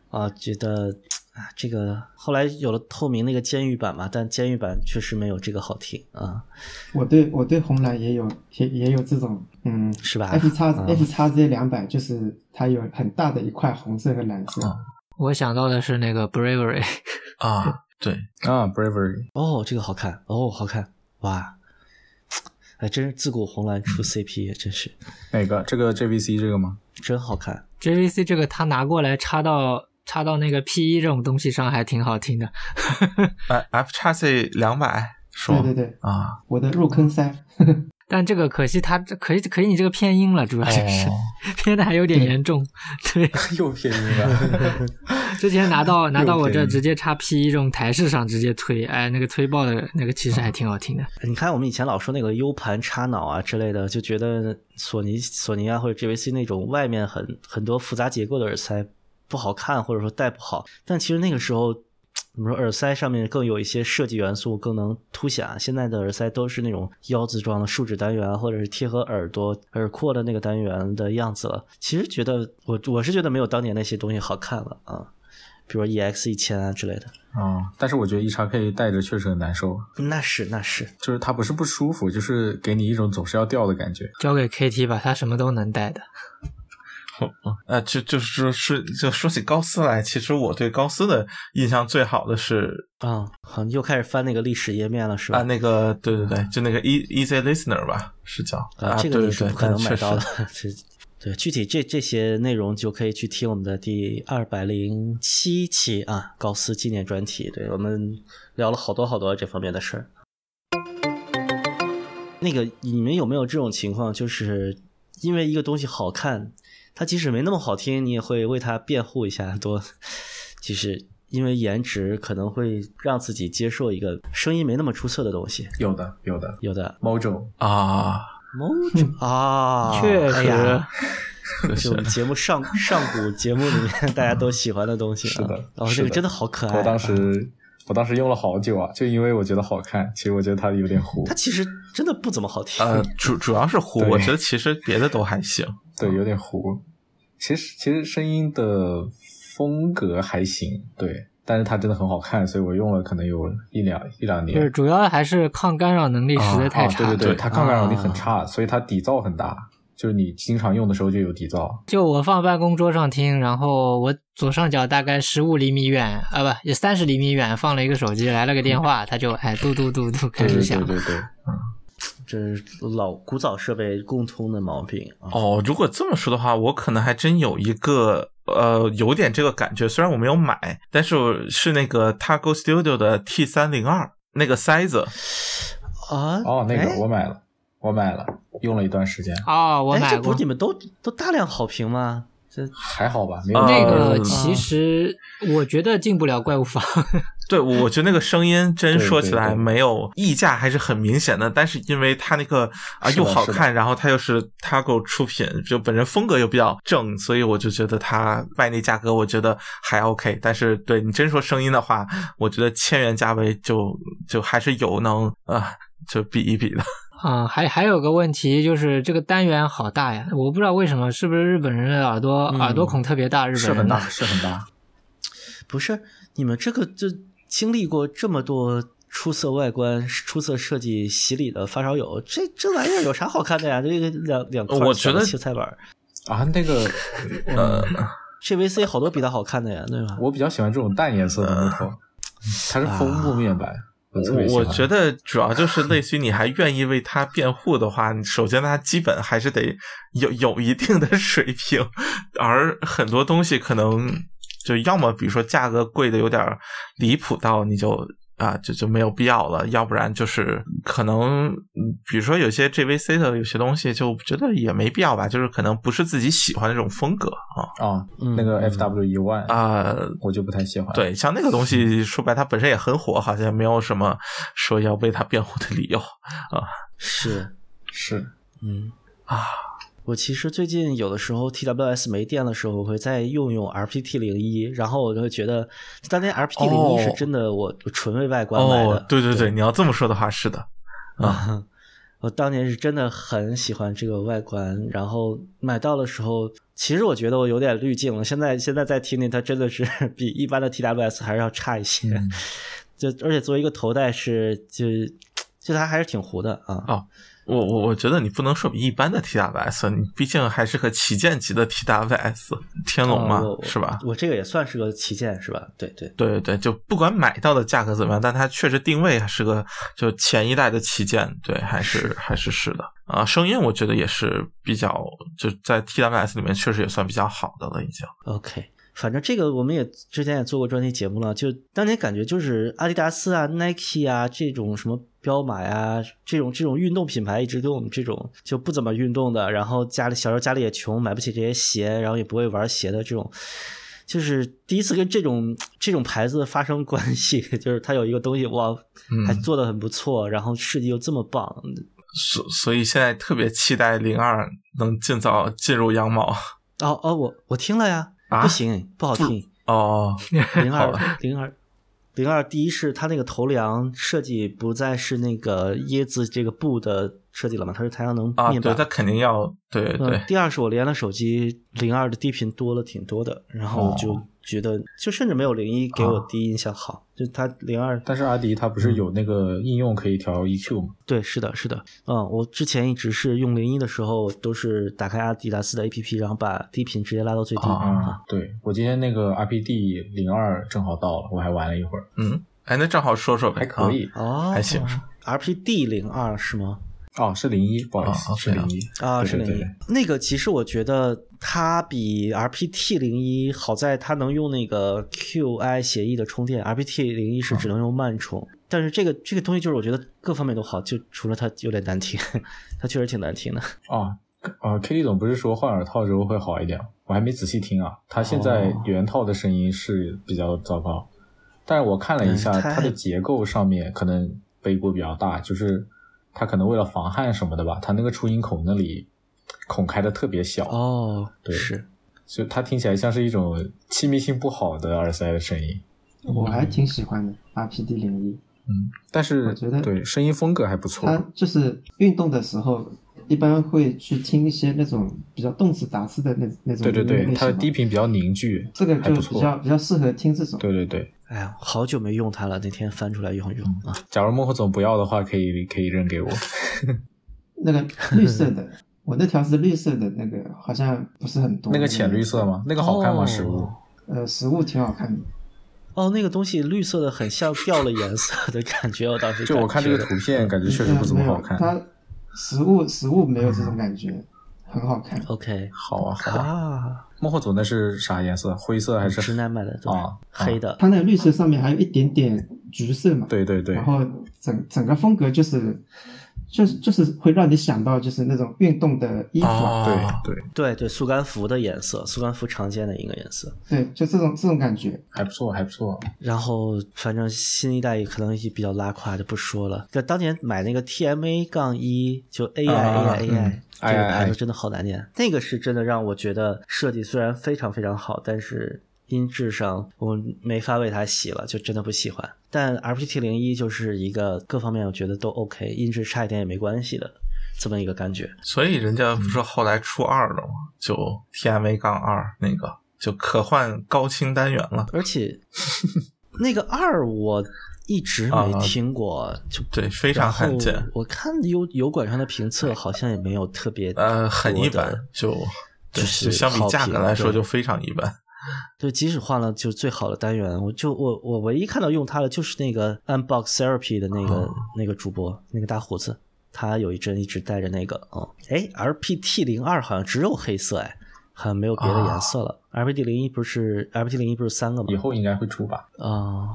B: 啊，觉得啊，这个后来有了透明那个监狱版嘛，但监狱版确实没有这个好听啊，
E: 我对我对红蓝也有也也有这种嗯
B: 是吧？
E: ，F 叉
B: 嗯
E: F 叉 Z 两百就是它有很大的一块红色和蓝色，
C: 哦
F: 我想到的是那个 Bravery，
D: 啊。对，
C: 啊，Bravery，
B: 哦，这个好看，哦，好看，哇！哎，真是自古红蓝出 CP，真是
C: 哪个？这个 JVC 这个吗？
B: 真好看。
F: JVC 这个它拿过来插到插到那个 P 一这种东西上还挺好听的。
D: 哎，F 叉 C 两百说
E: 对对对，
D: 啊，
E: 我的入坑塞，
F: 但这个可惜他可惜可惜你这个偏音了，主要就是、
D: 哦
F: 偏的还有点严重。对，
C: 又便宜了。
F: 之前 拿到拿到我这
C: 偏音
F: 直接插 P 一种台式上直接推，哎，那个推爆的那个其实还挺好听
D: 哦
F: 的。
B: 你看，我们以前老说那个 U 盘插脑啊之类的，就觉得索尼、索尼啊或者 JVC 那种外面很很多复杂结构的耳塞不好看，或者说戴不好。但其实那个时候，怎么说，耳塞上面更有一些设计元素，更能凸显啊。现在的耳塞都是那种腰字状的树脂单元啊，或者是贴合耳朵耳廓的那个单元的样子了。其实觉得我我是觉得没有当年那些东西好看了啊，比如 EX 一千啊之类的。
C: 啊，但是我觉得 E x K 戴着确实很难受，啊
B: 那是那是，
C: 就是它不是不舒服，就是给你一种总是要掉的感觉。
F: 交给 KT 吧，他什么都能带的。
D: 呃，就就是说是就说起高斯来，其实我对高斯的印象最好的是
B: 啊、好，你又开始翻那个历史页面了，是吧？
D: 啊，那个对对对，就那个 E Easy Listener 吧，是叫
B: 啊，这个
D: 对
B: 你
D: 对
B: 是
D: 对，
B: 不可能
D: 但
B: 买
D: 确
B: 到的
D: 实。
B: 这对，具体这这些内容就可以去听我们的第二百零七期啊，高斯纪念专题。对我们聊了好多好多这方面的事儿。那个，你们有没有这种情况，就是因为一个东西好看，它即使没那么好听，你也会为它辩护一下，多 就是因为颜值可能会让自己接受一个声音没那么出色的东西。
C: 有的，有的，
B: 有的
C: 某种
D: 啊，
B: 某种
D: 哦
B: 啊，
F: 确
B: 哎
F: 实，
B: 呀
D: 确
B: 就
D: 实
B: 我们节目 上上古节目里面大家都喜欢的东西啊。
C: 是的
B: 哦，
C: 是
B: 这个
C: 的
B: 真的好可爱啊。
C: 我当时我当时用了好久啊，就因为我觉得好看，其实我觉得它有点糊
B: 它，其实真的不怎么好
C: 啊
B: 听。
D: 呃，主主要是糊，
C: 对
D: 我觉得其实别的都还行。
C: 对，有点糊。其实其实声音的风格还行，对，但是它真的很好看，所以我用了可能有一两一两
F: 就是
C: 年。
F: 主要还是抗干扰能力实在太
C: 啊，
F: 差
C: 对
F: 了。
C: 对对，
D: 哦对
C: 它抗干扰力
B: 啊
C: 很差，所以它底噪很大，就是你经常用的时候就有底噪。
F: 就我放办公桌上听，然后我左上角大概十五厘米远啊，不，也三十厘米远放了一个手机，来了个电话，它就哎嘟嘟嘟嘟
C: 对嗯
F: 开
C: 对
F: 始
C: 对
F: 响。
C: 对对，
B: 这是老古早设备共通的毛病啊。
D: 哦，如果这么说的话，我可能还真有一个呃，有点这个感觉。虽然我没有买，但是是那个 Taco Studio 的 T 三零二那个塞子，
B: 啊，
C: 哦，那
B: 哎
C: 个我买了，我买了，用了一段时间，
F: 哦，我
B: 哎，
F: 买
B: 这不
F: 过
B: 是你们都都大量好评吗？这
C: 还好吧，没有
D: 啊
F: 那个，
D: 嗯
F: 其实我觉得进不了怪物房。
D: 对，我觉得那个声音真
C: 对
D: 说
C: 对
D: 起来
C: 对
D: 没有溢价还是很明显的，但是因为它那个啊
C: 是的
D: 又好
C: 是的
D: 看，然后它又是 Taco 出品，就本身风格又比较正，所以我就觉得它卖那价格我觉得还 OK。但是对你真说声音的话，我觉得千元价位就就还是有能啊、就比一比的。
F: 啊、还还有个问题就是这个单元好大呀，我不知道为什么，是不是日本人的耳朵、
B: 嗯
F: 耳朵孔特别大？日
C: 是
F: 本
C: 很
F: 人
C: 大，
F: 的
C: 是很大。
B: 不是你们这个就经历过这么多。出色外观、出色设计洗礼的发烧友，这这玩意儿有啥好看的呀？这个两两块
D: 我
B: 小
D: 觉得
B: 切菜板儿
C: 啊，那个，呃，
B: ，JVC 好多比它好看的呀，对吧？
C: 我比较喜欢这种淡颜色的木头，它是枫木面板，我特别喜
D: 我
C: 欢。
D: 觉得主要就是类似于你还愿意为它辩护的话，你首先它基本还是得有有一定的水平，而很多东西可能就要么比如说价格贵的有点离谱到你就。啊，就就没有必要了，要不然就是可能，嗯比如说有些 JVC 的有些东西，就觉得也没必要吧，就是可能不是自己喜欢的那种风格啊
C: 啊
B: 嗯，
C: 那个 FW 一万，
D: 啊、
C: 我就不太喜欢。，
D: 对，像那个东西，说白，它本身也很火，好像也没有什么说要为它辩护的理由。
B: 是，
C: 是
B: 嗯
D: 啊，
B: 我其实最近有的时候 TWS 没电的时候，我会再用用 RPT 零一，然后我就会觉得，当年 RPT 零一
D: 哦
B: 是真的我，我纯为外观买的。
D: 哦，对对嗯对，你要这么说的话，是的，
B: 啊， 我当年是真的很喜欢这个外观，然后买到的时候，其实我觉得我有点滤镜了。现在现在再听听，它真的是比一般的 TWS 还是要差一些。
C: 嗯
B: 就而且作为一个头戴是，就就它还是挺糊的啊。
D: 哦我我我觉得你不能说比一般的 TWS，你毕竟还是个旗舰级的 TWS 天龙嘛
B: 啊我，
D: 是吧？
B: 我这个也算是个旗舰是吧？对对。
D: 对对对，就不管买到的价格怎么样，但它确实定位还是个就前一代的旗舰，对，还是还是是的啊。声音我觉得也是比较，就在 TWS 里面确实也算比较好的了，已经。
B: OK，反正这个我们也之前也做过专题节目了，就当年感觉就是阿迪达斯啊、Nike 啊这种什么彪马呀、这种这种运动品牌，一直跟我们这种就不怎么运动的，然后家里小时候家里也穷，买不起这些鞋，然后也不会玩鞋的这种。就是第一次跟这种这种牌子发生关系， 就是它有一个东西哇，
D: 嗯
B: 还做的很不错，然后设计又这么棒，
D: 所所以现在特别期待零二能尽早进入羊毛
B: 哦哦，我我听了呀，
D: 啊
B: 不行，不好听。
D: 哦，
B: 零
D: 好
B: 二零二零二，第一是它那个头梁设计不再是那个椰子这个布的设计了嘛，它是太阳能
D: 啊，
B: 面
D: 对，
B: 板。
D: 他肯定要，对对对
B: 嗯，，第二是我连了手机零二的低频多了挺多的，然后我
D: 哦
B: 就觉得就甚至没有零一给
D: 啊
B: 我第一印象好，就它零二
C: 但是阿迪它不是有那个应用可以调 EQ 吗？
B: 对，是的，是的，嗯，我之前一直是用零一的时候，都是打开阿迪达斯的 APP，然后把低频直接拉到最低啊。
C: 啊，对我今天那个 RPD 零二正好到了，我还玩了一会儿，
D: 嗯，哎，那正好说说呗，啊
C: 还可以。
B: 哦，
D: 还行
B: ，RPD 零二是吗？
C: 哦，是零一，不好意思，
D: 啊
C: 是零一
B: 啊，
C: 对
B: 是
C: 对
B: 零
C: 对
B: 一。那个其实我觉得它比 RPT 零一好在它能用那个 QI 协议的充电，RPT 零
C: 啊
B: 一是只能用慢充。但是这个这个东西就是我觉得各方面都好，就除了它有点难听， 它确实挺难听的。
C: 哦，呃，K D 总不是说换耳套之后会好一点吗，我还没仔细听啊。他现在
E: 哦
C: 原套的声音是比较糟糕，但是我看了一下
B: 嗯它
C: 它的结构上面可能背锅比较大，就是它可能为了防汗什么的吧，它那个出音孔那里孔开的特别小，
B: 哦，
C: 对
B: 是
C: 所以它听起来像是一种气密性不好的耳塞的声音。
E: 我还挺喜欢的 RPD 零一，
C: 嗯，但是
E: 我觉得
C: 对声音风格还不错。
E: 它就是运动的时候一般会去听一些那种比较动次打次的那那种
C: 对对
E: 音乐
C: 对，
E: 类
C: 它的
E: 型嘛
C: 低频比较凝聚，
E: 这个
C: 还
E: 就
C: 不
E: 比
C: 错。
E: 较比较适合听这种。
C: 对对对，
B: 哎呀，好久没用它了，那天翻出来用一用啊。
C: 假如孟获总不要的话，可以可以扔给我。
E: 那个绿色的，我那条是绿色的，那个好像不是很多。
C: 那个浅绿色吗？那个好看吗？
B: 哦
C: 实物？
E: 呃，实物挺好看的。
B: 哦，那个东西绿色的很像掉了颜色的感觉，我当时
C: 就我看这
B: 感觉
C: 个图片，感觉确实不怎么好看
E: 没。有它实物实物没有这种感觉，很好看。
B: OK
C: 好啊，好啊。
B: 啊，
C: 孟获总那是啥颜色？灰色还是
B: 直男买的对
C: 啊？
B: 黑的
E: 它那个绿色上面还有一点点橘色嘛，
C: 对对对
E: 然，后整整个风格就是，就是就是会让你想到就是那种运动的衣服，啊
D: 哦
C: 对对，
B: 对对，速干服的颜色，速干服常见的一个颜色。
E: 对，就这种这种感觉。
C: 还不错，还不错。
B: 然后反正新一代也可能也比较拉胯，就不说了。可当年买那个 TMA 杠一，就 AI
C: 啊
B: AI AI
C: 嗯
B: 这个牌
C: AI
B: 子真的好难念，那个是真的让我觉得设计虽然非常非常好，但是。音质上我没法为它洗了，就真的不喜欢。但 RPT 零一就是一个各方面我觉得都 OK，音质差一点也没关系的这么一个感觉。
D: 所以人家不是后来出二了吗？就 TMA 杠二那个，就可换高清单元了。
B: 而且 那个二我一直没听过，就
D: 啊对非常罕见
B: 然后我看油油管上的评测好像也没有特别
D: 呃，很一
B: 多的
D: 般，就对
B: 就是
D: 就相比
B: 好
D: 价格
B: 评
D: 来说
B: 对
D: 就非常一般。
B: 对，即使换了就是最好的单元，我就我我唯一看到用它的就是那个 Unbox Therapy 的那个、
D: 哦
B: 那个主播，那个大胡子，他有一阵一直戴着那个，嗯，哎，RPT 零二好像只有黑色哎。好像没有别的颜色了。RPT
D: 啊
B: 零一不是 RPT 零一不是三个吗
C: 以？后应该会出吧。
B: 啊、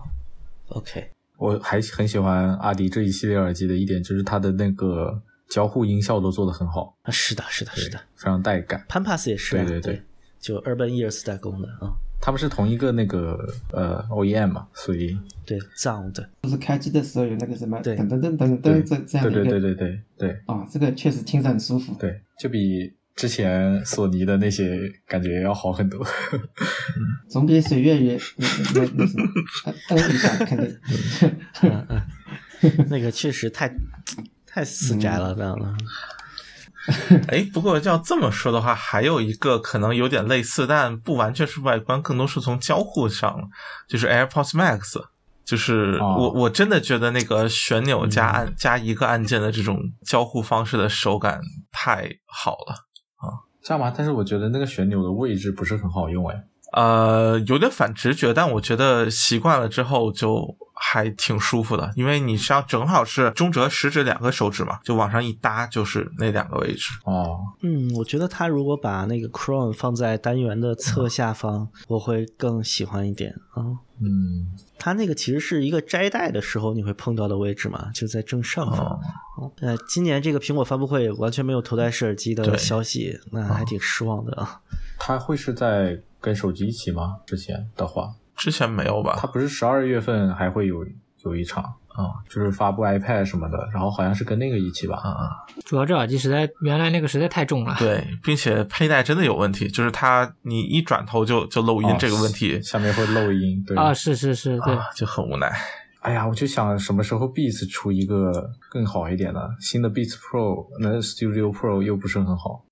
B: o k
C: 我还很喜欢阿迪这一系列耳机的一点就是它的那个交互音效都做得很好，
B: 啊，是的，是的，是的
C: 对。非常带感。
B: Pampas 也是、啊，
C: 对对对
B: 就 Urban Ears 代工的啊，
C: 他们是同一个那个呃 OEM 嘛，所以
B: 对 Sound，
E: 就是开机的时候有那个什么
B: 对
E: 噔噔噔噔
C: 对
E: 噔这这样
C: 对
E: 的一个
C: 对对对对对
E: 哦，这个确实听着很舒服。
C: 对，就比之前索尼的那些感觉要好很多。
E: 总比水月也那那那什么，呃摁摁一下肯定。
B: 嗯嗯，那个确实太太死宅
C: 嗯
B: 了，那样的。
D: 哎，不过要这么说的话，还有一个可能有点类似，但不完全是外观，更多是从交互上，就是 AirPods Max，就是
C: 哦
D: 我、我真的觉得那个旋钮加按、加一个按键的这种交互方式的手感太好了
C: 这样吧，但是我觉得那个旋钮的位置不是很好用哎。
D: 呃，有点反直觉，但我觉得习惯了之后就还挺舒服的，因为你像正好是中折食指两个手指嘛，就往上一搭就是那两个位置。
C: 哦，
B: 嗯，我觉得他如果把那个 Chrome 放在单元的侧下方，我会更喜欢一点啊。
C: 嗯，
B: 它那个其实是一个摘带的时候你会碰到的位置嘛，就在正上方。哦呃，今年这个苹果发布会完全没有头戴式耳机的
D: 对
B: 消息，那还挺失望的啊。
C: 它会是在跟手机一起吗？之前的话，
D: 之前没有吧
C: 它？不是十二月份还会有有一场啊、就是发布 iPad 什么的，然后好像是跟那个一起吧。啊、
F: 主要这耳机实在原来那个实在太重 了，
D: 对，并且佩戴真的有问题，就是它你一转头就就漏音
C: 哦
D: 这个问题
C: 下面会漏音，对
F: 啊，是是是，对，
D: 啊，就很无奈。
C: 哎呀，我就想什么时候 Beats 出一个更好一点的新的 Beats Pro，那 Studio Pro 又不是很好。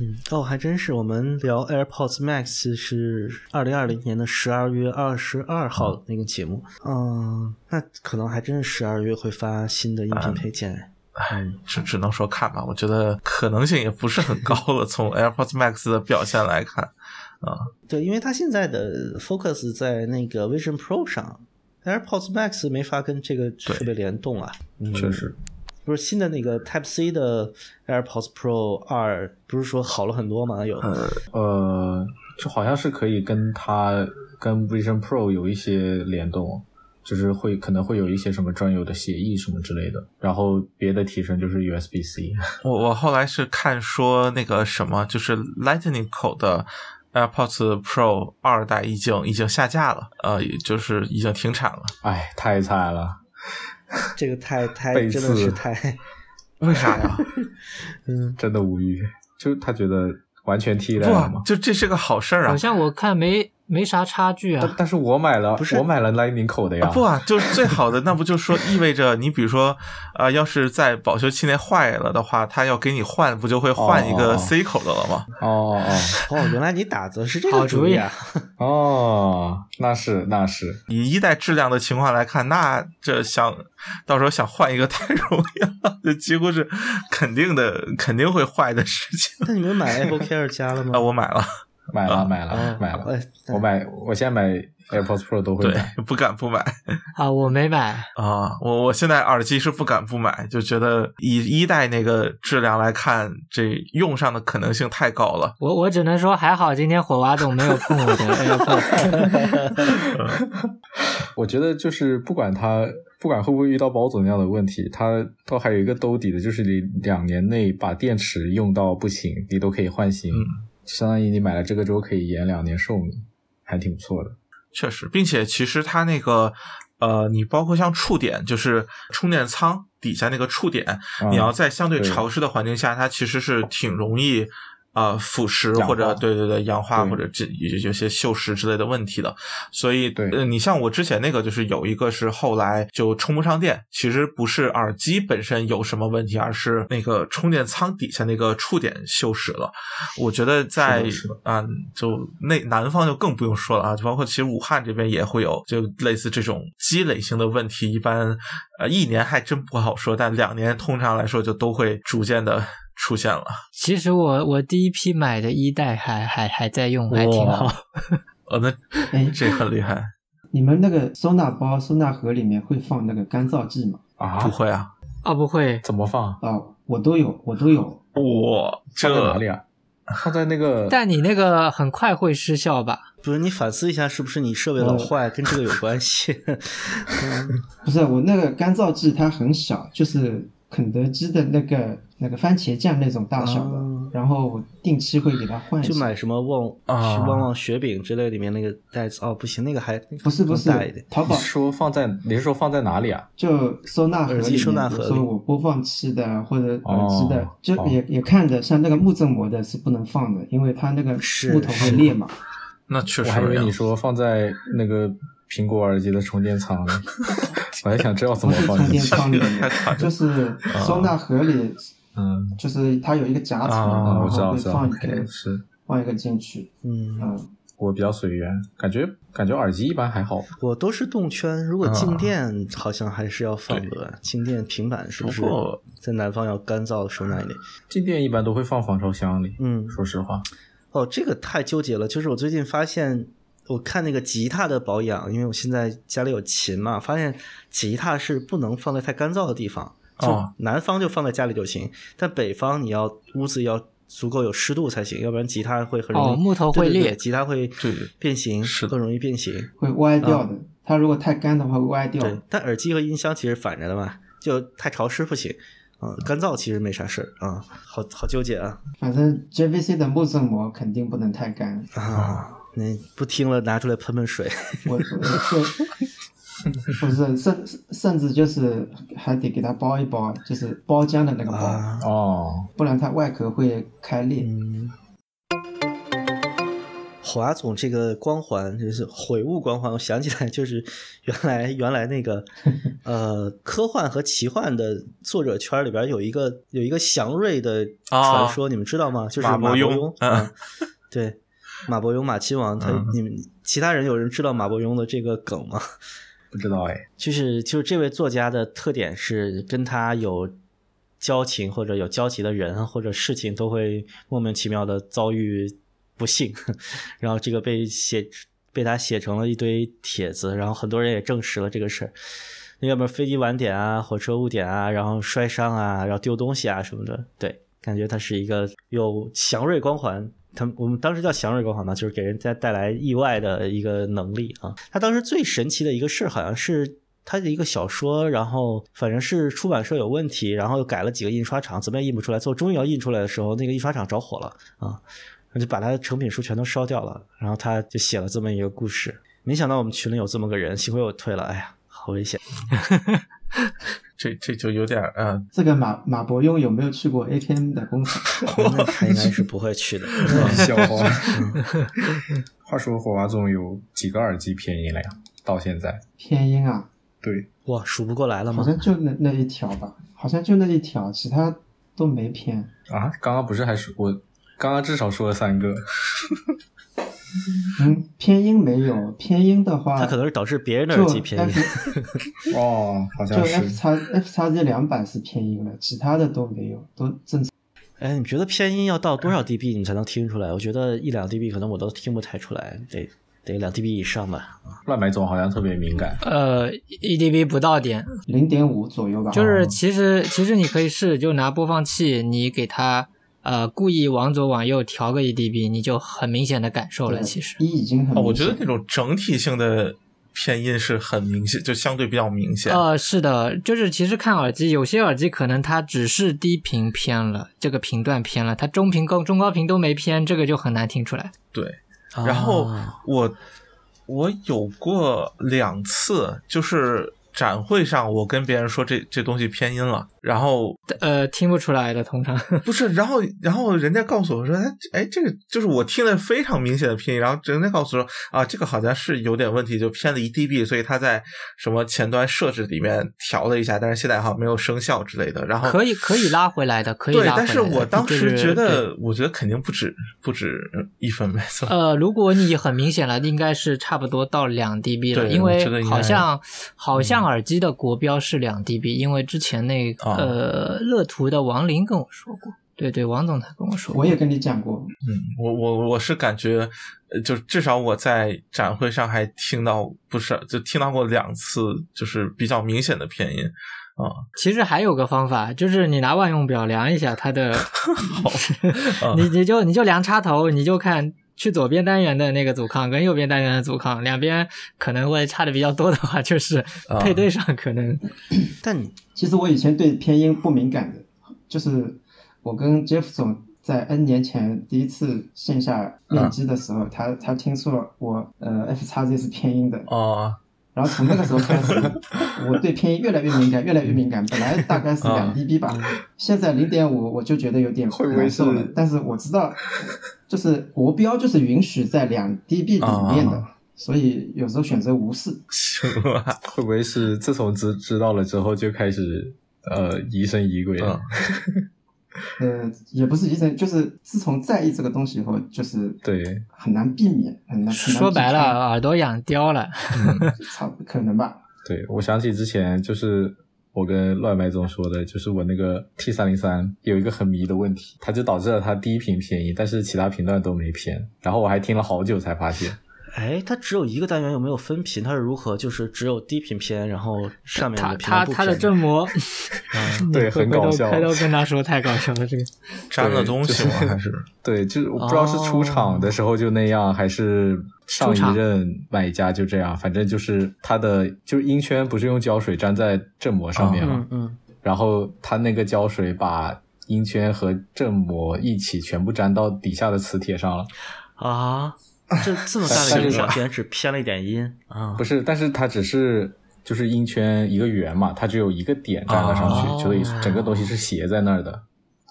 B: 嗯，哦，还真是，我们聊 AirPods Max 是二零二零年的十二月二十二号的那个节目。嗯，那可能还真是十二月会发新的音频配件。嗯，
D: 只只能说看吧，我觉得可能性也不是很高了。 从 AirPods Max 的表现来看，
B: 对，因为它现在的 Focus 在那个 Vision Pro 上，AirPods Max 没法跟这个设备联动啊。嗯，
C: 确实，
B: 不是新的那个 Type C 的 AirPods Pro 二，不是说好了很多吗？有，
C: 呃，就好像是可以跟它跟 Vision Pro 有一些联动，就是会可能会有一些什么专有的协议什么之类的。然后别的提升就是 USB C，
D: 我我后来是看说那个什么，就是 Lightning 口的 AirPods Pro 二代已经已经下架了，呃，也就是已经停产了。
C: 哎，太惨了。
B: 这个太太
C: 背
B: 真的是
C: 刺
B: 太，
D: 为啥呀？
B: 嗯，
C: 真的无语，就他觉得完全替代
B: 啊
C: 了
D: 不
C: 嘛，。
D: 就这是个好事儿啊
F: 好！像我看没没啥差距
C: 但
F: 啊，
C: 但是我买了，
B: 不是
C: 我买了 Lightning 口的呀。
D: 啊不啊，就是最好的，那不就说意味着你比如说，呃，要是在保修期内坏了的话，他要给你换，不就会换一
C: 哦哦
D: 个
C: 哦
D: C 口的了吗？
C: 哦
B: 哦，原来你打的是这
F: 好
B: 个
F: 主
B: 主意
F: 意
B: 啊。
C: 哦哦，那是那是，
D: 以一代质量的情况来看，那这想到时候想换一个太容易了，这几乎是肯定的， 肯定会坏的事情。
B: 那你们买 Apple Care 加了吗？
D: 啊，我买了，
C: 买了买
B: 啊
C: 了买了，
B: 哎，
C: 我买我现在买 AirPods Pro 都会
D: 对
C: 买。，
D: 不敢不买
F: 啊，我没买，
D: 啊！我我现在耳机是不敢不买，就觉得以一代那个质量来看，这用上的可能性太高了。
F: 我我只能说还好今天火娃总没有碰我的 AirPods，
C: 我觉得就是不管它不管会不会遇到保总那样的问题，它都还有一个兜底的，就是你两年内把电池用到不行，你都可以换新，
D: 嗯
C: 相当于你买了这个之后可以延两年寿命，还挺不错的。
D: 确实，并且其实它那个呃，你包括像触点，就是充电仓底下那个触点，
C: 嗯
D: 你要在相对
C: 对
D: 潮湿的环境下，它其实是挺容易。啊、腐蚀
C: 氧化
D: 或者对对对，氧化
C: 对
D: 或者这有有些锈蚀之类的问题的，所以
C: 对
D: 呃，你像我之前那个就是有一个是后来就充不上电，其实不是耳机本身有什么问题，而是那个充电仓底下那个触点锈蚀了。我觉得在
C: 是的是的
D: 啊、就内南方就更不用说了啊，就包括其实武汉这边也会有就类似这种积累性的问题，一般呃一年还真不好说，但两年通常来说就都会逐渐的出现了。
F: 其实我我第一批买的一代还还还在用，还挺好。
D: 呃，那
E: 哎，
D: 这很厉害，
E: 你们那个收纳包、收纳盒里面会放那个干燥剂吗？
D: 不
C: 啊？
D: 会啊，
F: 哦，不会，
C: 怎么放？
E: 哦，我都有，我都有。
D: 哇，
C: 放在
D: 这
C: 哪里啊？放在那个
F: 但你那个很快会失效吧？
B: 不是你反思一下，是不是你设备老坏跟这个有关系？
E: 不是我那个干燥剂，它很小，就是肯德基的那个那个番茄酱那种大小的。
B: 哦
E: 然后我定期会给它换一下。
B: 就买什么旺
D: 啊
B: 是旺旺雪饼之类里面那个袋子哦，不行，那个还
E: 不是不
B: 更大一
E: 是
B: 点，。
E: 淘
C: 你
E: 宝
C: 是说放在你是说放在哪里啊？
E: 就收纳盒
B: 耳
E: 里面，
B: 机收纳盒里
E: 比如说我播放器的啊或者
C: 哦
E: 耳机的，就
C: 哦
E: 也、也看着像那个木振膜的是不能放的，因为它那个
B: 是
E: 木头
B: 是
E: 会裂嘛。
D: 那确
C: 我
D: 实
C: 还以为
D: 呀
C: 你说放在那个苹果耳机的充电仓 呢，我还想知道怎
E: 不
C: 么
E: 是
C: 放
E: 充
C: 进
E: 电
C: 去。
E: 仓里面
D: 太夸张了，
E: 就是收纳盒里，
C: 嗯，
E: 就是它有一个夹层的，
D: 啊
E: 然
C: 我知道，
E: 后
C: 我
E: 会
C: 知道
E: 放一，个
C: 是
E: 放一个进去。
B: 嗯，
E: 嗯，
C: 我比较随缘，感觉感觉耳机一般还好。
B: 我都是动圈，如果
D: 啊
B: 静电好像还是要放的，静电平板是不是
D: 不过
B: 在南方要干燥收纳一点？
C: 静电一般都会放防潮箱里，
B: 嗯，
C: 说实话，
B: 哦，这个太纠结了。就是我最近发现，我看那个吉他的保养，因为我现在家里有琴嘛，发现吉他是不能放在太干燥的地方。就
D: 哦
B: 南方就放在家里就行，但北方你要屋子要足够有湿度才行，要不然吉他会很容易
F: 哦木头会
B: 对对对
F: 裂
B: 吉他会
D: 对对
B: 变形，
D: 是的
B: 更容易变形。
E: 会歪掉的。它如果太干的话会歪
D: 嗯
E: 掉。
B: 啊对，但耳机和音箱其实反着的嘛，就太潮湿不行。啊、干燥其实没啥事儿啊、好好纠结啊
E: 反正 JVC 的木质膜肯定不能太干。
D: 哦
B: 啊！你不听了，拿出来喷喷水。
E: 我我就 不是，甚甚至就是还得给它包一包，就是包浆的那个包，
B: 啊，
C: 哦，
E: 不然它外壳会开裂。
B: 嗯，华总这个光环就是悔悟光环，我 想起来就是原来原来那个呃科幻和奇幻的作者圈里边有一个有一个祥瑞的传说，你们知道吗？就是
D: 马
B: 伯
D: 伯
B: 庸
D: 庸，嗯
B: 嗯对，马伯庸、马亲王，他、
D: 嗯
B: 你们其他人有人知道马伯庸的这个梗吗？
C: 不知道 哎，
B: 就是就是这位作家的特点是跟他有交情或者有交集的人或者事情都会莫名其妙的遭遇不幸， 然后这个被写被他写成了一堆帖子，然后很多人也证实了这个事儿。那要么飞机晚点啊，火车误点啊，然后摔伤啊，然后丢东西啊什么的，对，感觉他是一个有祥瑞光环。他们我们当时叫祥瑞光环嘛，就是给人家带来意外的一个能力啊。他当时最神奇的一个事儿，好像是他的一个小说，然后反正是出版社有问题，然后又改了几个印刷厂，怎么也印不出来。最后终于要印出来的时候，那个印刷厂着火了啊，就把他的成品书全都烧掉了。然后他就写了这么一个故事。没想到我们群里有这么个人，幸亏我退了。哎 呀，好危险！
D: 这这就有点儿呃，
E: 这个马马伯庸有没有去过 ATM 的工厂？
B: 那他应该是不会去的。
C: 笑话。话说火娃总有几个耳机偏音了呀？到现在，
E: 偏 音啊，
C: 对，
B: 哇，数不过来了
E: 好
B: 吗？
E: 像就那那一条吧，好像就那一条，其他都没偏。
C: 啊，刚刚不是还说我刚刚至少说了三个，
E: 嗯，偏音没有，偏音的话，
B: 他可能是导致别人的
E: 就
B: 耳机偏音
E: F
C: 哦，好
E: 就
C: 像
E: F
C: 是
E: 叉 F 叉 Z 两百是偏音了，其他的都没有，都正常。
B: 哎，你觉得偏音要到多少 dB 你才能听出来？我觉得一两 dB 可能我都听不太出来，得得两 dB 以上吧。
C: 乱白总好像特别敏感，
F: 呃，EDB 不到点，
E: 零点五左右吧。
F: 就是其实其实你可以试，就拿播放器，你给它呃故意往左往右调个 EDB，你就很明显的感受了。
E: 哦对
F: 其实
E: 一已经很明显了、
D: 哦，我觉得那种整体性的偏音是很明显，就相对比较明显。
F: 呃，是的，就是其实看耳机，有些耳机可能它只是低频偏了，这个频段偏了，它中频高中高频都没偏，这个就很难听出来。
D: 对，然后
B: 啊
D: 我我有过两次，就是展会上我跟别人说这这东西偏音了，然后
F: 呃，听不出来的，通常
D: 不是，然后然后人家告诉我说，哎哎，这个就是我听的非常明显的偏音，然后人家告诉我说啊，这个好像是有点问题，就偏了一 dB，所以他在什么前端设置里面调了一下，但是现在好像没有生效之类的，然后
F: 可以可以拉回来的，可以
D: 对，
F: 拉回来的。
D: 但是我当
F: 就是
D: 时觉
F: 对
D: 得，我觉得肯定不止不止一分贝左右。
F: 呃，如果你很明显了，应该是差不多到两 dB 了，
D: 对
F: 因
D: 我觉得
F: 为
D: 应该
F: 好像好像耳机的国标是两 dB，、因为之前那个、
D: 啊
F: 呃乐图的王林跟我说过，对对，王总他跟我说过，
E: 我也跟你讲过，
D: 嗯，我我我是感觉，呃就至少我在展会上还听到不是，就听到过两次，就是比较明显的偏音。
F: 其实还有个方法，就是你拿万用表量一下它的
D: 啊，
F: 你你就你就量插头，你就看去左边单元的那个阻抗跟右边单元的阻抗，两边可能会差的比较多的话，就是
D: 啊
F: 配对上可能、
B: 但你
E: 其实我以前对偏音不敏感的，就是我跟 Jeff 总在 N 年前第一次线下
D: 嗯
E: 面基的时候，他他听说我呃 F 叉 Z 是偏音的，
D: 哦，
E: 然后从那个时候 开始，我对偏音越来越敏感，越来越敏感。本来大概是两
D: 啊
E: dB 吧，现在零点五我就觉得有点
C: 会不会
E: 难受了
C: 是。
E: 但是我知道，就是国标就是允许在两 dB 里面的，所以有时候选择无视。
D: 行吧，
C: 会不会是自从知知道了之后就开始呃疑神疑鬼了？
D: 嗯
E: 呃，也不是医生，就是自从在意这个东西以后，就是
C: 对，
E: 很难避免，很难。很难
F: 说白
E: 避
F: 了啊
E: 开，嗯
F: 耳朵痒刁了。
E: 差不可能吧。
C: 对，我想起之前就是。我跟乱麦总说的，就是我那个 T 三零三有一个很迷的问题，它就导致了它第一屏偏移，但是其他频段都没偏。然后我还听了好久才发现，
B: 哎，它只有一个单元，有没有分频？它是如何就是只有低频偏，然后上面
F: 他
B: 的频
F: 他
B: 段不
F: 他的
B: 偏
F: 正模，
C: 啊 对，很搞笑。
F: 回头跟他说太搞笑了，这个
D: 粘了东西吗？
C: 就是
D: 还是
C: 对，就是我不知道是出厂的时候就那样，还是上
F: 出厂
C: 一任买家就这样，反正就是它的就是音圈不是用胶水粘在振膜上面嘛，
B: 嗯嗯，
C: 然后它那个胶水把音圈和振膜一起全部粘到底下的磁铁上了。
B: 啊，这这么大的
C: 但
B: 一个
C: 是
B: 小片，只偏了一点音啊
C: 不。是，但是它只是就是音圈一个圆嘛，它只有一个点粘了上去，
B: 哦
C: 所以整个东西是斜在那儿的，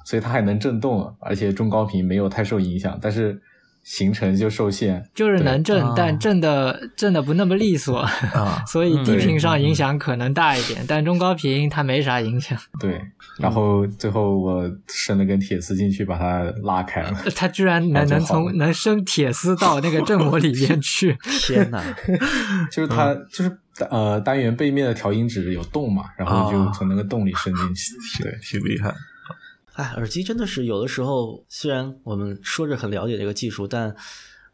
C: 所以它还能震动，而且中高频没有太受影响，但是行程就受限。
F: 就是能震
B: 啊，
F: 但震的震的不那么利索，
D: 啊，
F: 所以低
C: 嗯对
F: 频上影响可能大一点，但中高频它没啥影响。
C: 对，然后最后我伸了根铁丝进去把它拉开了。
F: 它居然能
C: 啊真
F: 能
C: 好
F: 从能伸铁丝到那个振膜里面去，
B: 天哪！
C: 就是它就是呃单元背面的调音指有洞嘛，然后就
D: 啊
C: 从那个洞里伸进去。 对，
D: 挺厉害。
B: 哎，耳机真的是有的时候，虽然我们说着很了解这个技术，但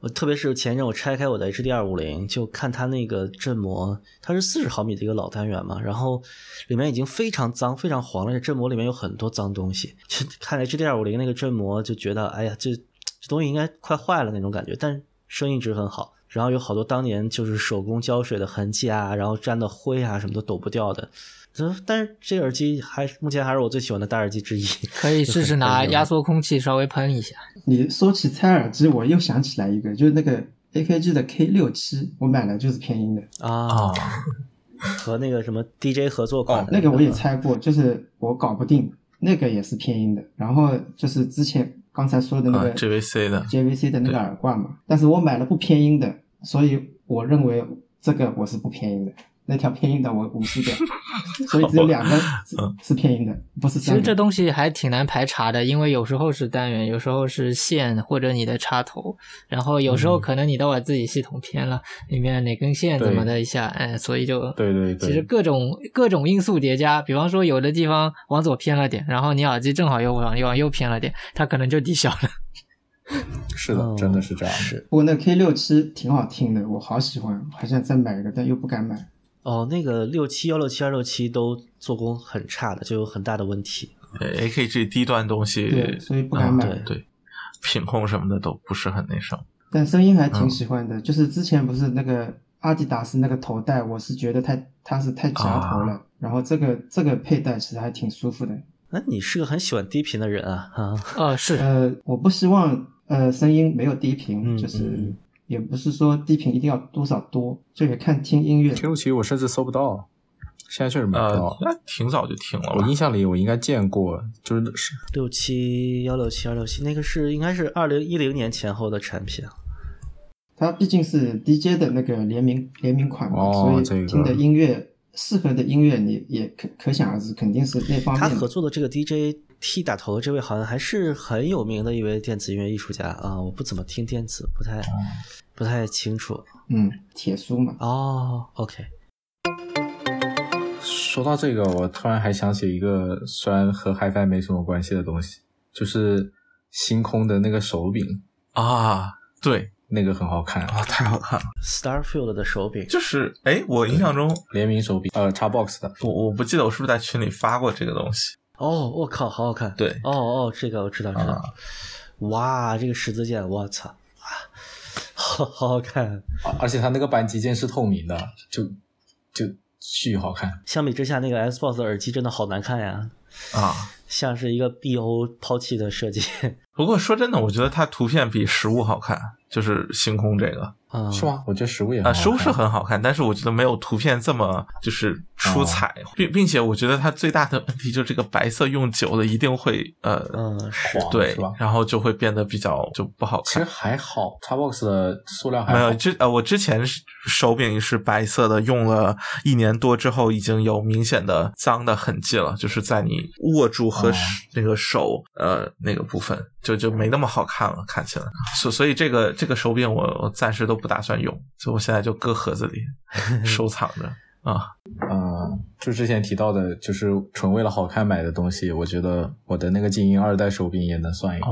B: 我特别是前一阵我拆开我的 HDR 五零，就看它那个振膜，它是四十毫米的一个老单元嘛，然后里面已经非常脏、非常黄了，这振膜里面有很多脏东西。就看 HDR 五零那个振膜，就觉得哎呀，这这东西应该快坏了那种感觉，但声音质很好。然后有好多当年就是手工胶水的痕迹啊，然后沾的灰啊什么都抖不掉的。嗯但是这耳机还目前还是我最喜欢的大耳机之一。
F: 可以试试拿压缩空气稍微喷一下。
E: 你说起拆耳机，我又想起来一个，就是那个 AKG 的 K 六七，我买了就是偏音的，
B: 啊，和那个什么 DJ 合
C: 哦
B: 作款的
E: 那个我也
B: 啊
E: 拆过，就是我搞不定，那个也是偏音的。然后就是之前刚才说的那
D: 啊
E: 个
D: ，JVC 的
E: JVC 的那个耳挂嘛，但是我买了不偏音的，所以我认为这个我是不偏音的，那条偏音的我无视 掉，所以只有两个是
D: 嗯
E: 是偏音的，不是
F: 其
E: 三
F: 实这
E: 个。
F: 东西还挺难排查的，因为有时候是单元，有时候是线或者你的插头，然后有时候可能你都把自己系统偏了，里面哪根线怎么的一下，哎，所以就
C: 对对对
F: 其实各种各种因素叠加，比方说有的地方往左偏了点，然后你耳机正好又往往右偏了点，它可能就抵消了。
C: 是的，
B: 哦
C: 真的是这样。
B: 是
E: 不过那 K 六七挺好听的，我好喜欢，好想再买一个，但又不敢买。
B: 哦，那个六七幺六七二六七都做工很差的，就有很大的问题。
D: AKG 低端东西，
E: 对所以不敢
D: 嗯
E: 买
D: 对对，品控什么的都不是很那什么。
E: 但声音还挺喜欢的，就是之前不是那个阿迪达斯那个头戴，我是觉得太它是太夹头了，然后这个这个佩戴其实还挺舒服的。
B: 那、你是个很喜欢低频的人啊啊！
F: 哦，是
E: 呃，我不希望呃声音没有低
B: 嗯
E: 频，就是
B: 嗯
E: 也不是说低频一定要多少多，就也看听音乐。
C: K 六七我甚至搜不到，现在确实买不
D: 呃
C: 到，。
D: 那挺早就停了
C: 嗯我
D: 吧
C: 印？象里我应该见过，就是是
B: 六七幺六七二六七那个是应该是二零一零年前后的产品啊
E: 它毕竟是 DJ 的那个联名联名款嘛，
C: 哦
E: 所
C: 这
E: 以
C: 个
E: 听的音乐。适合的音乐，你也可可想而知，肯定是那方
B: 他
E: 面
B: 合
E: 的。
B: 作的这个 DJ T 打头的这位好像还是很有名的一位电子音乐艺术家啊！我不怎么听电子，不太不太清楚。
E: 嗯，铁叔嘛，
B: 哦，OK，
C: 说到这个，我突然还想起一个虽然和 HiFi 没什么关系的东西，就是星空的那个手柄，
D: 啊，对
C: 那个很好看，
D: 啊，太好看了。
B: Starfield 的手柄，
D: 就是哎，我印象中，
C: 联名手柄，呃，Xbox 的。
D: 我我不记得我是不是在群里发过这个东西。
B: 哦，我靠，好好看。
D: 对
B: 哦哦，这个我知道，知道。哇，这个十字剑，我操，啊好好好看。
C: 啊而且它那个扳机键是透明的，就就巨好看。
B: 相比之下，那个 Xbox 的耳机真的好难看呀，
D: 啊。
B: 像是一个 BO 抛弃的设计。
D: 不过说真的，我觉得它图片比实物好看，就是星空这个
B: 啊、
C: 是？吗？我觉得嗯实物也
D: 啊，
C: 很好
D: 实物
C: 看
D: 是很好看，但是我觉得没有图片这么就是
C: 哦
D: 出彩，并并且我觉得它最大的问题就是这个白色用久了一定会呃，
B: 嗯，是
C: 黄
D: 对
C: 是吧，？
D: 然后就会变得比较就不好
C: 其实
D: 看。
C: 还好，Xbox 的塑料还
D: 没
C: 好
D: 有，之呃，我之前是手柄是白色的，用了一年多之后，已经有明显的脏的痕迹了，就是在你握住和
C: 哦
D: 那个手呃那个部分，就就没那么好看了，看起来。所所以这个这个手柄我我 暂时都不打算用，所以我现在就搁盒子里收藏着啊。
C: 嗯，就之前提到的，就是纯为了好看买的东西，我觉得我的那个静音二代手柄也能算一个。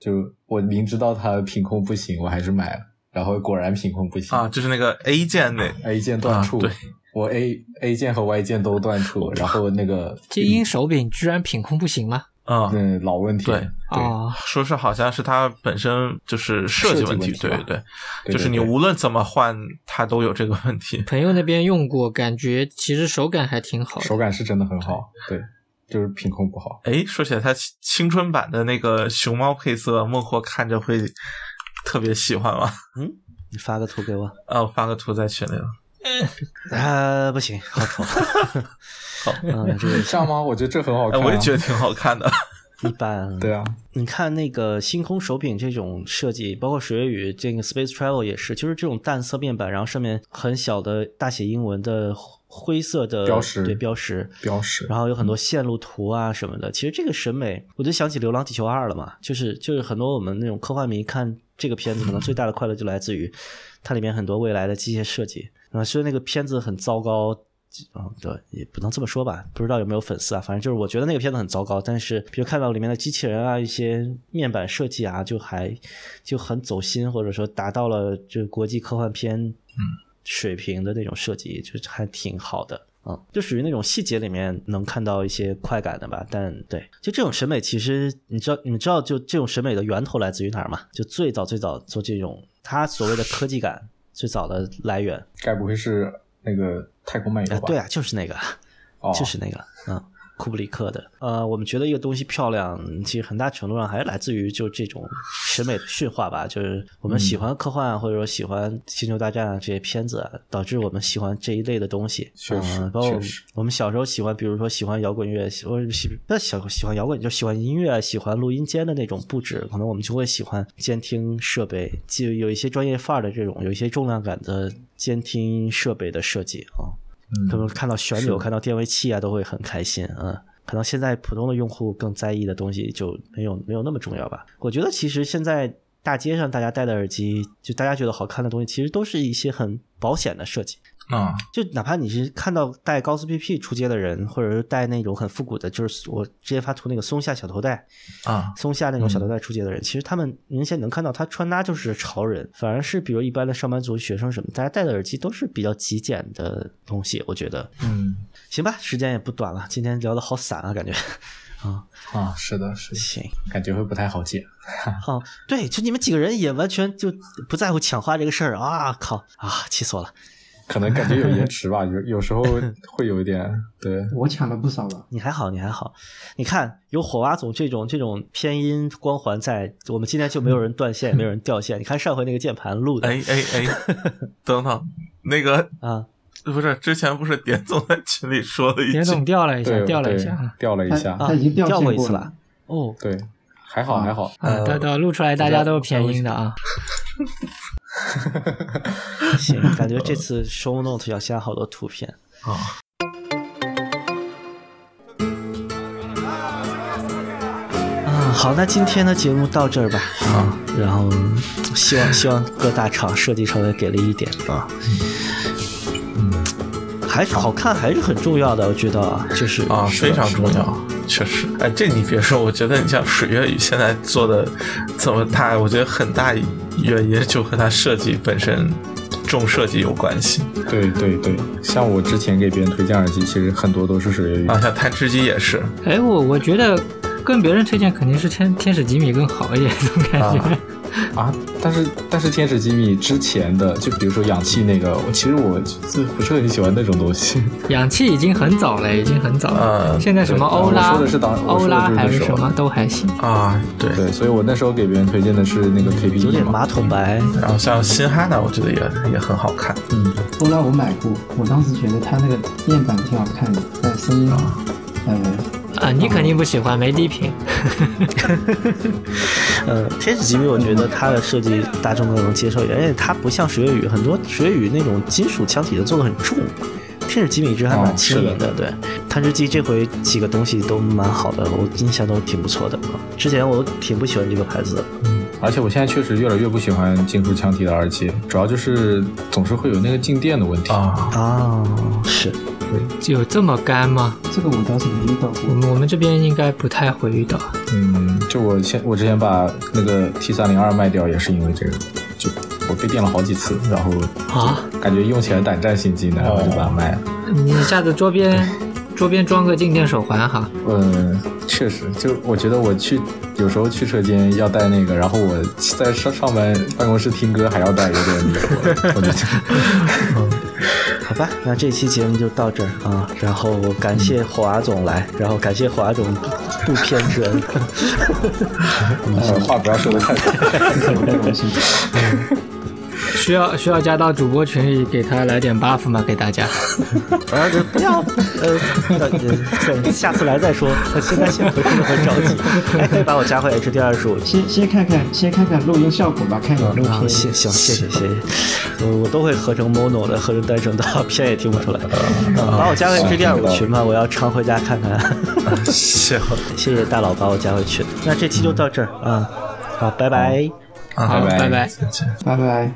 C: 就我明知道它品控不行，我还是买了，然后果然品控不行
D: 啊，就是那个 A 键那，
C: ，A 键断触，
D: 啊对
C: 我 A A 键和 Y 键都断触，然后 那个
F: 金鹰手柄居然品控不行吗？
D: 啊，
C: 嗯老问题，
D: 对
F: 哦，
D: 说是好像是它本身就是设计问题，
C: 设计
D: 对
C: 问题吧
D: 对对，
C: 对
D: 就是你
C: 对
D: 无论怎么换，它都有这个问题。
F: 朋友那边用过，感觉其实手感还挺好的。
C: 手感是真的很好，对，就是品控不好。
D: 哎，说起来，它青青春版的那个熊猫配色，孟获看着会特别喜欢吗？
B: 你发个图给我。
D: 啊，我发个图在群里了。
B: 啊，不行，好丑。好，嗯，这个
C: 这样吗？我觉得这很好
D: 哎，
C: 看、啊，
D: 我也觉得挺好看的。
B: 一般。
C: 对啊，
B: 你看那个星空手柄这种设计，包括水月雨这个 Space Travel 也是，就是这种淡色面板，然后上面很小的大写英文的灰色的
C: 标识
B: 对标识，
C: 标识
B: 然后有很多线路图啊什么的。其实这个审美，我就想起《流浪地球二》了嘛，就是就是很多我们那种科幻迷看这个片子，可能最大的快乐就来自于它里面很多未来的机械设计。啊、虽然那个片子很糟糕。嗯，对，也不能这么说吧，不知道有没有粉丝啊，反正就是我觉得那个片子很糟糕，但是比如看到里面的机器人啊，一些面板设计啊，就还就很走心，或者说达到了就国际科幻片水平的那种设计，就是还挺好的。嗯，就属于那种细节里面能看到一些快感的吧，但对，就这种审美，其实你知道，你们知道，就这种审美的源头来自于哪儿吗？就最早最早做这种，它所谓的科技感最早的来源，
C: 该不会是那个太空漫游
B: 啊，
C: 吧？
B: 对啊，就是那个，
C: 哦
B: 就是那个，嗯，库布里克的。呃，我们觉得一个东西漂亮，其实很大程度上还是来自于就这种审美的驯化吧。就是我们喜欢科幻啊，或者说喜欢《星球大战》啊这些片子啊，导致我们喜欢这一类的东西。
C: 确实
B: 呃包括
C: 确实
B: 我们小时候喜欢，比如说喜欢摇滚乐，喜欢喜不要小喜欢摇滚，就喜欢音乐啊，喜欢录音间的那种布置，可能我们就会喜欢监听设备，就有一些专业范儿的这种，有一些重量感的监听设备的设计啊。他们
C: 嗯，
B: 看到旋
C: 是
B: 钮、
C: 的
B: 看到电位器啊，都会很开心啊。嗯可能现在普通的用户更在意的东西就没有没有那么重要吧。我觉得其实现在大街上大家戴的耳机，就大家觉得好看的东西，其实都是一些很保险的设计。
D: 啊，
B: 就哪怕你是看到戴高斯 PP 出街的人，或者是戴那种很复古的，就是我之前发图那个松下小头戴，
D: 啊，
B: 松下那种
C: 嗯
B: 小头戴出街的人，其实他们明显能看到他穿搭就是潮人，反而是比如一般的上班族、学生什么，大家戴的耳机都是比较极简的东西，我觉得。
C: 嗯
B: 行吧，时间也不短了，今天聊的好散啊，感觉。
C: 啊，是的，是的，
B: 行，
C: 感觉会不太好解。
E: 啊
B: 好，对，就你们几个人也完全就不在乎抢话这个事儿啊！靠啊，气死我了！
C: 可能感觉有延迟吧，有有时候会有一点，对，
E: 我抢了不少了。
B: 你还好，你还好。你看，有火蛙总这种这种偏音光环在，我们今天就没有人断 线，也没有人掉线。你看上回那个键盘录的、
D: 哎哎哎，等等，那个
B: 啊，
D: 不是之前不是点总在群里说了一
F: 别总
D: 句，
F: 掉了一下，
C: 对，
F: 掉了一
C: 对
F: 下啊
C: 掉了一下
E: 他，已经掉
B: 掉
E: 线
B: 过一
E: 过
B: 次
E: 了
B: 了。哦，
C: 对，还好还好，
F: 啊！到到录出来，大家都是偏音的啊。
B: 行， 感觉这次 show note 要加好多图片。啊，好，那今天的节目到这儿吧啊，然后希望希望各大厂设计稍微给力一点啊，嗯，还是好看还是很重要的，我觉得啊，就是
D: 啊，非常重
B: 是的
D: 要，确实。哎，这你别说，我觉得你像水月雨现在做的这么大，我觉得很大原因就和它设计本身重设计有关系。
C: 对对对，像我之前给别人推荐耳机，其实很多都是水月雨
D: 啊，，像弹吃鸡也是
F: 哎，我我觉得跟别人推荐肯定是天天使吉米更好一点，这种感觉。
D: 啊
C: 啊，但是但是天使机密之前的，就比如说氧气那个，我其实我就不是很喜欢那种东西。
F: 氧气已经很早了，已经很早了。
D: 嗯
F: 现在什么
C: 啊对
F: 欧拉
C: 我说的是当、我
F: 欧
C: 说的
F: 拉
C: 就是
F: 还
C: 那
F: 是
C: 时
F: 什
C: 候
F: 么都还行。
D: 啊，对。
C: 对，所以我那时候给别人推荐的是那个 KPE
B: 有点
C: 嘛
B: 马桶白，
D: 然后像新哈娜，我觉得也也很好看。
E: 后来我买过，我当时觉得它那个面板挺好看的，但声
B: 哦
E: 音，呃，
F: 啊，
C: 嗯
F: 你肯定不喜欢，没低频。
B: 呃，天使吉米，我觉得它的设计大众更能接受一点，而且它不像水月雨，很多水月雨那种金属腔体的做的很重，天使吉米一直还蛮轻盈哦的。对，探知机这回几个东西都蛮好的，我印象都挺不错的。之前我挺不喜欢这个牌子的，
C: 而且我现在确实越来越不喜欢金属腔体的耳机，主要就是总是会有那个静电的问题。
D: 啊，
B: 啊，是，
C: 对，
F: 有这么干吗？
E: 这个我倒是没遇到
F: 我
E: 过。
F: 们我们这边应该不太会遇到。
C: 嗯，就我前我之前把那个 T 三零二卖掉也是因为这个，就我被电了好几次，然后
F: 啊，
C: 感觉用起来胆战心惊的，然后就把它卖了。
F: 你下次桌边桌边装个静电手环哈。
C: 嗯，确实，就我觉得我去有时候去车间要带那个，然后我在上上班办公室听歌还要带，有点迷惑。我觉得，
B: 好吧，那这期节目就到这儿啊，然后感谢华总来，然后感谢华总不偏执 恩。
C: 呃话不要说的太多。
F: 需要需要加到主播群里给他来点 buff 吗？给大 家，
B: 我要是不要，呃，呃等下次来再 说，我现在先回去很着急。 哎，可以把我加回 HD 二十五。
E: 先先看看，先看看录音效果吧，看有没有
B: 啊，
E: 便
B: 谢
E: 宜。
B: 行，谢谢谢谢，我我都会合成 mono 的，合成单声道，偏也听不出来。 啊把我加回 HD 二五群吧，我要常回家看看。
D: 行
B: 谢谢大佬把我加回嗯去。那这期就到这儿啊，好，拜拜。
D: 啊，
F: 好，
C: 拜拜
F: 拜
E: 拜
F: 拜
E: 拜。